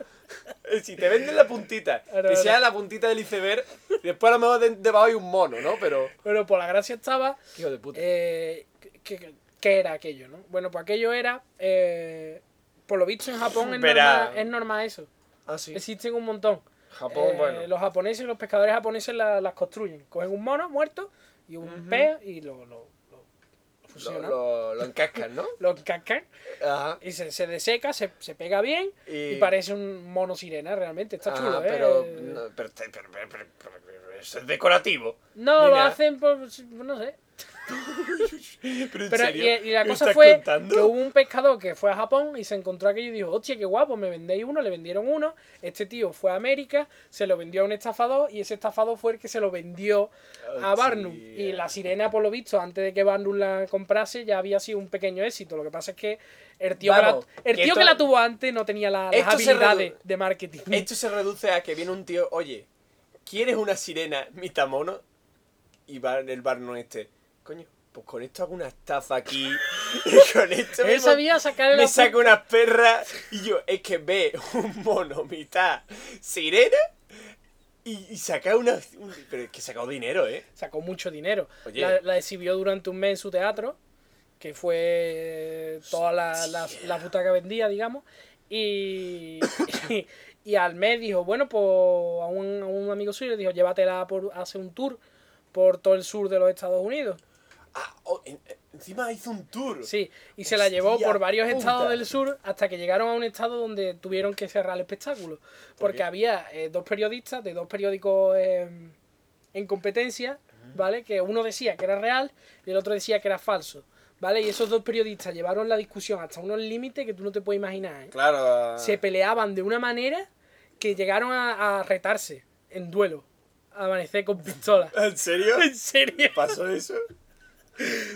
[SPEAKER 2] Si te venden la puntita,
[SPEAKER 1] Ahora,
[SPEAKER 2] que sea
[SPEAKER 1] ahora.
[SPEAKER 2] la puntita del iceberg, después a lo mejor de- debajo hay un mono, ¿no? Pero.
[SPEAKER 1] Bueno, pues la gracia estaba
[SPEAKER 2] qué Hijo de puta.
[SPEAKER 1] Eh, ¿qué, qué- qué era aquello, no? Bueno, pues aquello era. eh, por lo visto en Japón es
[SPEAKER 2] Verá.
[SPEAKER 1] normal, es normal eso.
[SPEAKER 2] ah, sí.
[SPEAKER 1] Existen un montón.
[SPEAKER 2] Japón,
[SPEAKER 1] Eh,
[SPEAKER 2] bueno.
[SPEAKER 1] Los japoneses, los pescadores japoneses la- las construyen. Cogen un mono muerto y un pez y lo, lo, lo
[SPEAKER 2] Lo,
[SPEAKER 1] fusionan. Lo,
[SPEAKER 2] lo, lo encascan, ¿no?
[SPEAKER 1] encacan
[SPEAKER 2] Ajá.
[SPEAKER 1] y se, se deseca, se, se pega bien
[SPEAKER 2] Y-
[SPEAKER 1] y... parece un mono sirena realmente. Está
[SPEAKER 2] Ajá,
[SPEAKER 1] chulo, ¿eh?
[SPEAKER 2] pero, no, pero, te- pero- pero- pero- pero- pero eso es decorativo.
[SPEAKER 1] No,
[SPEAKER 2] Ni
[SPEAKER 1] lo
[SPEAKER 2] nada.
[SPEAKER 1] hacen por... no sé.
[SPEAKER 2] Pero, en
[SPEAKER 1] Pero, y,
[SPEAKER 2] serio,
[SPEAKER 1] y la
[SPEAKER 2] ¿me
[SPEAKER 1] cosa
[SPEAKER 2] estás
[SPEAKER 1] fue
[SPEAKER 2] contando?
[SPEAKER 1] que hubo un pescador que fue a Japón y se encontró aquello y dijo, hostia, qué guapo, me vendéis uno, le vendieron uno. Este tío fue a América, se lo vendió a un estafador y ese estafador fue el que se lo vendió a
[SPEAKER 2] Hostia.
[SPEAKER 1] Barnum.
[SPEAKER 2] eh.
[SPEAKER 1] Y la sirena, por lo visto, antes de que Barnum la comprase, ya había sido un pequeño éxito. Lo que pasa es que el tío, que, la,
[SPEAKER 2] Vamos,
[SPEAKER 1] el
[SPEAKER 2] que
[SPEAKER 1] tío que
[SPEAKER 2] esto-
[SPEAKER 1] la tuvo antes no tenía la- las
[SPEAKER 2] Esto se
[SPEAKER 1] habilidades
[SPEAKER 2] redu-
[SPEAKER 1] de marketing.
[SPEAKER 2] Esto se reduce a que viene un tío, oye, ¿Quieres una sirena mitad mono? Y va en el bar no este. Coño, pues con esto hago una estafa aquí. y con esto
[SPEAKER 1] Él
[SPEAKER 2] me,
[SPEAKER 1] sabía sacar el
[SPEAKER 2] me saco unas perras. Y yo, es que ve un mono mitad sirena y, y saca una. un- pero es que he sacado dinero, ¿eh?
[SPEAKER 1] Sacó mucho dinero.
[SPEAKER 2] Oye.
[SPEAKER 1] La, la exhibió durante un mes en su teatro, que fue toda la, la, la puta que vendía, digamos. Y, y, al mes dijo, bueno, pues a un, a un amigo suyo le dijo, llévatela por hacer un tour por todo el sur de los Estados Unidos.
[SPEAKER 2] Ah, oh, en- en- encima hizo un tour.
[SPEAKER 1] Sí, y se la llevó
[SPEAKER 2] Hostia
[SPEAKER 1] por varios
[SPEAKER 2] puta.
[SPEAKER 1] estados del sur hasta que llegaron a un estado donde tuvieron que cerrar el espectáculo. Porque
[SPEAKER 2] qué?
[SPEAKER 1] había eh, dos periodistas de dos periódicos eh, en competencia, ¿vale? Que uno decía que era real y el otro decía que era falso, ¿vale? Y esos dos periodistas llevaron la discusión hasta unos límites que tú no te puedes imaginar, ¿eh?
[SPEAKER 2] Claro.
[SPEAKER 1] Se peleaban de una manera que llegaron a, a retarse en duelo, a amanecer con pistolas.
[SPEAKER 2] ¿En serio?
[SPEAKER 1] ¿En serio?
[SPEAKER 2] ¿Pasó eso?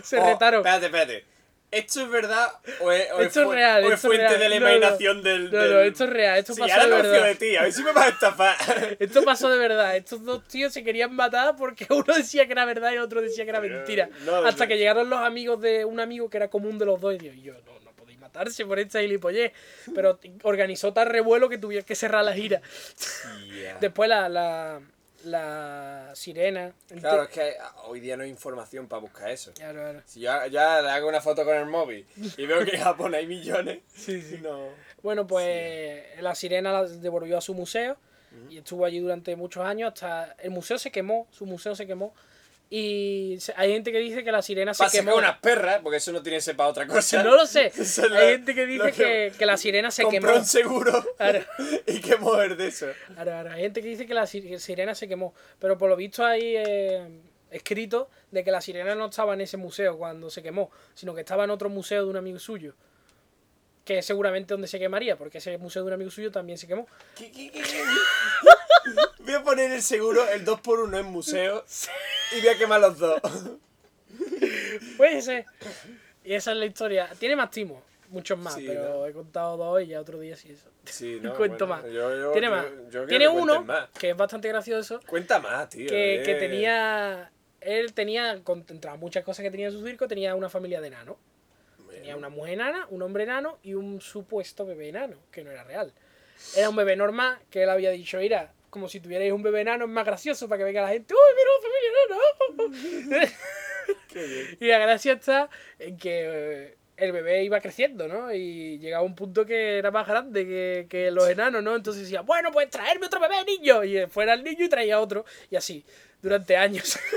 [SPEAKER 1] Se
[SPEAKER 2] Oh,
[SPEAKER 1] retaron.
[SPEAKER 2] Espérate, espérate. ¿Esto es verdad o es, o es
[SPEAKER 1] Esto es
[SPEAKER 2] fu-
[SPEAKER 1] real,
[SPEAKER 2] o es
[SPEAKER 1] esto es
[SPEAKER 2] fuente
[SPEAKER 1] real.
[SPEAKER 2] de la
[SPEAKER 1] No, no.
[SPEAKER 2] imaginación del,
[SPEAKER 1] No,
[SPEAKER 2] del-
[SPEAKER 1] no, esto es real, esto
[SPEAKER 2] Sí,
[SPEAKER 1] pasó
[SPEAKER 2] ahora
[SPEAKER 1] de
[SPEAKER 2] no fío
[SPEAKER 1] verdad.
[SPEAKER 2] de ti, a ver si me vas a estafar.
[SPEAKER 1] Esto pasó de verdad. Estos dos tíos se querían matar porque uno decía que era verdad y el otro decía que era
[SPEAKER 2] Pero,
[SPEAKER 1] mentira.
[SPEAKER 2] Eh, no,
[SPEAKER 1] Hasta
[SPEAKER 2] no.
[SPEAKER 1] que llegaron los amigos de un amigo que era común de los dos y digo, y yo, no, no podéis matarse por esta gilipollez. Pero t- organizó tal revuelo que tuvieron que cerrar la gira. Después la, la, la sirena.
[SPEAKER 2] Claro, es que hoy día no hay información para buscar eso.
[SPEAKER 1] Claro, claro.
[SPEAKER 2] Si yo, yo le hago una foto con el móvil y veo que en Japón hay millones, sí, sí. no.
[SPEAKER 1] Bueno, pues la sirena la devolvió a su museo y estuvo allí durante muchos años hasta... El museo se quemó, su museo se quemó. Y se- hay gente que dice que la sirena se
[SPEAKER 2] Pasa
[SPEAKER 1] quemó.
[SPEAKER 2] con unas perras, porque eso no tiene ese para otra cosa.
[SPEAKER 1] No lo sé.
[SPEAKER 2] Eso es lo-
[SPEAKER 1] Hay gente que
[SPEAKER 2] lo
[SPEAKER 1] dice que, que la sirena se
[SPEAKER 2] compró
[SPEAKER 1] quemó.
[SPEAKER 2] un seguro
[SPEAKER 1] Claro.
[SPEAKER 2] y que mover de eso.
[SPEAKER 1] Ahora, ahora, Hay gente que dice que la si- sirena se quemó. Pero por lo visto hay eh, escrito de que la sirena no estaba en ese museo cuando se quemó, sino que estaba en otro museo de un amigo suyo. Que es seguramente donde se quemaría, porque ese museo de un amigo suyo también se quemó.
[SPEAKER 2] ¿Qué, qué, qué, qué? Voy a poner el seguro, el 2x1 en museo y voy a quemar los dos.
[SPEAKER 1] Pues ese. Y esa es la historia. Tiene más timos, muchos más,
[SPEAKER 2] Sí,
[SPEAKER 1] pero
[SPEAKER 2] ¿no?
[SPEAKER 1] he contado dos y ya otro día sí eso.
[SPEAKER 2] Sí,
[SPEAKER 1] Y cuento
[SPEAKER 2] bueno,
[SPEAKER 1] más.
[SPEAKER 2] yo- yo-
[SPEAKER 1] Tiene
[SPEAKER 2] yo-
[SPEAKER 1] más.
[SPEAKER 2] yo que
[SPEAKER 1] Tiene
[SPEAKER 2] me cuenten
[SPEAKER 1] uno
[SPEAKER 2] más.
[SPEAKER 1] que es bastante gracioso,
[SPEAKER 2] Cuenta más, tío.
[SPEAKER 1] que,
[SPEAKER 2] eh.
[SPEAKER 1] que tenía. Él tenía, concentraba muchas cosas que tenía en su circo, tenía una familia de enanos. Tenía una mujer enana, un hombre enano y un supuesto bebé enano, que no era real. Era un bebé normal que él había dicho, mira, como si tuvierais un bebé enano es más gracioso para que venga la gente, ¡Uy, mira la familia enana!
[SPEAKER 2] Qué bien.
[SPEAKER 1] Y la gracia está en que eh, el bebé iba creciendo, ¿no? Y llegaba un punto que era más grande que, que los enanos, ¿no? Entonces decía, bueno, pues traerme otro bebé niño. Y eh, fuera el niño y traía otro. Y así, durante años.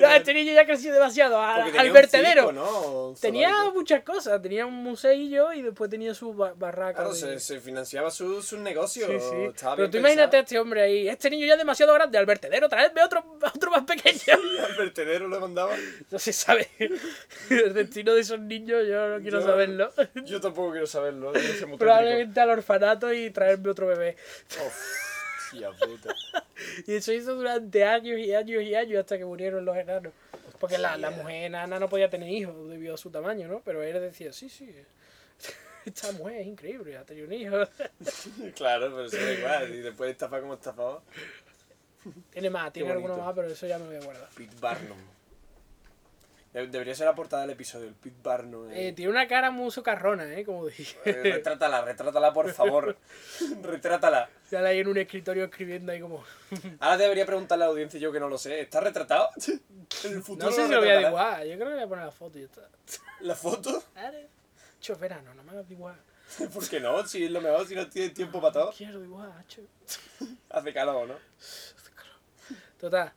[SPEAKER 1] No, este niño ya creció demasiado a-
[SPEAKER 2] Porque tenía
[SPEAKER 1] al
[SPEAKER 2] un
[SPEAKER 1] vertedero.
[SPEAKER 2] circo, ¿no? Un
[SPEAKER 1] Tenía
[SPEAKER 2] zoológico.
[SPEAKER 1] muchas cosas, tenía un museillo y después tenía su ba- barraca.
[SPEAKER 2] Claro,
[SPEAKER 1] de-
[SPEAKER 2] se, se financiaba su, su negocio.
[SPEAKER 1] Sí, sí.
[SPEAKER 2] Estaba
[SPEAKER 1] Pero tú
[SPEAKER 2] bien
[SPEAKER 1] imagínate a
[SPEAKER 2] pensado.
[SPEAKER 1] este hombre ahí, este niño ya es demasiado grande, al vertedero, traedme otro, otro más pequeño.
[SPEAKER 2] Al vertedero lo mandaba.
[SPEAKER 1] No se sabe. El destino de esos niños yo no quiero
[SPEAKER 2] Yo-
[SPEAKER 1] saberlo.
[SPEAKER 2] Yo tampoco quiero saberlo. yo no sé muy
[SPEAKER 1] Probablemente al orfanato y traerme otro bebé.
[SPEAKER 2] tétrico. Hostia puta.
[SPEAKER 1] Y eso hizo durante años y años y años hasta que murieron los enanos. Porque la, la mujer enana no podía tener hijos debido a su tamaño, ¿no? Pero él decía, sí, sí. Esta mujer es increíble, ha tenido un hijo.
[SPEAKER 2] Claro, pero eso da igual. Y después estafa como estafaba.
[SPEAKER 1] Tiene más, tiene alguno
[SPEAKER 2] bonito.
[SPEAKER 1] más, pero eso ya me voy a guardar.
[SPEAKER 2] Pete Barnum. De- Debería ser la portada del episodio, el Pete Barnum. eh.
[SPEAKER 1] Eh, tiene una cara muy socarrona, ¿eh? Como dije.
[SPEAKER 2] Eh, retrátala, retrátala, por favor. retrátala.
[SPEAKER 1] Ya la hay en un escritorio escribiendo ahí como...
[SPEAKER 2] Ahora debería preguntarle a la audiencia, yo que no lo sé. ¿Está retratado? El futuro
[SPEAKER 1] No sé
[SPEAKER 2] lo
[SPEAKER 1] si lo voy a
[SPEAKER 2] retratará.
[SPEAKER 1] dibujar, yo creo que voy a poner la foto y ya está.
[SPEAKER 2] ¿La foto?
[SPEAKER 1] Vale. Cho, verano, no me hagas dibujar.
[SPEAKER 2] ¿Por qué no? Si es lo mejor, si no tienes tiempo para todo.
[SPEAKER 1] Quiero dibujar, cho.
[SPEAKER 2] Hace calor, ¿no?
[SPEAKER 1] Total.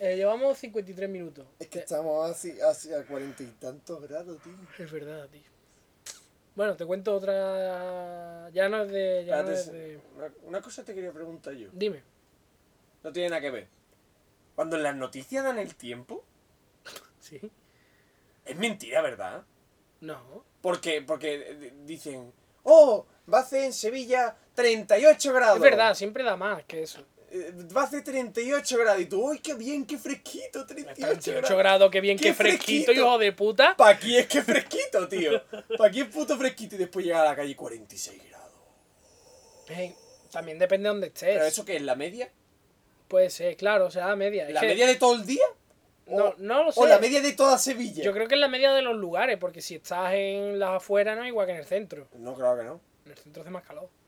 [SPEAKER 1] eh, llevamos 53 minutos.
[SPEAKER 2] estamos así, así a cuarenta y tantos grados, tío.
[SPEAKER 1] Es verdad, tío. Bueno, te cuento otra... Ya no es de... Ya eh. no es de...
[SPEAKER 2] una, una cosa te quería preguntar yo.
[SPEAKER 1] Dime.
[SPEAKER 2] No tiene nada que ver. Cuando en las noticias dan el tiempo,
[SPEAKER 1] ¿Sí?
[SPEAKER 2] es mentira, ¿verdad?
[SPEAKER 1] No.
[SPEAKER 2] Porque, porque eh, dicen, oh, va a hacer en Sevilla 38
[SPEAKER 3] Ah,
[SPEAKER 2] grados.
[SPEAKER 1] Es verdad, siempre da más que eso.
[SPEAKER 2] Eh, Va a hacer 38 grados. Y tú, ¡ay, qué bien, qué fresquito! 38,
[SPEAKER 1] 38
[SPEAKER 2] grados.
[SPEAKER 1] grados, qué bien,
[SPEAKER 2] Qué
[SPEAKER 1] qué fresquito,
[SPEAKER 2] fresquito.
[SPEAKER 1] hijo de puta.
[SPEAKER 2] Pa' aquí es que fresquito, tío. Pa' aquí es puto fresquito. Y después llega a la calle 46 grados.
[SPEAKER 1] Ven, También depende de dónde estés.
[SPEAKER 3] ¿Pero eso qué es? ¿La media?
[SPEAKER 1] Puede ser, claro, o sea, a media. Es
[SPEAKER 3] ¿La
[SPEAKER 1] que-
[SPEAKER 3] media de todo el día?
[SPEAKER 1] No,
[SPEAKER 3] ¿O-
[SPEAKER 1] no lo sé.
[SPEAKER 3] ¿O la media de toda Sevilla?
[SPEAKER 1] Yo creo que es la media de los lugares, porque si estás en las afueras no es igual que en el centro.
[SPEAKER 2] No, claro que no.
[SPEAKER 1] En el centro hace más calor.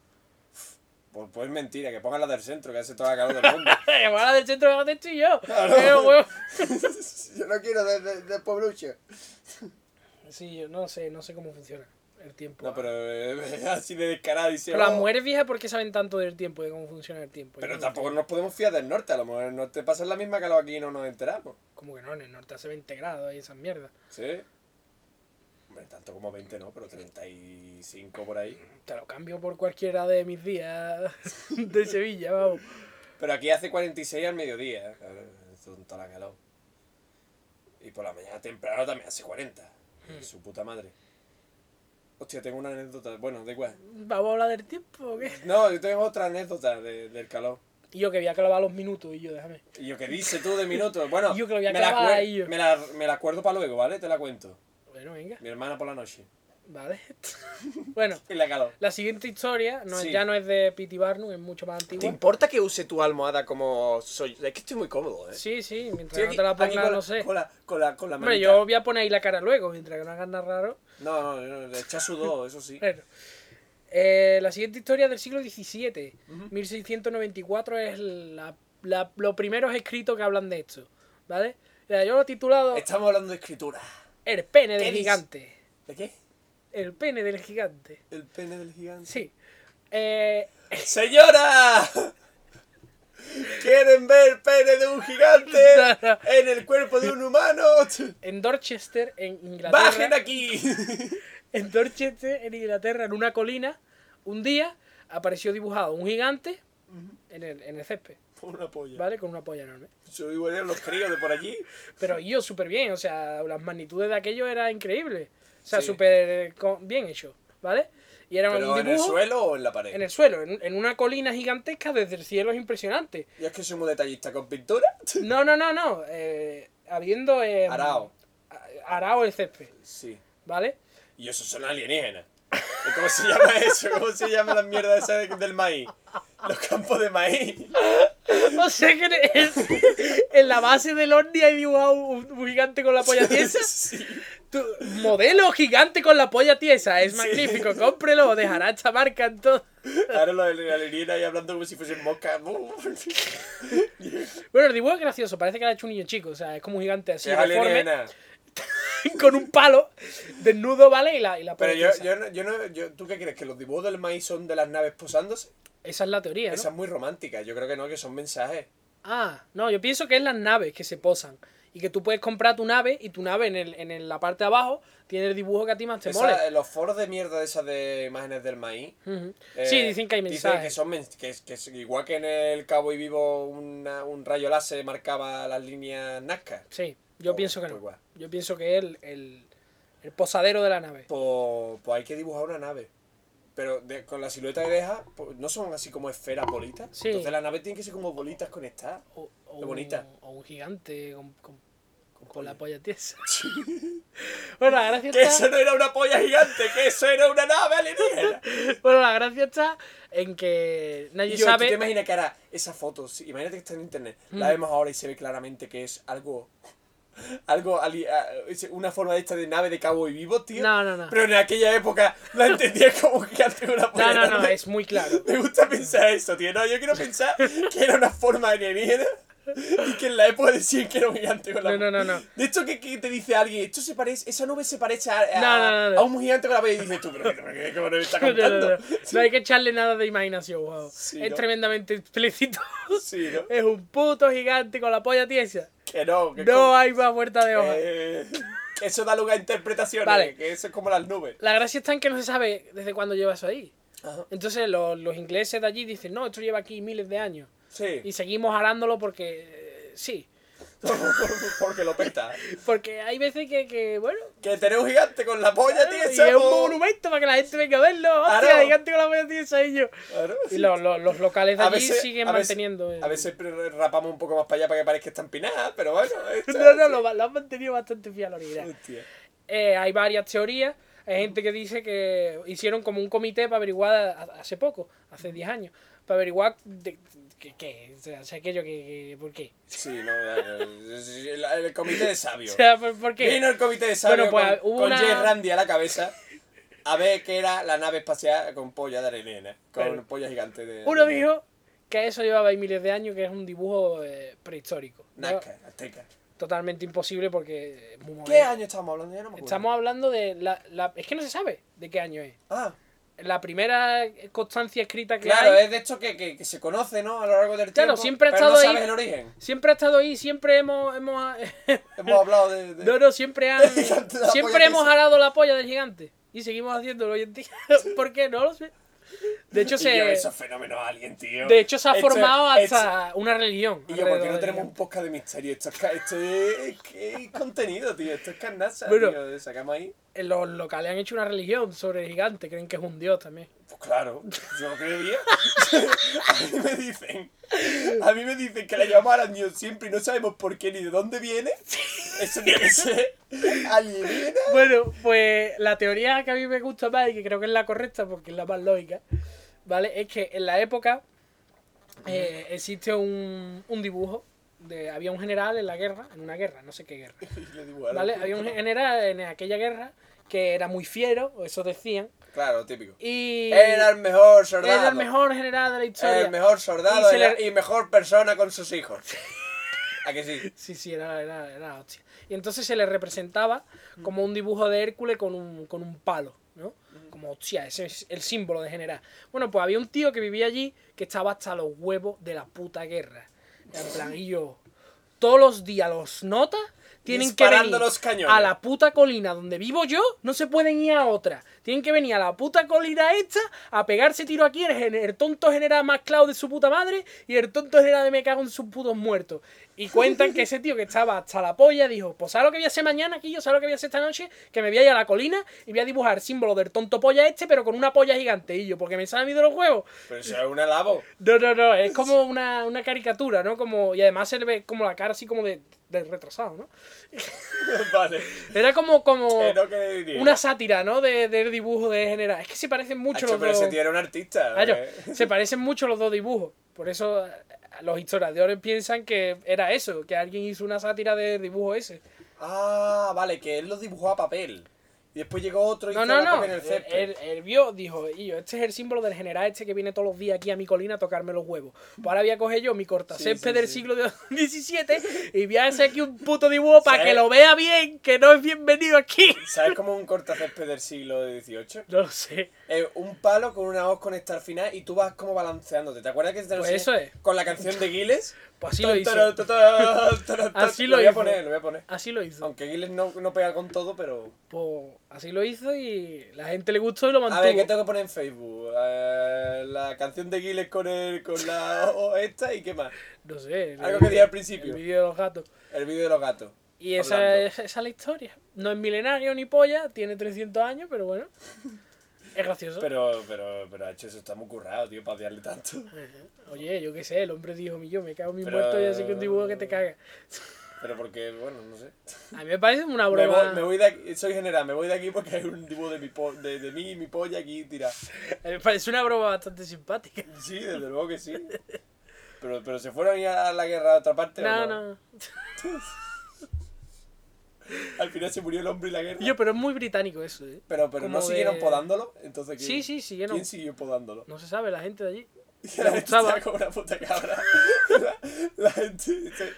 [SPEAKER 2] Pues, pues mentira, que pongan la del centro, que hace toda la calor del mundo.
[SPEAKER 1] Igual la del centro de estoy yo.
[SPEAKER 2] Claro.
[SPEAKER 1] Pero, bueno,
[SPEAKER 2] Yo no quiero de, de, de pueblucho.
[SPEAKER 1] Sí, yo no sé, no sé cómo funciona el tiempo.
[SPEAKER 2] No, pero eh, así de descarada dice.
[SPEAKER 1] Pero las
[SPEAKER 2] "Oh".
[SPEAKER 1] mujeres viejas, ¿por qué saben tanto del tiempo, de cómo funciona el tiempo? Pues Yo
[SPEAKER 2] Pero
[SPEAKER 1] no
[SPEAKER 2] tampoco
[SPEAKER 1] entiendo.
[SPEAKER 2] nos podemos fiar del norte, a lo mejor el norte pasa la misma calor aquí y no nos enteramos.
[SPEAKER 1] Como que no, en el norte hace 20 grados y esas mierdas.
[SPEAKER 2] ¿Sí? Hombre, tanto como 20 no, pero 35 por ahí.
[SPEAKER 1] Te lo cambio por cualquiera de mis días de Sevilla, vamos.
[SPEAKER 2] Pero aquí hace 46 al mediodía. ¿eh? Son toda la calor. Y por la mañana temprano también hace 40.
[SPEAKER 1] Hmm.
[SPEAKER 2] Su puta madre. Hostia, tengo una anécdota. Bueno, da igual.
[SPEAKER 1] ¿Vamos a hablar del tiempo o qué?
[SPEAKER 2] No, yo tengo otra anécdota de- del calor.
[SPEAKER 1] Y yo que voy a clavar los minutos y yo, déjame.
[SPEAKER 2] Y yo, ¿qué dices tú de minutos? Bueno,
[SPEAKER 1] Yo que lo voy a
[SPEAKER 2] me, la
[SPEAKER 1] clavar
[SPEAKER 2] acuer-
[SPEAKER 1] ahí, yo.
[SPEAKER 2] me, la, me la acuerdo para luego, ¿vale? Te la cuento.
[SPEAKER 1] Bueno, venga,
[SPEAKER 2] Mi hermana por la noche.
[SPEAKER 1] vale. bueno,
[SPEAKER 2] Y la calor.
[SPEAKER 1] la siguiente historia no es-
[SPEAKER 2] Sí.
[SPEAKER 1] ya no es de Pity Barnum, es mucho más
[SPEAKER 3] ¿Te
[SPEAKER 1] antigua.
[SPEAKER 3] importa que use tu almohada como soy? Es que estoy muy cómodo, ¿eh?
[SPEAKER 1] Sí, sí, mientras
[SPEAKER 2] Estoy
[SPEAKER 1] no te la
[SPEAKER 2] aquí- aquí
[SPEAKER 1] pongas,
[SPEAKER 2] con,
[SPEAKER 1] no sé.
[SPEAKER 2] Con la, con la, con la
[SPEAKER 1] Hombre,
[SPEAKER 2] manita.
[SPEAKER 1] yo voy a poner ahí la cara luego, mientras que no hagas nada raro.
[SPEAKER 2] No, no, no, le echa sudor, eso sí.
[SPEAKER 1] Bueno, eh, la siguiente historia es del siglo XVII, 1694, es la- la- los primeros escritos que hablan de esto, ¿vale? Mira, yo lo he titulado
[SPEAKER 2] Estamos hablando de escritura.
[SPEAKER 1] El pene
[SPEAKER 2] ¿Qué
[SPEAKER 1] del
[SPEAKER 2] dices?
[SPEAKER 1] gigante.
[SPEAKER 2] ¿De qué?
[SPEAKER 1] El pene del gigante,
[SPEAKER 2] El pene del gigante.
[SPEAKER 1] sí. Eh,
[SPEAKER 2] ¡Señora! ¿Quieren ver el pene de un gigante
[SPEAKER 1] No, no.
[SPEAKER 2] en el cuerpo de un humano?
[SPEAKER 1] en Dorchester, en Inglaterra,
[SPEAKER 2] ¡Bajen aquí!
[SPEAKER 1] en Dorchester, en Inglaterra, en una colina, un día apareció dibujado un gigante en el, en el césped,
[SPEAKER 2] Por una polla.
[SPEAKER 1] ¿vale? Con una polla enorme.
[SPEAKER 2] Yo igual eran los críos de por allí.
[SPEAKER 1] Pero yo súper bien, o sea, las magnitudes de aquello era increíble. O sea,
[SPEAKER 2] Sí.
[SPEAKER 1] súper eh, co- bien hecho, ¿vale? Y era
[SPEAKER 2] ¿Pero
[SPEAKER 1] un
[SPEAKER 2] en el
[SPEAKER 1] dibujo
[SPEAKER 2] suelo o en la pared?
[SPEAKER 1] en, el suelo, en, en una colina gigantesca desde el cielo, es impresionante.
[SPEAKER 2] Yo es que soy muy detallista con pintura.
[SPEAKER 1] No, no, no, no. eh, habiendo... eh,
[SPEAKER 2] Arao.
[SPEAKER 1] a- Arao el césped,
[SPEAKER 2] Sí.
[SPEAKER 1] ¿vale?
[SPEAKER 2] Y esos son alienígenas. ¿Y ¿Cómo se llama eso? ¿Cómo se llama la mierda esa de- del maíz? Los campos de maíz.
[SPEAKER 1] O sea que en, el- en la base del ovni hay dibujado un, un gigante con la polla tiesa.
[SPEAKER 2] Sí.
[SPEAKER 1] Tu- modelo gigante con la polla tiesa, es magnífico, cómprelo, dejará esta marca en todo.
[SPEAKER 2] Ahora los alienígenas ahí hablando como si fuesen moscas. Es
[SPEAKER 1] Bueno, el dibujo es gracioso, parece que lo ha hecho un niño chico, o sea, es como un gigante así, deforme,
[SPEAKER 2] alienígena.
[SPEAKER 1] con un palo, desnudo, ¿vale? Y la, y la
[SPEAKER 2] Pero yo,
[SPEAKER 1] polla tiesa.
[SPEAKER 2] yo, no, yo no- yo- ¿Tú qué crees? ¿Que los dibujos del maíz son de las naves posándose?
[SPEAKER 1] Esa es la teoría, ¿no?
[SPEAKER 2] Esa es muy romántica. Yo creo que no, que son mensajes.
[SPEAKER 1] Ah, no, yo pienso que es las naves que se posan. Y que tú puedes comprar tu nave y tu nave en, el, en el- la parte de abajo tiene el dibujo que a ti más te
[SPEAKER 2] Esa- eh,
[SPEAKER 1] mole.
[SPEAKER 2] los foros de mierda esas de imágenes del maíz.
[SPEAKER 1] Ujú.
[SPEAKER 2] eh,
[SPEAKER 1] sí, dicen que hay mensajes.
[SPEAKER 2] que son mens- que, es- que es igual que en el Cabo y Vivo una- un rayo láser marcaba las líneas Nazca.
[SPEAKER 1] Sí, yo
[SPEAKER 2] Oh,
[SPEAKER 1] pienso que
[SPEAKER 2] pues
[SPEAKER 1] no.
[SPEAKER 2] guau.
[SPEAKER 1] Yo pienso que es el, el, el posadero de la nave.
[SPEAKER 2] Pues, pues hay que dibujar una nave. Pero de- con la silueta que deja, pues, no son así como esferas bolitas.
[SPEAKER 1] Sí.
[SPEAKER 2] Entonces la nave tiene que ser como bolitas conectadas.
[SPEAKER 1] O, o
[SPEAKER 2] qué
[SPEAKER 1] un-
[SPEAKER 2] bonita.
[SPEAKER 1] o un gigante con, con- con
[SPEAKER 2] polla.
[SPEAKER 1] la polla tiesa. bueno, la gracia
[SPEAKER 2] Que
[SPEAKER 1] está...
[SPEAKER 2] eso no era una polla gigante, que eso era una nave alienígena.
[SPEAKER 1] Bueno, la gracia está en que
[SPEAKER 2] Y
[SPEAKER 1] nadie
[SPEAKER 2] yo, ¿tú
[SPEAKER 1] sabe. Mm.
[SPEAKER 2] te imaginas que ahora esa foto, si- imagínate que está en internet, la vemos ahora y se ve claramente que es algo. Algo, ali- a- es una forma de esta de nave de cabo y vivo, tío.
[SPEAKER 1] No, no, no.
[SPEAKER 2] Pero en aquella época la entendía como que hacía una
[SPEAKER 1] No,
[SPEAKER 2] polla
[SPEAKER 1] no, no,
[SPEAKER 2] grande.
[SPEAKER 1] es muy claro.
[SPEAKER 2] Me gusta pensar eso, tío. No, yo quiero pensar que era una forma alienígena y que en la época decían que era un gigante con la
[SPEAKER 1] No, no, no, no.
[SPEAKER 2] De hecho, que, que te dice alguien, esto se parece, esa nube se parece a, a,
[SPEAKER 1] No, no, no, no.
[SPEAKER 2] a un gigante con la polla. Y dices tú, pero qué- qué qué me está
[SPEAKER 1] No, no, no,
[SPEAKER 2] contando.
[SPEAKER 1] no. No hay que echarle nada de imaginación, guau.
[SPEAKER 2] Sí,
[SPEAKER 1] es
[SPEAKER 2] ¿no?
[SPEAKER 1] tremendamente explícito.
[SPEAKER 2] Sí, ¿no?
[SPEAKER 1] es un puto gigante con la polla tiesa.
[SPEAKER 2] Que no, que
[SPEAKER 1] No hay más vuelta de
[SPEAKER 2] como-
[SPEAKER 1] hoja.
[SPEAKER 2] eh, que eso da lugar a interpretaciones,
[SPEAKER 1] Vale.
[SPEAKER 2] que eso es como las nubes.
[SPEAKER 1] La gracia está en que no se sabe desde cuándo lleva eso ahí.
[SPEAKER 2] Ajá.
[SPEAKER 1] Entonces los, los ingleses de allí dicen, no, esto lleva aquí miles de años. Y
[SPEAKER 2] Sí,
[SPEAKER 1] seguimos arándolo porque... eh, sí.
[SPEAKER 2] porque lo peta.
[SPEAKER 1] Porque hay veces que, que, bueno...
[SPEAKER 2] Que tener un gigante con la polla, tío,
[SPEAKER 1] claro, y
[SPEAKER 2] esa
[SPEAKER 1] es un
[SPEAKER 2] po-
[SPEAKER 1] monumento para que la gente venga a verlo. Hostia,
[SPEAKER 2] Claro.
[SPEAKER 1] gigante con la polla tiesa y yo.
[SPEAKER 2] Claro.
[SPEAKER 1] Y los, los- los locales de allí siguen
[SPEAKER 2] a veces-
[SPEAKER 1] manteniendo... el-
[SPEAKER 2] A veces pre- rapamos un poco más para allá para que parezca estampinada, pero bueno. esto-
[SPEAKER 1] No, no, lo, lo han mantenido bastante fiel a la original.
[SPEAKER 2] Hostia.
[SPEAKER 1] Eh, hay varias teorías. Hay gente que dice que hicieron como un comité para averiguar a- hace poco, hace 10 años, para averiguar de- qué, qué, o sea, aquello que, que- por qué.
[SPEAKER 2] Sí, no, ya, ya, ya, el, el comité de
[SPEAKER 1] O
[SPEAKER 2] sabios.
[SPEAKER 1] sea, por, por qué.
[SPEAKER 2] Vino el comité de sabios
[SPEAKER 1] Bueno, pues,
[SPEAKER 2] con,
[SPEAKER 1] hubo
[SPEAKER 2] con
[SPEAKER 1] una-
[SPEAKER 2] Jay Randy a la cabeza a ver qué era la nave espacial con polla de arenena, con
[SPEAKER 1] Claro.
[SPEAKER 2] polla gigante de...
[SPEAKER 1] Uno
[SPEAKER 2] de-
[SPEAKER 1] dijo que eso llevaba ahí miles de años, que es un dibujo eh, prehistórico. ¿no?
[SPEAKER 2] Nazca, azteca.
[SPEAKER 1] Totalmente imposible porque es muy
[SPEAKER 2] ¿Qué
[SPEAKER 1] moderno.
[SPEAKER 2] año estamos hablando? Ya no me acuerdo.
[SPEAKER 1] Estamos hablando de la, la- Es que no se sabe de qué año es.
[SPEAKER 2] Ah,
[SPEAKER 1] La primera constancia escrita que
[SPEAKER 2] claro, eh.
[SPEAKER 1] hay
[SPEAKER 2] es de esto que, que, que se conoce, ¿no? A lo largo del
[SPEAKER 1] Claro,
[SPEAKER 2] tiempo.
[SPEAKER 1] siempre ha
[SPEAKER 2] pero
[SPEAKER 1] estado
[SPEAKER 2] no
[SPEAKER 1] ahí.
[SPEAKER 2] sabes el origen.
[SPEAKER 1] siempre ha estado ahí, siempre hemos... hemos
[SPEAKER 2] Hemos hablado de... de-
[SPEAKER 1] no, no, siempre han...
[SPEAKER 2] gigante, la polla
[SPEAKER 1] siempre
[SPEAKER 2] que
[SPEAKER 1] hemos
[SPEAKER 2] hizo.
[SPEAKER 1] arado la polla del gigante. Y seguimos haciéndolo hoy en día. ¿Por qué? No lo sé. De hecho,
[SPEAKER 2] Y yo,
[SPEAKER 1] se...
[SPEAKER 2] eso es fenómeno alien, tío.
[SPEAKER 1] De hecho, se ha
[SPEAKER 2] Esto-
[SPEAKER 1] formado
[SPEAKER 2] esto-
[SPEAKER 1] hasta una religión.
[SPEAKER 2] Y yo, ¿por qué
[SPEAKER 1] alrededor
[SPEAKER 2] no
[SPEAKER 1] del
[SPEAKER 2] tenemos un
[SPEAKER 1] gigante.
[SPEAKER 2] podcast de misterio? Esto es, ca- esto es- ¿qué contenido, tío. Esto es carnaza,
[SPEAKER 1] Bueno.
[SPEAKER 2] tío. Sacamos ahí.
[SPEAKER 1] En Los locales han hecho una religión sobre el gigante. Creen que es un dios también.
[SPEAKER 2] Pues claro, yo creería. a mí me dicen. A mí me dicen que le llamaran Dios siempre y no sabemos por qué ni de dónde viene. Eso tiene que ser alienígena.
[SPEAKER 1] Bueno, pues la teoría que a mí me gusta más y que creo que es la correcta porque es la más lógica, ¿vale? Es que en la época eh, existe un, un dibujo de... Había un general en la guerra, en una guerra, no sé qué guerra,
[SPEAKER 2] Y le dibujaron.
[SPEAKER 1] ¿vale? Había un general en aquella guerra que era muy fiero, o eso decían,
[SPEAKER 2] Claro, típico.
[SPEAKER 1] y...
[SPEAKER 2] Era el mejor soldado.
[SPEAKER 1] era el mejor general de la historia.
[SPEAKER 2] El mejor soldado
[SPEAKER 1] Y se
[SPEAKER 2] era- y,
[SPEAKER 1] le-
[SPEAKER 2] mejor persona con sus hijos. ¿A que sí?
[SPEAKER 1] Sí, sí, era, era, era la hostia. Y entonces se le representaba como un dibujo de Hércules con un, con un palo, ¿no? Como hostia, ese es el símbolo de general. Bueno, pues había un tío que vivía allí que estaba hasta los huevos de la puta guerra. En plan, y yo, todos los días los notas tienen que
[SPEAKER 2] Disparando
[SPEAKER 1] venir
[SPEAKER 2] los cañones.
[SPEAKER 1] a la puta colina donde vivo yo, no se pueden ir a otra. Tienen que venir a la puta colina esta a pegarse tiro aquí el, gen- el tonto general más clavo de su puta madre y el tonto general de me cago en sus putos muertos. Y cuentan que ese tío que estaba hasta la polla dijo, pues ¿sabes lo que voy a hacer mañana aquí? Yo ¿sabes lo que voy a hacer esta noche? Que me voy a ir a la colina y voy a dibujar el símbolo del tonto polla este, pero con una polla gigante. Y yo, porque me sale a mí de los huevos.
[SPEAKER 2] Pero eso es un alabo.
[SPEAKER 1] No, no, no, es como una, una caricatura, ¿no? Como, y además se le ve como la cara así como de, de retrasado, ¿no?
[SPEAKER 2] vale.
[SPEAKER 1] Era como, como
[SPEAKER 2] Eh, no, ¿qué diría?
[SPEAKER 1] una sátira, ¿no? De, del dibujo de general. Es que se parecen mucho Ah,
[SPEAKER 2] Hacho,
[SPEAKER 1] los
[SPEAKER 2] pero
[SPEAKER 1] dos.
[SPEAKER 2] ese tío era un artista.
[SPEAKER 1] Claro,
[SPEAKER 2] ¿eh?
[SPEAKER 1] se parecen mucho los dos dibujos. Por eso eh, los historiadores piensan que era eso, que alguien hizo una sátira del dibujo ese.
[SPEAKER 2] Ah, vale, que él lo dibujó a papel. Y después llegó otro y
[SPEAKER 1] No,
[SPEAKER 2] hizo
[SPEAKER 1] no, Eh,
[SPEAKER 2] la
[SPEAKER 1] no.
[SPEAKER 2] copia en el
[SPEAKER 1] Él,
[SPEAKER 2] césped.
[SPEAKER 1] él- él vio, dijo, y yo, este es el símbolo del general este que viene todos los días aquí a mi colina a tocarme los huevos. Pues ahora voy a coger yo mi cortacésped
[SPEAKER 2] Sí, sí,
[SPEAKER 1] del
[SPEAKER 2] sí.
[SPEAKER 1] siglo XVII y voy a hacer aquí un puto dibujo para
[SPEAKER 2] ¿Sabes?
[SPEAKER 1] que lo vea bien, que no es bienvenido aquí.
[SPEAKER 2] ¿Sabes cómo un cortacésped del siglo XVIII?
[SPEAKER 1] No lo sé.
[SPEAKER 2] Es un palo con una hoz conectada al final y tú vas como balanceándote. ¿Te acuerdas que te lo
[SPEAKER 1] Pues
[SPEAKER 2] enseñé
[SPEAKER 1] eso es.
[SPEAKER 2] con la canción de Giles?
[SPEAKER 1] Pues así lo hizo. Así
[SPEAKER 2] Así
[SPEAKER 1] lo
[SPEAKER 2] lo voy a
[SPEAKER 1] hizo.
[SPEAKER 2] poner, lo voy a poner.
[SPEAKER 1] Así lo hizo.
[SPEAKER 2] Aunque Giles no, no pega con todo, pero...
[SPEAKER 1] Pues así lo hizo y la gente le gustó y lo mantuvo.
[SPEAKER 2] A ver, ¿qué tengo que poner en Facebook? Eh, la canción de Giles con, el, con la o esta y qué más.
[SPEAKER 1] No sé. el-
[SPEAKER 2] Algo que dije al principio.
[SPEAKER 1] El vídeo de los gatos.
[SPEAKER 2] El vídeo de los gatos.
[SPEAKER 1] Y esa,
[SPEAKER 2] Orlando.
[SPEAKER 1] esa, esa es la historia. No es milenario ni polla, tiene 300 años, pero bueno. Es gracioso.
[SPEAKER 2] Pero, pero, pero, ha hecho eso está muy currado, tío, para odiarle tanto.
[SPEAKER 1] Oye, yo qué sé, el hombre dijo, mi yo me cago en mi
[SPEAKER 2] Pero-
[SPEAKER 1] muerto, ya sé que es un dibujo que te caga.
[SPEAKER 2] Pero porque, bueno, no sé.
[SPEAKER 1] A mí me parece una
[SPEAKER 2] Me
[SPEAKER 1] broma.
[SPEAKER 2] voy, me voy de aquí, soy general, me voy de aquí porque hay un dibujo de, mi po- de, de mí y mi polla aquí tira.
[SPEAKER 1] A mí eh, me parece una broma bastante simpática.
[SPEAKER 2] Sí, desde luego que sí. Pero, pero se fueron a ir a la guerra a otra parte.
[SPEAKER 1] No,
[SPEAKER 2] ¿o no?
[SPEAKER 1] no.
[SPEAKER 2] Al final se murió el hombre y la guerra.
[SPEAKER 1] Yo, pero es muy británico eso, ¿eh?
[SPEAKER 2] pero pero no
[SPEAKER 1] como
[SPEAKER 2] siguieron
[SPEAKER 1] de-
[SPEAKER 2] podándolo. Entonces, ¿quién,
[SPEAKER 1] Sí, sí, sí, yo no.
[SPEAKER 2] ¿quién siguió podándolo?
[SPEAKER 1] No se sabe, la gente de allí.
[SPEAKER 2] la gente
[SPEAKER 1] gustaba.
[SPEAKER 2] estaba como una puta cabra. La, la gente. este,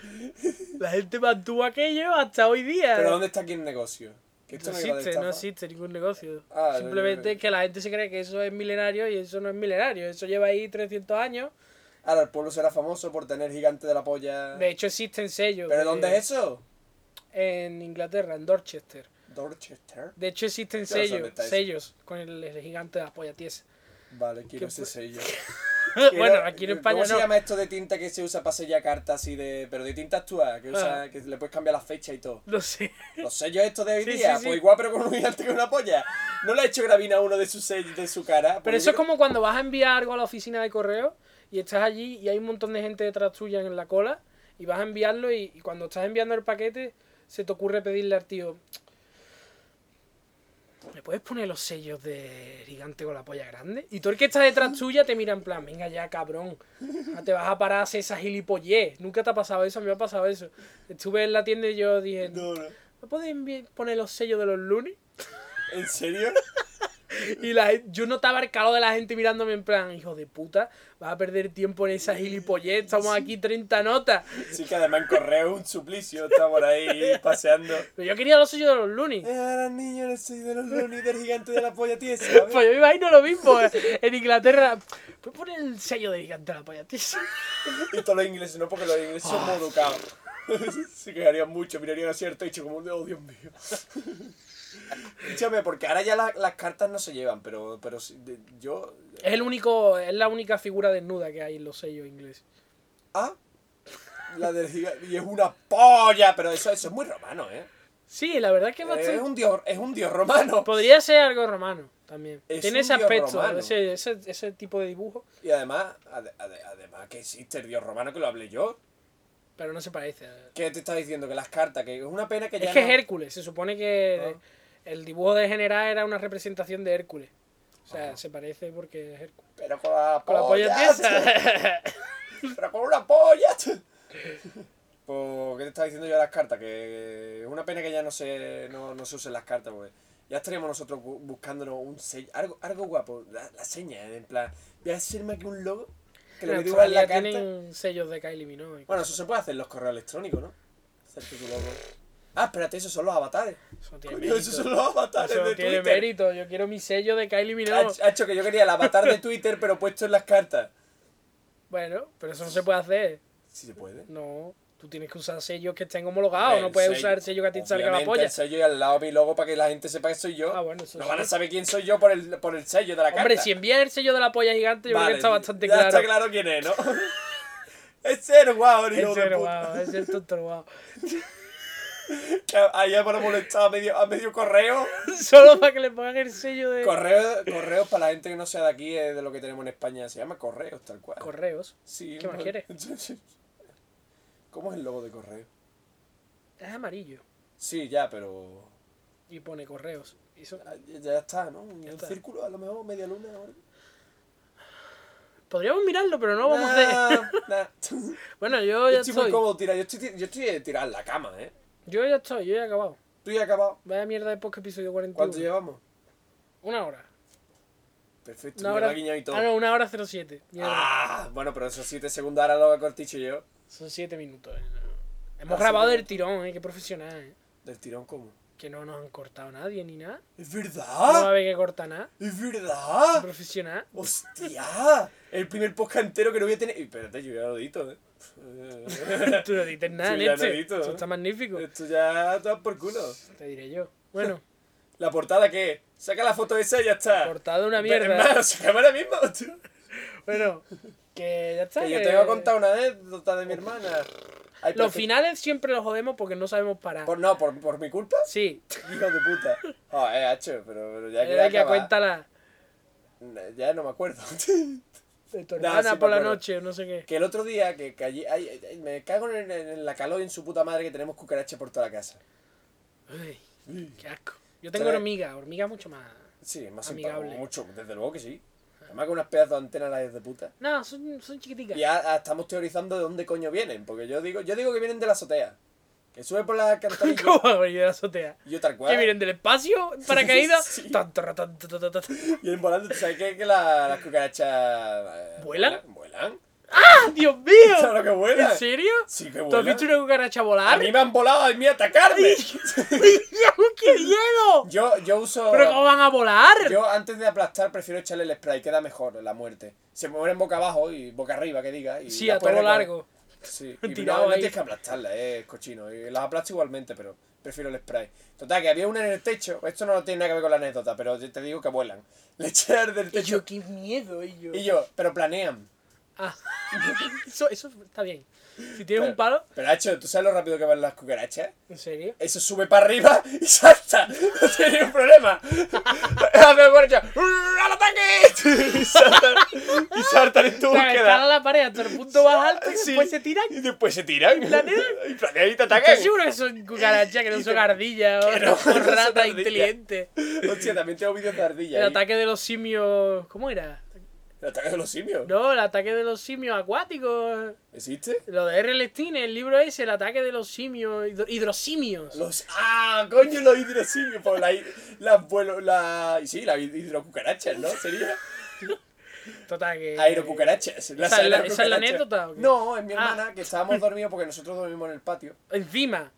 [SPEAKER 1] La gente mantuvo aquello hasta hoy día.
[SPEAKER 2] Pero ¿dónde está aquí el negocio? Que esto
[SPEAKER 1] No
[SPEAKER 2] no, iba de
[SPEAKER 1] existe, no
[SPEAKER 2] estafa.
[SPEAKER 1] existe ningún negocio.
[SPEAKER 2] Ah, no,
[SPEAKER 1] Simplemente
[SPEAKER 2] no, no.
[SPEAKER 1] es que la gente se cree que eso es milenario y eso no es milenario. Eso lleva ahí 300 años.
[SPEAKER 2] Ahora, el pueblo será famoso por tener gigante de la polla.
[SPEAKER 1] De hecho, existen sellos.
[SPEAKER 2] Ah. ¿Pero
[SPEAKER 1] de-
[SPEAKER 2] dónde es eso?
[SPEAKER 1] En Inglaterra, en Dorchester.
[SPEAKER 2] Dorchester.
[SPEAKER 1] De hecho, existen
[SPEAKER 2] sé dónde
[SPEAKER 1] sellos,
[SPEAKER 2] está eso.
[SPEAKER 1] sellos con el, el gigante de las pollas tiesas.
[SPEAKER 2] Vale, quiero
[SPEAKER 1] ¿Qué
[SPEAKER 2] ese sello.
[SPEAKER 1] bueno,
[SPEAKER 2] Quiero-
[SPEAKER 1] aquí en España
[SPEAKER 2] ¿Cómo se
[SPEAKER 1] no.
[SPEAKER 2] llama esto de tinta que se usa para sellar cartas y de. pero de tinta actual? Que, usa,
[SPEAKER 1] Ah.
[SPEAKER 2] que le puedes cambiar la fecha y todo.
[SPEAKER 1] No sé.
[SPEAKER 2] Los sellos estos de hoy
[SPEAKER 1] Sí,
[SPEAKER 2] día,
[SPEAKER 1] sí, sí.
[SPEAKER 2] pues igual, pero con un gigante con una polla. No le ha hecho gravina a uno de sus sellos, de su cara. porque
[SPEAKER 1] Pero eso
[SPEAKER 2] yo
[SPEAKER 1] es como cuando vas a enviar algo a la oficina de correo y estás allí y hay un montón de gente detrás tuya en la cola y vas a enviarlo y, y cuando estás enviando el paquete se te ocurre pedirle al tío ¿me puedes poner los sellos de gigante con la polla grande? Y tú el que está detrás tuya te mira en plan, venga ya, cabrón. ya Te vas a parar a hacer esa gilipollez. Nunca te ha pasado eso, a mí me ha pasado eso. Estuve en la tienda y yo dije,
[SPEAKER 2] No, no.
[SPEAKER 1] ¿me puedes envi- poner los sellos de los lunes?
[SPEAKER 2] ¿En serio?
[SPEAKER 1] Y la, gen- yo notaba el calor de la gente mirándome en plan, hijo de puta, vas a perder tiempo en esa gilipollez, estamos aquí 30 notas.
[SPEAKER 2] Sí, que además en correo es un suplicio. Está por ahí paseando.
[SPEAKER 1] Pero yo quería los sellos de los lunes.
[SPEAKER 2] Eh, ahora niño, no soy de los lunes del gigante de la polla tiesa. ¿sabes?
[SPEAKER 1] Pues yo me imagino lo mismo. eh, En Inglaterra, pues pon el sello de gigante a la polla, tío.
[SPEAKER 2] Y todos los ingleses no, porque los ingleses son muy educados. Se quejarían mucho, mirarían a cierto y como, oh Dios mío. Escúchame, porque ahora ya la- las cartas no se llevan, pero, pero si- de- yo.
[SPEAKER 1] Es el único, es la única figura desnuda que hay en los sellos ingleses.
[SPEAKER 2] Ah, la del gigante. Y es una polla, pero eso, eso es muy romano, ¿eh?
[SPEAKER 1] Sí, la verdad es que es bastante-
[SPEAKER 2] Es un dios, es un dios romano.
[SPEAKER 1] podría ser algo romano también.
[SPEAKER 2] Es
[SPEAKER 1] Tiene
[SPEAKER 2] un
[SPEAKER 1] ese
[SPEAKER 2] dios
[SPEAKER 1] aspecto,
[SPEAKER 2] romano.
[SPEAKER 1] ese, ese, ese tipo de dibujo,
[SPEAKER 2] Y además, ade- ade- además que existe el dios romano que lo hablé yo.
[SPEAKER 1] pero no se parece. a-
[SPEAKER 2] ¿Qué te estás diciendo? Que las cartas, que es una pena que ya.
[SPEAKER 1] Es que
[SPEAKER 2] no- Ah.
[SPEAKER 1] es Hércules, se supone que el dibujo de General era una representación de Hércules. O sea, se parece porque es Hércules. Oh,
[SPEAKER 2] Pero con la
[SPEAKER 1] Con la polla tiesa.
[SPEAKER 2] Pero con una polla. Pues, ¿qué te estaba diciendo yo de las cartas? Que es una pena que ya no se, no, no se usen las cartas, porque ya estaríamos nosotros bu- buscándonos un sello, algo, algo guapo, la, la seña, ¿eh? en plan, voy a hacerme aquí un logo que
[SPEAKER 1] En
[SPEAKER 2] le dibujan en la
[SPEAKER 1] Australia
[SPEAKER 2] carta.
[SPEAKER 1] tienen sellos de Kylie Minogue.
[SPEAKER 2] Bueno, eso se puede hacer en los correos electrónicos, ¿no? Hacerte tu logo. Ah, espérate, esos son los avatares.
[SPEAKER 1] Eso tiene
[SPEAKER 2] Coño, esos
[SPEAKER 1] mérito.
[SPEAKER 2] son los avatares
[SPEAKER 1] Eso
[SPEAKER 2] de
[SPEAKER 1] tiene
[SPEAKER 2] Twitter.
[SPEAKER 1] mérito. Yo quiero mi sello de Kylie Minogue.
[SPEAKER 2] Ha, ha hecho que yo quería el avatar de Twitter, pero puesto en las cartas.
[SPEAKER 1] Bueno, pero eso no se puede hacer.
[SPEAKER 2] Sí se puede.
[SPEAKER 1] No, tú tienes que usar sellos que estén homologados. No
[SPEAKER 2] El
[SPEAKER 1] puedes
[SPEAKER 2] sello.
[SPEAKER 1] usar el sello que a ti te salga la
[SPEAKER 2] Obviamente,
[SPEAKER 1] polla.
[SPEAKER 2] El sello y al lado mi logo para que la gente sepa que soy yo.
[SPEAKER 1] Ah, bueno, eso
[SPEAKER 2] no
[SPEAKER 1] sí.
[SPEAKER 2] van a saber quién soy yo por el, por el sello de la carta.
[SPEAKER 1] Hombre, si envías el sello de la polla gigante, yo creo que está bastante
[SPEAKER 2] ya
[SPEAKER 1] claro.
[SPEAKER 2] está claro quién es, ¿no? es cero guau, hijo
[SPEAKER 1] Es
[SPEAKER 2] de
[SPEAKER 1] el
[SPEAKER 2] puta.
[SPEAKER 1] guau, es el tonto guau.
[SPEAKER 2] Que Ahí me lo molestado a medio, a medio correo.
[SPEAKER 1] Solo para que le pongan el sello de
[SPEAKER 2] correo. Correos para la gente que no sea de aquí, es de lo que tenemos en España. Se llama correos, tal cual.
[SPEAKER 1] correos.
[SPEAKER 2] Sí,
[SPEAKER 1] ¿Qué más
[SPEAKER 2] no-
[SPEAKER 1] quieres?
[SPEAKER 2] ¿Cómo es el logo de correo?
[SPEAKER 1] Es amarillo
[SPEAKER 2] Sí, ya, pero. ah,
[SPEAKER 1] y pone correos. Y eso-
[SPEAKER 2] Ya, ya está, ¿no? Un
[SPEAKER 1] está.
[SPEAKER 2] círculo, a lo mejor media luna. ahora.
[SPEAKER 1] Podríamos mirarlo, pero no lo vamos a hacer.
[SPEAKER 2] Nah, nah.
[SPEAKER 1] Bueno, yo
[SPEAKER 2] Yo
[SPEAKER 1] ya
[SPEAKER 2] Ah. estoy
[SPEAKER 1] estoy.
[SPEAKER 2] muy cómodo tirado. Yo estoy, yo estoy de tirar en la cama, ¿eh?
[SPEAKER 1] Yo ya estoy, yo ya he acabado.
[SPEAKER 2] Tú ya has acabado.
[SPEAKER 1] Vaya mierda de podcast episodio 41.
[SPEAKER 2] ¿Cuánto llevamos?
[SPEAKER 1] Una hora.
[SPEAKER 2] Perfecto,
[SPEAKER 1] Una
[SPEAKER 2] me
[SPEAKER 1] hora.
[SPEAKER 2] lo ha guiñado y todo.
[SPEAKER 1] Ah, no, una hora 07. Mierda.
[SPEAKER 2] Ah, bueno, pero esos 7 segundos ahora lo corticho yo.
[SPEAKER 1] Son 7 minutos. eh, no.
[SPEAKER 2] Ah,
[SPEAKER 1] Hemos grabado
[SPEAKER 2] sí,
[SPEAKER 1] del
[SPEAKER 2] sí.
[SPEAKER 1] tirón, eh, qué profesional, eh.
[SPEAKER 2] Del tirón como.
[SPEAKER 1] Que no nos han cortado nadie ni nada.
[SPEAKER 2] ¡Es
[SPEAKER 1] No va a
[SPEAKER 2] verdad!
[SPEAKER 1] haber que cortar nada.
[SPEAKER 2] ¡Es
[SPEAKER 1] Qué
[SPEAKER 2] verdad!
[SPEAKER 1] Profesional.
[SPEAKER 2] ¡Hostia! El primer podcast entero que no voy a tener. Y espérate, yo ya lo edito, ¿eh?
[SPEAKER 1] Tú no dices nada,
[SPEAKER 2] Tú
[SPEAKER 1] en
[SPEAKER 2] ya
[SPEAKER 1] este.
[SPEAKER 2] no edito,
[SPEAKER 1] Eso
[SPEAKER 2] ¿eh?
[SPEAKER 1] está magnífico.
[SPEAKER 2] Esto ya está por culo.
[SPEAKER 1] Te diré yo. Bueno,
[SPEAKER 2] ¿La portada qué? es? Saca la foto esa y ya está.
[SPEAKER 1] cortado una
[SPEAKER 2] Es
[SPEAKER 1] mierda.
[SPEAKER 2] más, saca ahora mismo, tío.
[SPEAKER 1] Bueno, que ya está.
[SPEAKER 2] Que yo
[SPEAKER 1] que
[SPEAKER 2] te voy a contar una anécdota de mi hermana. Ay, pero
[SPEAKER 1] Los
[SPEAKER 2] que-
[SPEAKER 1] finales siempre los jodemos porque no sabemos parar.
[SPEAKER 2] Por, no, por, por mi culpa.
[SPEAKER 1] Sí,
[SPEAKER 2] Hijo de puta. Joder, hacho, pero, pero ya
[SPEAKER 1] era
[SPEAKER 2] queda
[SPEAKER 1] que a cuenta la
[SPEAKER 2] Ya no me acuerdo.
[SPEAKER 1] de tu
[SPEAKER 2] Nah,
[SPEAKER 1] hermana
[SPEAKER 2] sí me
[SPEAKER 1] por la
[SPEAKER 2] acuerdo.
[SPEAKER 1] noche, no sé qué.
[SPEAKER 2] que el otro día, que, que allí. ay, ay, ay, me cago en, en la calor y en su puta madre que tenemos cucaracha por toda la casa. Mm.
[SPEAKER 1] Uy, qué asco. Yo tengo
[SPEAKER 2] Trae-
[SPEAKER 1] hormiga, hormiga mucho más.
[SPEAKER 2] Sí, es más
[SPEAKER 1] Amigable.
[SPEAKER 2] simpático. Mucho, desde luego que sí. Además, con unas pedazos de antenas las de puta.
[SPEAKER 1] No, son, son chiquiticas.
[SPEAKER 2] Y a- a- estamos teorizando de dónde coño vienen, porque yo digo, yo digo que vienen de la azotea. Que sube por las alcantarillas.
[SPEAKER 1] ¿Cómo ha venido la azotea?
[SPEAKER 2] y yo tal
[SPEAKER 1] ¿Que
[SPEAKER 2] cual.
[SPEAKER 1] vienen del espacio? en ¿Paracaídas?
[SPEAKER 2] Sí.
[SPEAKER 1] Tan, tarra, tan, ta, ta, ta, ta, ta.
[SPEAKER 2] Y en volando, ¿tú ¿sabes qué? Que la- las cucarachas. eh,
[SPEAKER 1] ¿Vuelan?
[SPEAKER 2] ¿Vuelan?
[SPEAKER 1] ¡Ah, Dios mío!
[SPEAKER 2] ¿Sabes lo que vuelan?
[SPEAKER 1] ¿En serio?
[SPEAKER 2] Sí,
[SPEAKER 1] ¿Tú
[SPEAKER 2] que
[SPEAKER 1] has
[SPEAKER 2] vuelan.
[SPEAKER 1] visto una cucaracha
[SPEAKER 2] A
[SPEAKER 1] volar?
[SPEAKER 2] mí me han volado a mí a atacarme.
[SPEAKER 1] ¡Dios, qué miedo!
[SPEAKER 2] yo, yo uso.
[SPEAKER 1] ¿Pero cómo van a volar?
[SPEAKER 2] Yo antes de aplastar prefiero echarle el spray, queda mejor la muerte. Se mueren boca abajo y boca arriba, que diga. Y
[SPEAKER 1] sí,
[SPEAKER 2] la
[SPEAKER 1] a todo
[SPEAKER 2] puedes recoger.
[SPEAKER 1] largo.
[SPEAKER 2] Sí, y
[SPEAKER 1] Tirado
[SPEAKER 2] no, no
[SPEAKER 1] ahí.
[SPEAKER 2] tienes que aplastarla, eh, es cochino. Y las aplasto igualmente, pero prefiero el spray. Total, que había una en el techo. Esto no tiene nada que ver con la anécdota, pero yo te digo que vuelan. Le eché al del
[SPEAKER 1] Y yo,
[SPEAKER 2] techo.
[SPEAKER 1] qué miedo, y yo.
[SPEAKER 2] Y yo, pero planean.
[SPEAKER 1] Ah. eso, eso está bien. Si tienes
[SPEAKER 2] Pero-
[SPEAKER 1] un palo,
[SPEAKER 2] Pero, Nacho, ¿tú sabes lo rápido que van las cucarachas?
[SPEAKER 1] ¿en serio?
[SPEAKER 2] Eso sube para arriba y salta. No tiene ningún problema. La cucaracha. "¡Rrr, ¡Al ataque! Y saltan, y saltan en tu
[SPEAKER 1] O sea, escala
[SPEAKER 2] búsqueda.
[SPEAKER 1] la pared hasta el punto más alto y
[SPEAKER 2] Sí.
[SPEAKER 1] después se tiran.
[SPEAKER 2] Y después se tiran. Y
[SPEAKER 1] planean.
[SPEAKER 2] planean y te atacan.
[SPEAKER 1] Estoy seguro que son cucarachas, que no son ardillas o,
[SPEAKER 2] Que no,
[SPEAKER 1] o
[SPEAKER 2] no son
[SPEAKER 1] ratas
[SPEAKER 2] ardillas.
[SPEAKER 1] inteligentes.
[SPEAKER 2] Hostia, también tengo vídeos de ardillas.
[SPEAKER 1] El
[SPEAKER 2] ahí.
[SPEAKER 1] ataque de los simios. ¿Cómo era?
[SPEAKER 2] El ataque de los simios.
[SPEAKER 1] No, el ataque de los simios acuáticos.
[SPEAKER 2] ¿Existe?
[SPEAKER 1] Lo de R. Lestine, el libro es el ataque de los simios, hidro- hidrosimios.
[SPEAKER 2] Los. ¡Ah! Coño, los hidrosimios. Por la, las vuelo. La, sí, las hidrocucarachas, ¿no? Sería.
[SPEAKER 1] Total, que.
[SPEAKER 2] Aerocucarachas. las
[SPEAKER 1] ¿Esa es Eh, la-
[SPEAKER 2] aerocucarachas.
[SPEAKER 1] esa es la anécdota o qué?
[SPEAKER 2] No, es mi
[SPEAKER 1] Ah.
[SPEAKER 2] hermana que estábamos dormidos porque nosotros dormimos en el patio.
[SPEAKER 1] Encima.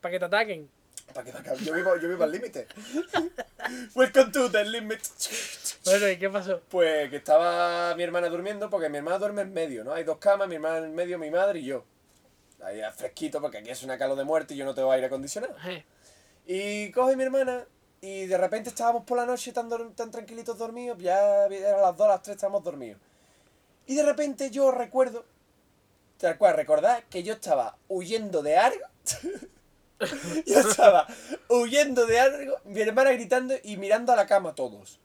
[SPEAKER 1] Para que te ataquen.
[SPEAKER 2] Para que me acabe- Yo vivo, yo vivo al límite. Pues Welcome to the limit.
[SPEAKER 1] Bueno, ¿y qué pasó?
[SPEAKER 2] Pues que estaba mi hermana durmiendo porque mi hermana duerme en medio, ¿no? Hay dos camas, mi hermana en medio, mi madre y yo. Ahí es fresquito porque aquí es una calor de muerte y yo no tengo aire acondicionado.
[SPEAKER 1] Eh,
[SPEAKER 2] Y coge mi hermana y de repente estábamos por la noche tan, dor- tan tranquilitos dormidos, ya eran las 2, las 3 estábamos dormidos. Y de repente yo recuerdo, tal cual, recordad que yo estaba huyendo de algo. yo estaba huyendo de algo, mi hermana gritando y mirando a la cama todos.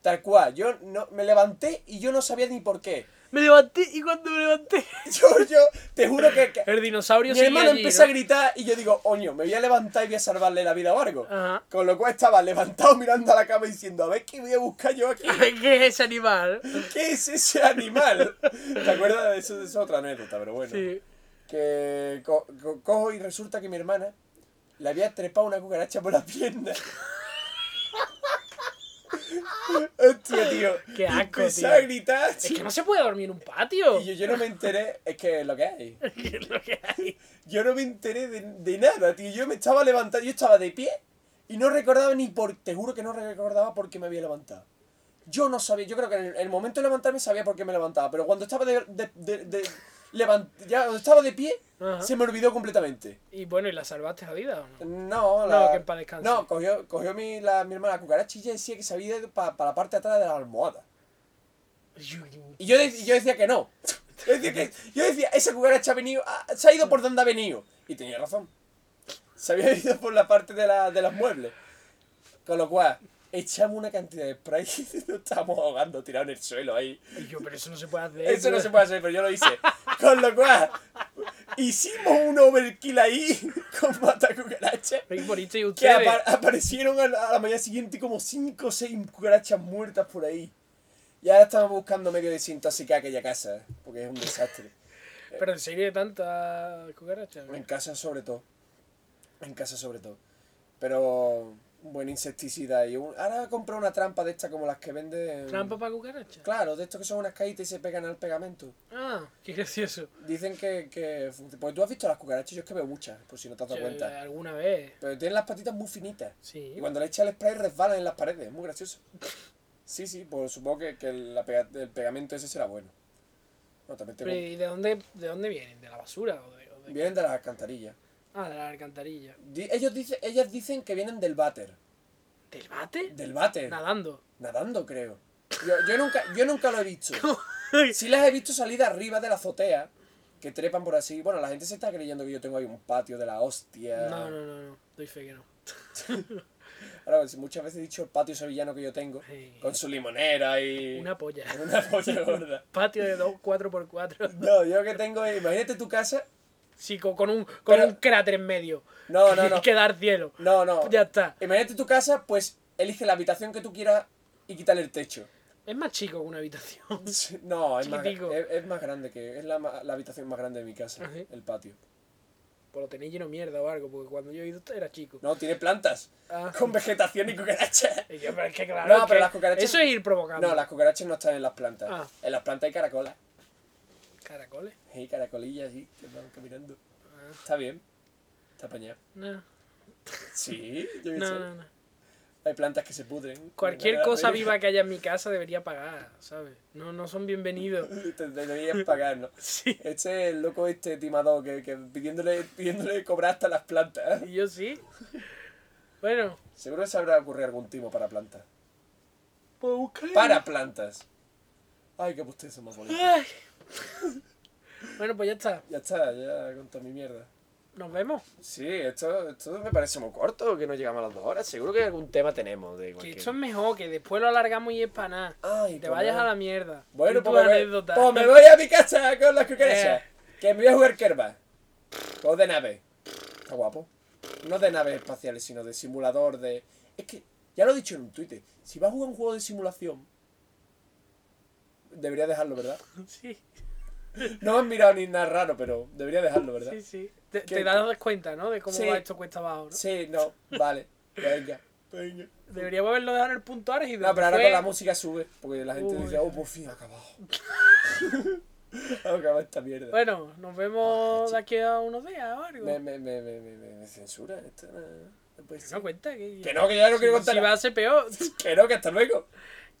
[SPEAKER 2] Tal cual, yo no, me levanté y yo no sabía ni por qué.
[SPEAKER 1] Me levanté y cuando me levanté.
[SPEAKER 2] Yo, yo, te juro que... que-
[SPEAKER 1] El dinosaurio
[SPEAKER 2] mi
[SPEAKER 1] seguía
[SPEAKER 2] hermano
[SPEAKER 1] allí,
[SPEAKER 2] empieza
[SPEAKER 1] ¿no?
[SPEAKER 2] a gritar y yo digo, oño, me voy a levantar y voy a salvarle la vida o algo.
[SPEAKER 1] Ajá.
[SPEAKER 2] Con lo cual estaba levantado mirando a la cama diciendo, a ver qué voy a buscar yo aquí.
[SPEAKER 1] ¿Qué es ese animal?
[SPEAKER 2] ¿Qué es ese animal? ¿Te acuerdas? de Eso es otra anécdota, pero bueno.
[SPEAKER 1] Sí.
[SPEAKER 2] Que co- co- cojo y resulta que mi hermana le había trepado una cucaracha por la pierna. Hostia, tío.
[SPEAKER 1] Qué asco,
[SPEAKER 2] Empezó
[SPEAKER 1] tío.
[SPEAKER 2] a gritar.
[SPEAKER 1] Es que no se puede dormir en un patio.
[SPEAKER 2] Y yo, yo no me enteré, es que es lo que hay.
[SPEAKER 1] ¿Qué es lo que hay?
[SPEAKER 2] Yo no me enteré de, de nada, tío. Yo me estaba levantando, yo estaba de pie y no recordaba ni por. Te juro que no recordaba por qué me había levantado. Yo no sabía, yo creo que en el, el momento de levantarme sabía por qué me levantaba, pero cuando estaba de. de, de- de- levant- ya, cuando estaba de pie,
[SPEAKER 1] Ajá.
[SPEAKER 2] se me olvidó completamente.
[SPEAKER 1] Y bueno, ¿y la salvaste la vida o no?
[SPEAKER 2] No,
[SPEAKER 1] No,
[SPEAKER 2] la,
[SPEAKER 1] que en paz descanse.
[SPEAKER 2] No, cogió, cogió mi, la, mi hermana la cucaracha y ella decía que se había ido para la parte de atrás de la almohada. Y yo, de- y yo decía que no. Yo decía, que, yo decía, esa cucaracha ha venido, ah, se ha ido por donde ha venido. Y tenía razón. Se había ido por la parte de, la, de los muebles. Con lo cual, echamos una cantidad de spray y nos estábamos ahogando, tirado en el suelo ahí.
[SPEAKER 1] Y yo, pero eso no se puede hacer.
[SPEAKER 2] Eso no se puede hacer, pero yo lo hice. Con lo cual, hicimos un overkill ahí con mata cucaracha.
[SPEAKER 1] Qué bonito y
[SPEAKER 2] Que
[SPEAKER 1] ustedes.
[SPEAKER 2] apa- aparecieron a la, a la mañana siguiente como 5 o 6 cucarachas muertas por ahí. Y ahora estamos buscando medio desintoxicar aquella casa, porque es un desastre.
[SPEAKER 1] Pero en serio, de tantas cucarachas.
[SPEAKER 2] En casa sobre todo. En casa sobre todo. Pero un buen insecticida. Y un- ahora compré una trampa de estas como las que venden...
[SPEAKER 1] ¿Trampa para cucarachas?
[SPEAKER 2] Claro, de estos que son unas caídas y se pegan al pegamento.
[SPEAKER 1] Ah, qué gracioso.
[SPEAKER 2] Dicen que... que fun- porque tú has visto las cucarachas, yo es que veo muchas, por si no te has dado
[SPEAKER 1] Yo,
[SPEAKER 2] cuenta.
[SPEAKER 1] alguna vez.
[SPEAKER 2] Pero tienen las patitas muy finitas.
[SPEAKER 1] Sí.
[SPEAKER 2] Y cuando le echa el spray resbalan en las paredes, es muy gracioso. Sí, sí, pues supongo que, que la pega- el pegamento ese será bueno. No, también
[SPEAKER 1] Pero,
[SPEAKER 2] tengo...
[SPEAKER 1] ¿y de dónde, de dónde vienen? ¿De la basura? O de, o de-
[SPEAKER 2] Vienen de las alcantarillas.
[SPEAKER 1] Ah, de la alcantarilla.
[SPEAKER 2] Di- ellos dice- ellas dicen que vienen del váter.
[SPEAKER 1] ¿Del bate?
[SPEAKER 2] Del váter.
[SPEAKER 1] Nadando.
[SPEAKER 2] Nadando, creo. Yo, yo nunca, yo nunca lo he visto. Sí las he visto salir de arriba de la azotea, que trepan por así. Bueno, la gente se está creyendo que yo tengo ahí un patio de la hostia.
[SPEAKER 1] No, no, no, no. Doy fe que no.
[SPEAKER 2] Ahora, pues, muchas veces he dicho el patio sevillano que yo tengo,
[SPEAKER 1] Sí.
[SPEAKER 2] con su limonera y...
[SPEAKER 1] Una polla.
[SPEAKER 2] una polla gorda.
[SPEAKER 1] Patio de 2, 4x4.
[SPEAKER 2] No, yo que tengo es- imagínate tu casa.
[SPEAKER 1] Sí, con, con un, con
[SPEAKER 2] Pero-
[SPEAKER 1] un cráter en medio.
[SPEAKER 2] No, no, no.
[SPEAKER 1] que dar cielo.
[SPEAKER 2] No, no.
[SPEAKER 1] Ya está.
[SPEAKER 2] Imagínate tu casa, pues elige la habitación que tú quieras y quítale el techo.
[SPEAKER 1] Es más chico que una habitación.
[SPEAKER 2] No, es más, es,
[SPEAKER 1] Chiquitico.
[SPEAKER 2] es más grande que. Es la, ma- la habitación más grande de mi casa,
[SPEAKER 1] Ajá.
[SPEAKER 2] el patio.
[SPEAKER 1] Pues lo tenéis lleno de mierda o algo, porque cuando yo he ido era chico.
[SPEAKER 2] No, tiene plantas.
[SPEAKER 1] Ah.
[SPEAKER 2] Con vegetación y cucarachas.
[SPEAKER 1] Y yo, pero es que claro.
[SPEAKER 2] No,
[SPEAKER 1] es
[SPEAKER 2] pero
[SPEAKER 1] que
[SPEAKER 2] las cucarachas-
[SPEAKER 1] Eso es ir provocando.
[SPEAKER 2] No, las cucarachas no están en las plantas.
[SPEAKER 1] Ah.
[SPEAKER 2] En las plantas hay caracolas.
[SPEAKER 1] Caracoles.
[SPEAKER 2] Hay caracolillas así que van caminando.
[SPEAKER 1] Ah.
[SPEAKER 2] Está bien. Está apañado.
[SPEAKER 1] No,
[SPEAKER 2] Sí, yo qué
[SPEAKER 1] no,
[SPEAKER 2] sé.
[SPEAKER 1] no, no.
[SPEAKER 2] Hay plantas que se pudren.
[SPEAKER 1] Cualquier cosa viva que haya en mi casa debería pagar, ¿sabes? No, no son bienvenidos.
[SPEAKER 2] Te te deberías pagar, ¿no?
[SPEAKER 1] Sí.
[SPEAKER 2] Este es el loco este timado que, que pidiéndole, pidiéndole cobrar hasta las plantas.
[SPEAKER 1] Y yo sí. Bueno,
[SPEAKER 2] Seguro que se habrá ocurrido algún timo para plantas.
[SPEAKER 1] pues buscar.
[SPEAKER 2] Para plantas. Ay, qué postezo más bonito.
[SPEAKER 1] Ay. bueno, pues ya está.
[SPEAKER 2] Ya está, ya con toda mi mierda.
[SPEAKER 1] Nos vemos.
[SPEAKER 2] Sí, esto, esto me parece muy corto, que no llegamos a las dos horas. Seguro que algún tema tenemos de
[SPEAKER 1] Que
[SPEAKER 2] cualquier...
[SPEAKER 1] esto es mejor, que después lo alargamos y es para nada.
[SPEAKER 2] Ay,
[SPEAKER 1] Te
[SPEAKER 2] pues
[SPEAKER 1] vayas
[SPEAKER 2] nada.
[SPEAKER 1] a la mierda.
[SPEAKER 2] Bueno,
[SPEAKER 1] Con tus
[SPEAKER 2] pues me, voy,
[SPEAKER 1] anécdotas.
[SPEAKER 2] pues me voy a mi casa con las cucarachas.
[SPEAKER 1] Eh.
[SPEAKER 2] Que me voy a jugar Kerba. Todo de nave. Está guapo. No de naves espaciales, sino de simulador de... Es que, ya lo he dicho en un Twitter, si vas a jugar un juego de simulación... Debería dejarlo, ¿verdad?
[SPEAKER 1] Sí,
[SPEAKER 2] No me han mirado ni nada raro, pero debería dejarlo, ¿verdad?
[SPEAKER 1] sí, sí. Te,
[SPEAKER 2] ¿Qué-
[SPEAKER 1] te das cuenta, ¿no? De cómo
[SPEAKER 2] Sí.
[SPEAKER 1] va esto cuesta abajo, ¿no?
[SPEAKER 2] Sí, no, vale. Pues Venga. Venga.
[SPEAKER 1] Deberíamos haberlo dejado en el punto ahora y
[SPEAKER 2] No, pero ahora
[SPEAKER 1] después-
[SPEAKER 2] con la música sube, porque la gente
[SPEAKER 1] Uy.
[SPEAKER 2] dice, oh, por fin ha acabado. ha acabado esta mierda.
[SPEAKER 1] Bueno, nos vemos
[SPEAKER 2] Vale,
[SPEAKER 1] de aquí a unos días o algo.
[SPEAKER 2] Me, me, me, me, me, me- me censura esta. no puede ser.
[SPEAKER 1] No pues. cuenta que...
[SPEAKER 2] Que no, que ya no quiero
[SPEAKER 1] si-
[SPEAKER 2] contar
[SPEAKER 1] Si va
[SPEAKER 2] nada.
[SPEAKER 1] a ser peor
[SPEAKER 2] Que no, que hasta luego.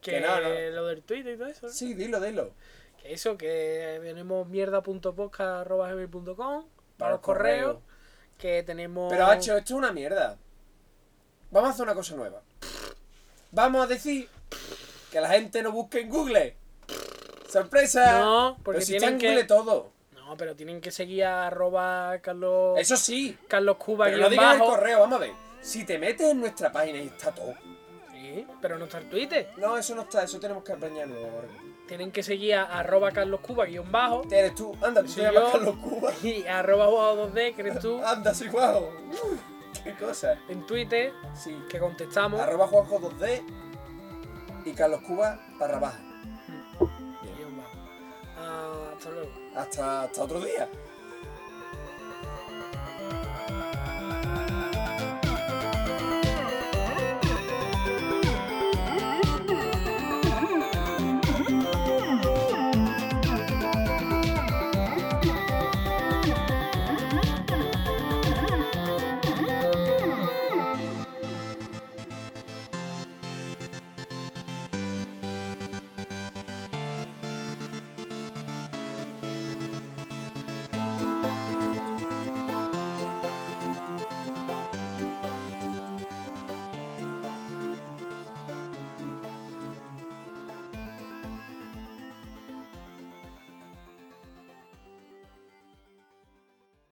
[SPEAKER 1] que,
[SPEAKER 2] Que no, no.
[SPEAKER 1] lo del Twitter y todo eso. ¿no?
[SPEAKER 2] Sí, dilo, dilo.
[SPEAKER 1] Que eso, que tenemos mierda.podcast.com
[SPEAKER 2] Para
[SPEAKER 1] para
[SPEAKER 2] los
[SPEAKER 1] los correos. Que tenemos...
[SPEAKER 2] Pero, Hacho, esto es una mierda. Vamos a hacer una cosa nueva. Vamos a decir que la gente no busque en Google. ¡Sorpresa!
[SPEAKER 1] No, porque
[SPEAKER 2] Pero si está
[SPEAKER 1] tienen
[SPEAKER 2] en
[SPEAKER 1] que...
[SPEAKER 2] Google todo.
[SPEAKER 1] No, pero tienen que seguir a arroba Carlos,
[SPEAKER 2] Eso sí.
[SPEAKER 1] Carlos Cuba
[SPEAKER 2] Pero
[SPEAKER 1] guión
[SPEAKER 2] no digas el
[SPEAKER 1] bajo.
[SPEAKER 2] correo, vamos a ver. Si te metes en nuestra página y está todo.
[SPEAKER 1] Sí, pero no está el Twitter.
[SPEAKER 2] No, eso no está, eso tenemos que apañarlo ahora.
[SPEAKER 1] Tienen que seguir a arroba Carlos Cuba guión bajo
[SPEAKER 2] Eres tú, anda, tú
[SPEAKER 1] Soy
[SPEAKER 2] te llamas
[SPEAKER 1] yo.
[SPEAKER 2] Carlos Cuba.
[SPEAKER 1] y arroba Guau 2D, crees tú,
[SPEAKER 2] Anda, soy guau. Uy, Qué cosa.
[SPEAKER 1] en Twitter,
[SPEAKER 2] Sí.
[SPEAKER 1] que contestamos.
[SPEAKER 2] Arroba Juanjo 2D y Carlos Cuba barra baja.
[SPEAKER 1] Guión bajo. Ah, hasta luego.
[SPEAKER 2] Hasta, hasta otro día.